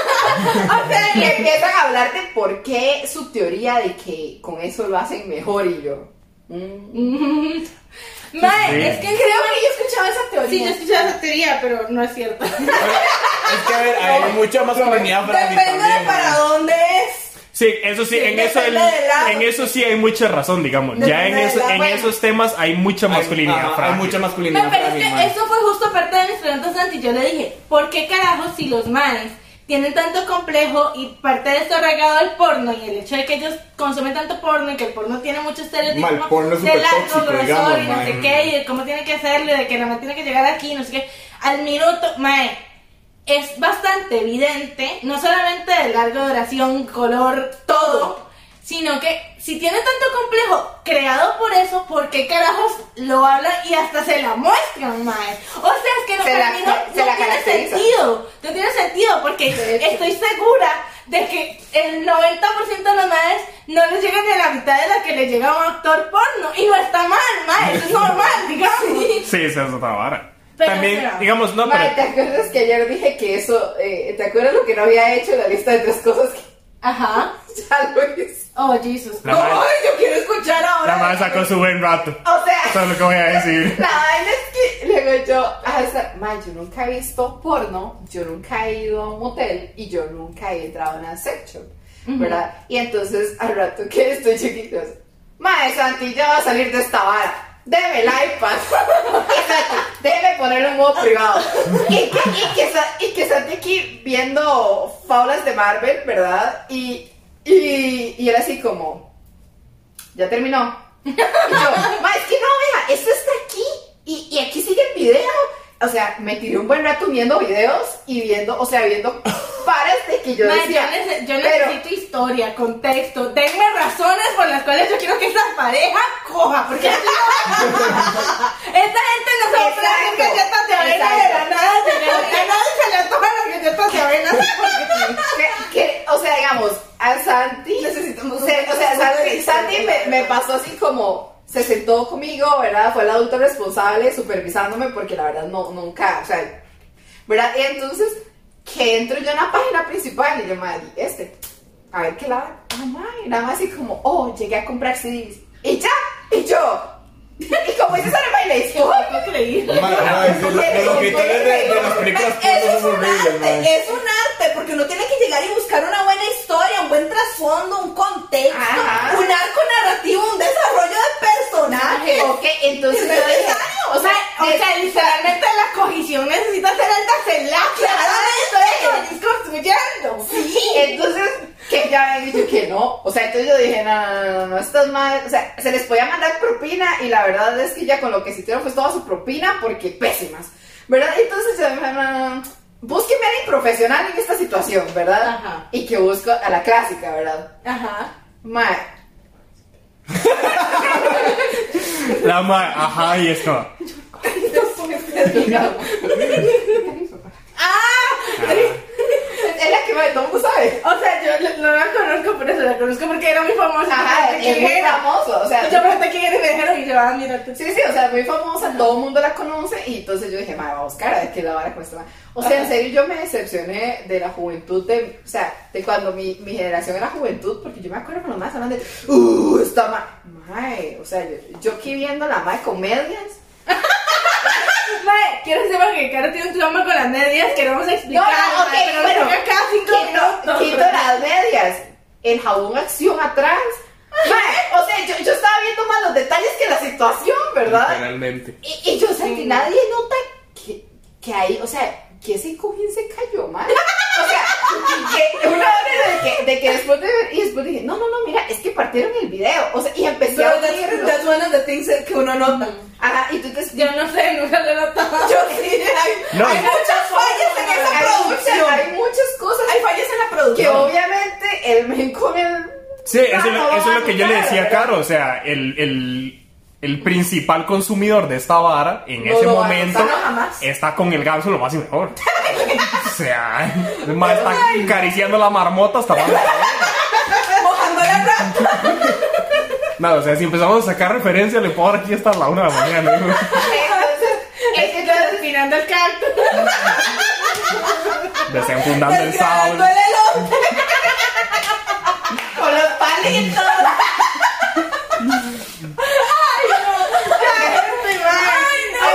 S2: O sea, y empiezan a hablar de por qué su teoría de que con eso lo hacen mejor y yo. mm.
S6: Mae,
S3: Sí.
S6: es que creo
S2: que yo escuchaba esa
S6: Sí, yo he escuchado esa teoría, pero no es cierto.
S5: es que a ver, hay mucha masculinidad para mí
S1: Depende de
S5: también,
S1: para
S5: mae.
S1: dónde es.
S3: Sí, eso sí, en eso, el-
S1: depende del lado.
S3: en eso sí hay mucha razón, digamos. Ya en,
S1: Depende
S3: eso-
S1: del
S3: en
S1: lado.
S3: esos temas hay mucha masculinidad.
S5: Hay- ajá, Hay
S3: frágil.
S5: mucha
S6: No,
S5: masculinidad
S6: pero
S5: para
S6: es
S5: mí,
S6: que
S5: mae.
S6: eso fue justo parte de mis preguntas antes. Yo le dije, ¿por qué carajo si los manes tienen tanto complejo y parte de esto regado al porno y el hecho de que ellos consumen tanto porno y que el porno tiene mucho estereotipo
S5: Ma, el porno es
S6: de
S5: supertóxico,
S6: largo, grosor
S5: digamos,
S6: y no sé
S5: mae.
S6: qué, y de cómo tiene que hacerlo y de que la man tiene que llegar aquí, no sé qué, al minuto, mae, es bastante evidente, no solamente de larga duración, color, todo, sino que si tiene tanto complejo creado por eso, ¿por qué carajos lo hablan y hasta se la muestran, mae? O sea, es que no,
S2: Se
S6: para
S2: la-
S6: mí no,
S2: se
S6: no
S2: la
S6: tiene
S2: caracteriza.
S6: sentido, no tiene sentido, porque
S2: hecho.
S6: estoy segura de que el 90% de los madres no les llega ni a la mitad de la que le llega a un actor porno, y no está mal,
S2: (laughs)
S6: mae, eso es normal, digamos.
S3: Sí, esa es otra vara.
S6: Pero,
S3: También,
S6: pero-
S3: digamos, no,
S2: Mae, ¿te
S3: pero.
S2: acuerdas que ayer dije que eso, eh, ¿te acuerdas lo que no había hecho en la lista de tres cosas que (laughs)
S6: Ajá.
S2: ya lo hice?
S6: Oh, Jesus.
S3: La madre,
S2: Ay, yo quiero escuchar ahora.
S3: la madre sacó su buen rato.
S2: O
S3: Eso (laughs)
S2: sea,
S3: es lo que voy
S2: (laughs)
S3: a (laughs) decir.
S2: la vaina es que luego yo, hasta, mae, yo nunca he visto porno, yo nunca he ido a un motel y yo nunca he entrado a una sex shop, ¿verdad? Y entonces al rato que estoy chiquito, mae, Santi ya va a salir de esta vara. Deme el iPad. (laughs) Santi, Déjeme ponerlo en modo privado. Y que, y que, Sa- y que Santi aquí viendo faulas de Marvel, ¿verdad? Y, y, y él así como, ya terminó. Y yo, ma, es que no, vea, esto está aquí y, y aquí sigue el video. O sea, me tiré un buen rato viendo videos y viendo, o sea, viendo pares de que yo
S6: Mae,
S2: decía,
S6: yo, nece- yo
S2: pero-
S6: necesito historia, contexto. Denme razones por las cuales yo quiero que esta pareja coja. Porque aquí no-
S2: (laughs)
S6: esta gente no se va a ofrecer
S2: Exacto,
S6: galletas de avena de la
S2: exacto.
S6: nada. sino que A nadie se le antojan las galletas de avena.
S2: que, que, o sea, digamos, a Santi pasó así como se sentó conmigo, ¿verdad? Fue el adulto responsable supervisándome porque la verdad no, nunca, o sea, ¿verdad? Y entonces, que entro yo en la página principal y yo, madre, este, a ver qué la, ah, madre, nada más así como, oh, llegué a comprar CDs. Y ya, y yo, y como dices ahora baile, y yo, "Ay,
S6: No
S2: (laughs)
S6: creí.
S5: Los criterios de, de las películas
S1: Eso
S5: porno
S1: es
S5: son
S1: un
S5: horribles, mae.
S1: arte, es un arte, porque uno tiene que llegar y buscar una buena historia, un buen trasfondo, un contexto,
S2: Ajá.
S1: un arco narrativo, un desarrollo de personaje.
S2: Ok, entonces yo dije,
S6: O sea, o sea, literalmente la cogición necesita ser alta claramente. Estoy construyendo.
S2: Entonces, que ya habían dicho que no. O sea, entonces yo dije, no, no, no, no, estas madres, o sea, se les podía mandar propina y la verdad es que ya con lo que se hicieron fue toda su propina porque pésimas. ¿Verdad? Entonces yo dije, no, no, no, búsqueme a alguien profesional en esta situación, ¿verdad?
S6: Ajá.
S2: Y que busco a la clásica, ¿verdad?
S6: Ajá.
S2: Mae, (laughs)
S3: La ma, ajá, y esto.
S2: es la que mae, todo el mundo sabe.
S6: O sea, yo no la conozco por eso, la conozco porque era muy famosa.
S2: Ajá,
S6: ¿quién
S2: es muy
S6: era?
S2: famoso, o sea,
S6: Yo pregunté quién era y me dijeron y yo, ah, mira, tú.
S2: Sí, sí, o sea, muy famosa, todo el mundo la conoce y entonces yo dije, madre, vamos, cara, ¿de qué la vara con esta madre?". O sea, en serio, yo me decepcioné de la juventud, de, o sea, de cuando mi, mi generación era juventud, porque yo me acuerdo con los más hablan de, uh, esta madre, madre, o sea, yo, yo aquí viendo la madre comedias.
S6: Mae, quiero decir que Caro tiene un trauma con las medias que no vamos a explicar.
S2: No, no,
S6: mae,
S2: ok,
S6: pero
S2: bueno,
S6: llega cada cinco
S2: Quito,
S6: minutos.
S2: quito
S6: (laughs)
S2: las medias, el jabón acción atrás. Mae, o sea, yo, yo estaba viendo más los detalles que la situación, ¿verdad?
S3: Literalmente.
S2: Y, y yo, o sea, que nadie nota que, que ahí, o sea, que ese cojín se cayó, mal. O sea, que- que una hora de que, de que después de ver, y después dije, no, no, no, mira, es que partieron el video. O sea, y empecé a
S1: Pero that's,
S2: oírlo.
S1: that's one of the things that- que uno nota.
S2: Ajá, y tú te escuchas.
S6: Yo no sé, nunca lo he notado.
S1: Yo sí, hay,
S3: No.
S1: hay
S6: (laughs)
S1: muchas fallas en esa
S2: Hay muchas, hay
S1: producción.
S2: muchas cosas
S1: Hay fallas en la
S2: que
S1: producción.
S2: obviamente el men con el.
S3: Sí, eso, es lo-
S2: Ah,
S3: eso es lo que yo le decía a
S2: ¿verdad?
S3: Caro, o sea, el, el, el principal consumidor de esta vara en
S2: No
S3: ese
S2: lo va a
S3: momento
S2: notar jamás.
S3: está con el ganso lo más y mejor. o sea, el mae está acariciando la marmota hasta más.
S1: Mojando la rata.
S3: Nada, o sea, si empezamos a sacar referencia, le puedo dar aquí hasta la una de la mañana. hijo.
S2: Entonces,
S6: Es que estoy respirando el cactus.
S3: Desenfundando el
S1: Desgranando
S3: sábado.
S1: el elote.
S2: con los palitos.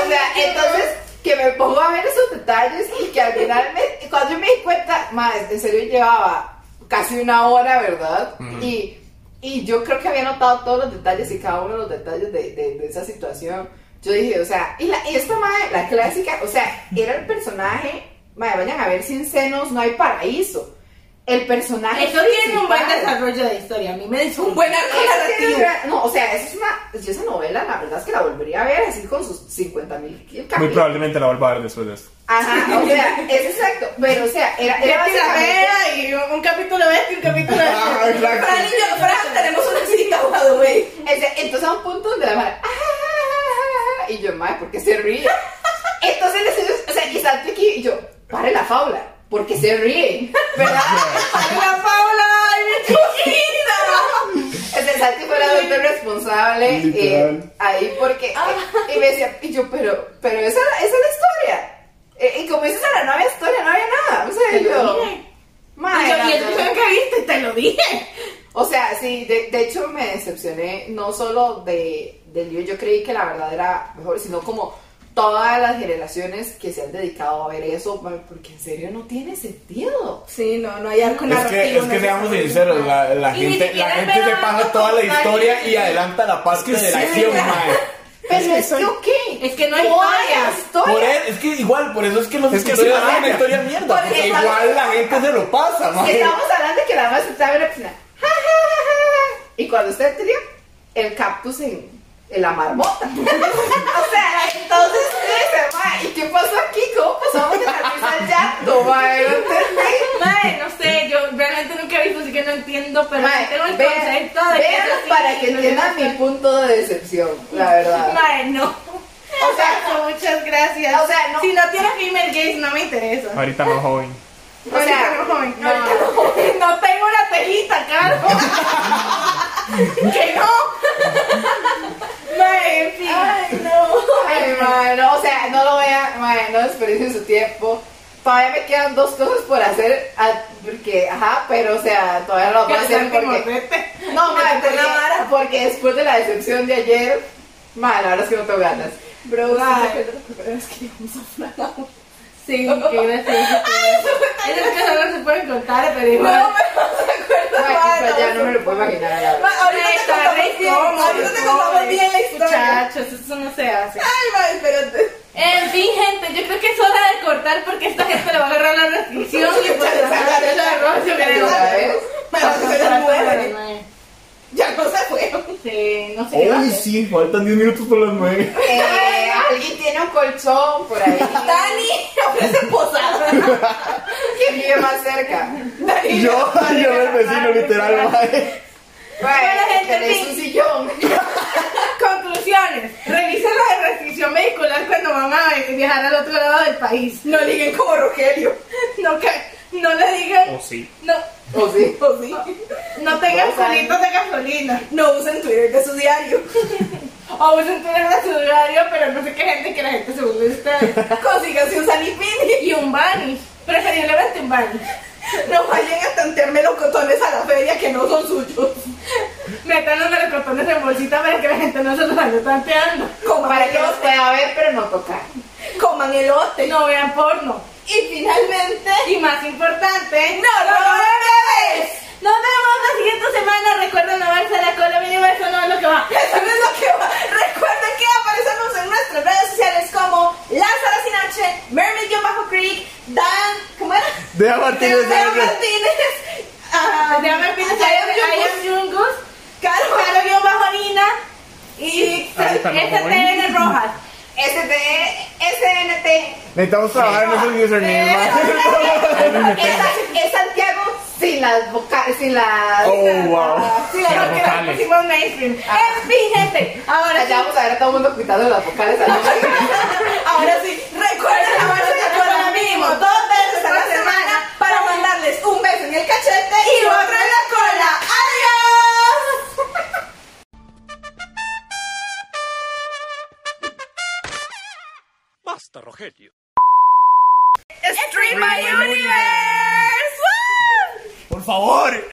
S2: O sea, entonces que me pongo a ver esos detalles y que al final, me- cuando yo me di cuenta, más, en serio llevaba casi una hora, ¿verdad? y, y yo creo que había notado todos los detalles y cada uno de los detalles de, de- de esa situación. Yo dije, o sea, y, la, y esta madre, la clásica, o sea, era el personaje, madre, vayan a ver, sin senos no hay paraíso. El personaje.
S6: Eso tiene un buen
S2: principal.
S6: desarrollo de historia. A mí me dice un
S1: Buen
S6: buen
S1: arco
S2: Es que,
S1: narrativo.
S2: No, o sea, esa es una. Yo esa novela, la verdad es que la volvería a ver así con sus 50 mil
S3: Muy probablemente la vuelva a ver después de esto.
S2: Ajá, o sea, es exacto. Pero, o sea, era.
S6: Betty
S2: era
S6: la
S2: básicamente-
S6: Fea y un, un capítulo de este y un capítulo de
S5: Ah,
S6: este.
S5: exacto.
S1: Fran y yo, Fran, tenemos una cita, by the way.
S2: o sea, entonces a un punto donde la madre. "Ah", Y yo, madre, ¿por qué se ríe? Entonces, les- ellos- o sea, y salto aquí y yo, pare la faula, porque se ríe, ¿verdad?
S1: Ay, la Paula, ay,
S6: (laughs)
S1: mi chiquita.
S2: Entonces, Santi fue el adulto responsable
S5: Literal.
S2: eh, ahí porque.
S6: Ah.
S2: eh, y me decía, y yo, pero, pero esa, esa es la historia. Eh, y como dices, ahora no había historia, no había nada. O sea,
S6: Te lo
S2: yo.
S6: dije.
S2: "Mae,
S6: Y yo, y
S2: no,
S6: eso
S2: no".
S6: fue (laughs) lo que viste, te lo dije.
S2: O sea, sí, de, de hecho me decepcioné no solo de, del libro, yo creí que la verdad era mejor, sino como todas las generaciones que se han dedicado a ver eso, mae, porque en serio no tiene sentido.
S1: Sí, no, no hay arco
S5: Es
S1: narrativo.
S5: que, es
S1: no hay
S5: que seamos
S1: desarrollo.
S5: sinceros, la, la
S6: Y ni
S5: gente, la
S6: siquiera
S5: gente se
S6: esperaba
S5: pasa toda la
S6: contar.
S5: historia y adelanta la parte de la
S3: sí,
S5: acción,
S3: ¿verdad?
S5: mae.
S2: Pero es que, ok.
S6: Es que no hay
S2: hay
S6: historias.
S2: historia.
S5: Por e- es que igual, por eso es que los
S3: Es que
S5: escritores
S3: sí,
S5: hacen una
S3: mae.
S5: historia mierda,
S2: Por
S5: porque
S2: eso-
S5: igual la gente se lo pasa,
S2: Y
S5: mae.
S2: estábamos hablando de que la más se sabe la piscina. Ja, ja, ja, ja. Y cuando usted tenía el cactus en, en la marmota. o sea, entonces dice, "Ma, ¿y qué pasó aquí? ¿Cómo pasamos de la risa al llanto, ma? No entendí.
S6: Mae, no sé, yo realmente nunca he visto, así que no entiendo, pero
S2: Ma,
S6: sí tengo el
S2: vean-
S6: concepto de
S2: vean
S6: es así,
S2: para que
S6: no tiene
S2: entiendan mi
S6: razón.
S2: punto de decepción, la verdad.
S6: Mae, no. O (laughs) sea, muchas gracias.
S2: O sea, no-
S6: Si no tienes female gays, no me interesa.
S3: Ahorita no, joven.
S2: O sea, (laughs)
S6: no, no, no tengo la telita, Caro. ¡Que no! Mae, en fin.
S1: Ay, no.
S2: Ay, mae, no, o sea, no lo vean, mae, no desperdicien su tiempo. Todavía me quedan dos cosas por hacer, ah, porque, ajá, pero, o sea, todavía no lo voy a hacer porque... No, mae,
S1: te la
S2: porque-
S1: vara.
S2: porque después de la decepción de ayer, mae, la verdad es que no tengo ganas.
S1: Bro, ¿se
S6: Ay.
S1: acuerdan la primera vez que íbamos a hablar?
S6: Sí, que una (laughs) experiencia que- Esas cosas no se pueden contar, pero igual.
S1: No, me
S2: Mae,
S1: Mae,
S2: pues, ya
S1: no,
S2: no me lo puedo imaginar. la verdad.
S1: Ma, ahorita te
S6: Está
S1: contamos bien,
S6: rico,
S1: ahorita te
S6: rico,
S1: contamos bien la historia.
S6: Muchachos, eso no se hace.
S1: Ay, ma, espérate.
S6: En fin, gente, yo creo que es hora de cortar porque esta gente le va a agarrar la restricción y pues la yo creo.
S2: Otra vez.
S1: Ma, las personas mueren. Ya no se fueron.
S6: Sí, no sé.
S5: Hoy sí, faltan 10 minutos por las 9.
S2: Eh, alguien tiene un colchón por ahí.
S1: Dani (laughs) ofrece posada.
S2: ¿Quién vive más cerca?
S1: Dani,
S5: (laughs) Yo,
S1: (laughs)
S5: yo era el vecino, literal, mae.
S2: Bueno,
S6: gente,
S2: tenés
S6: sí.
S2: un sillón.
S6: (laughs) Conclusiones. Revisen la de restricción vehicular cuando van a viajar al otro lado del país.
S1: No liguen como Rogelio.
S6: (laughs) No, ca- no le digan.
S3: O sí.
S6: No,
S2: ¿O
S6: (laughs)
S2: sí?
S1: ¿O sí?
S6: no tengan
S2: No, Dani.
S6: culitos de gasolina.
S1: No usen Twitter de su diario.
S6: O pues usen Twitter de su radio, pero no sé qué gente que la gente se burle de ustedes.
S1: Consíganse un sanipini.
S6: Y un bunny. Preferiblemente un bunny.
S1: No vayan a tantear melocotones a la feria que no son suyos.
S6: Metan los melocotones en bolsita para que la gente no se los vaya tanteando.
S1: Coman
S2: Para que los
S1: elote.
S2: pueda ver, pero no tocar.
S1: Coman elote.
S6: No vean porno.
S1: Y finalmente,
S6: Y más importante,
S1: no lo bebes.
S6: Nos vemos la siguiente semana. Recuerden lavarse la cola mínimo, eso no es lo que va.
S1: (laughs) Eso no es lo que va. Recuerden que aparecemos en nuestras redes sociales como Lázaro Sin H, Mermaid-Creek, Dan. ¿Cómo era?
S5: Deja Martínez,
S1: Leo
S5: deja-
S1: Martínez. ah,
S6: Ya me pides
S1: I am
S6: I am Yungus,
S1: Caro
S6: Caro
S1: Caro.
S6: guión bajo Nina y
S3: Ahí está, no,
S6: STN Rojas.
S1: STE, SNT.
S5: Necesitamos trabajar en esos username, mae.
S2: Es, es Santiago sin las vocales, sin las...
S5: Oh, wow.
S6: Sí, la
S3: Las
S6: verdad que la
S3: vocales.
S6: pusimos mainstream.
S2: Ah.
S1: Eh,
S6: En fin, gente, ahora
S2: Ahora Ah, ya vamos a ver a todo el mundo quitando las vocales. al hombre.
S1: Ahora sí, recuerden lavarse la cola mínimo dos veces a la semana para mandarles un beso en el cachete y otro en la cola. ¡Adiós!
S7: Basta, Rogelio.
S1: ¡Stream my universe! ¡Woo!
S5: (laughs) Por favor.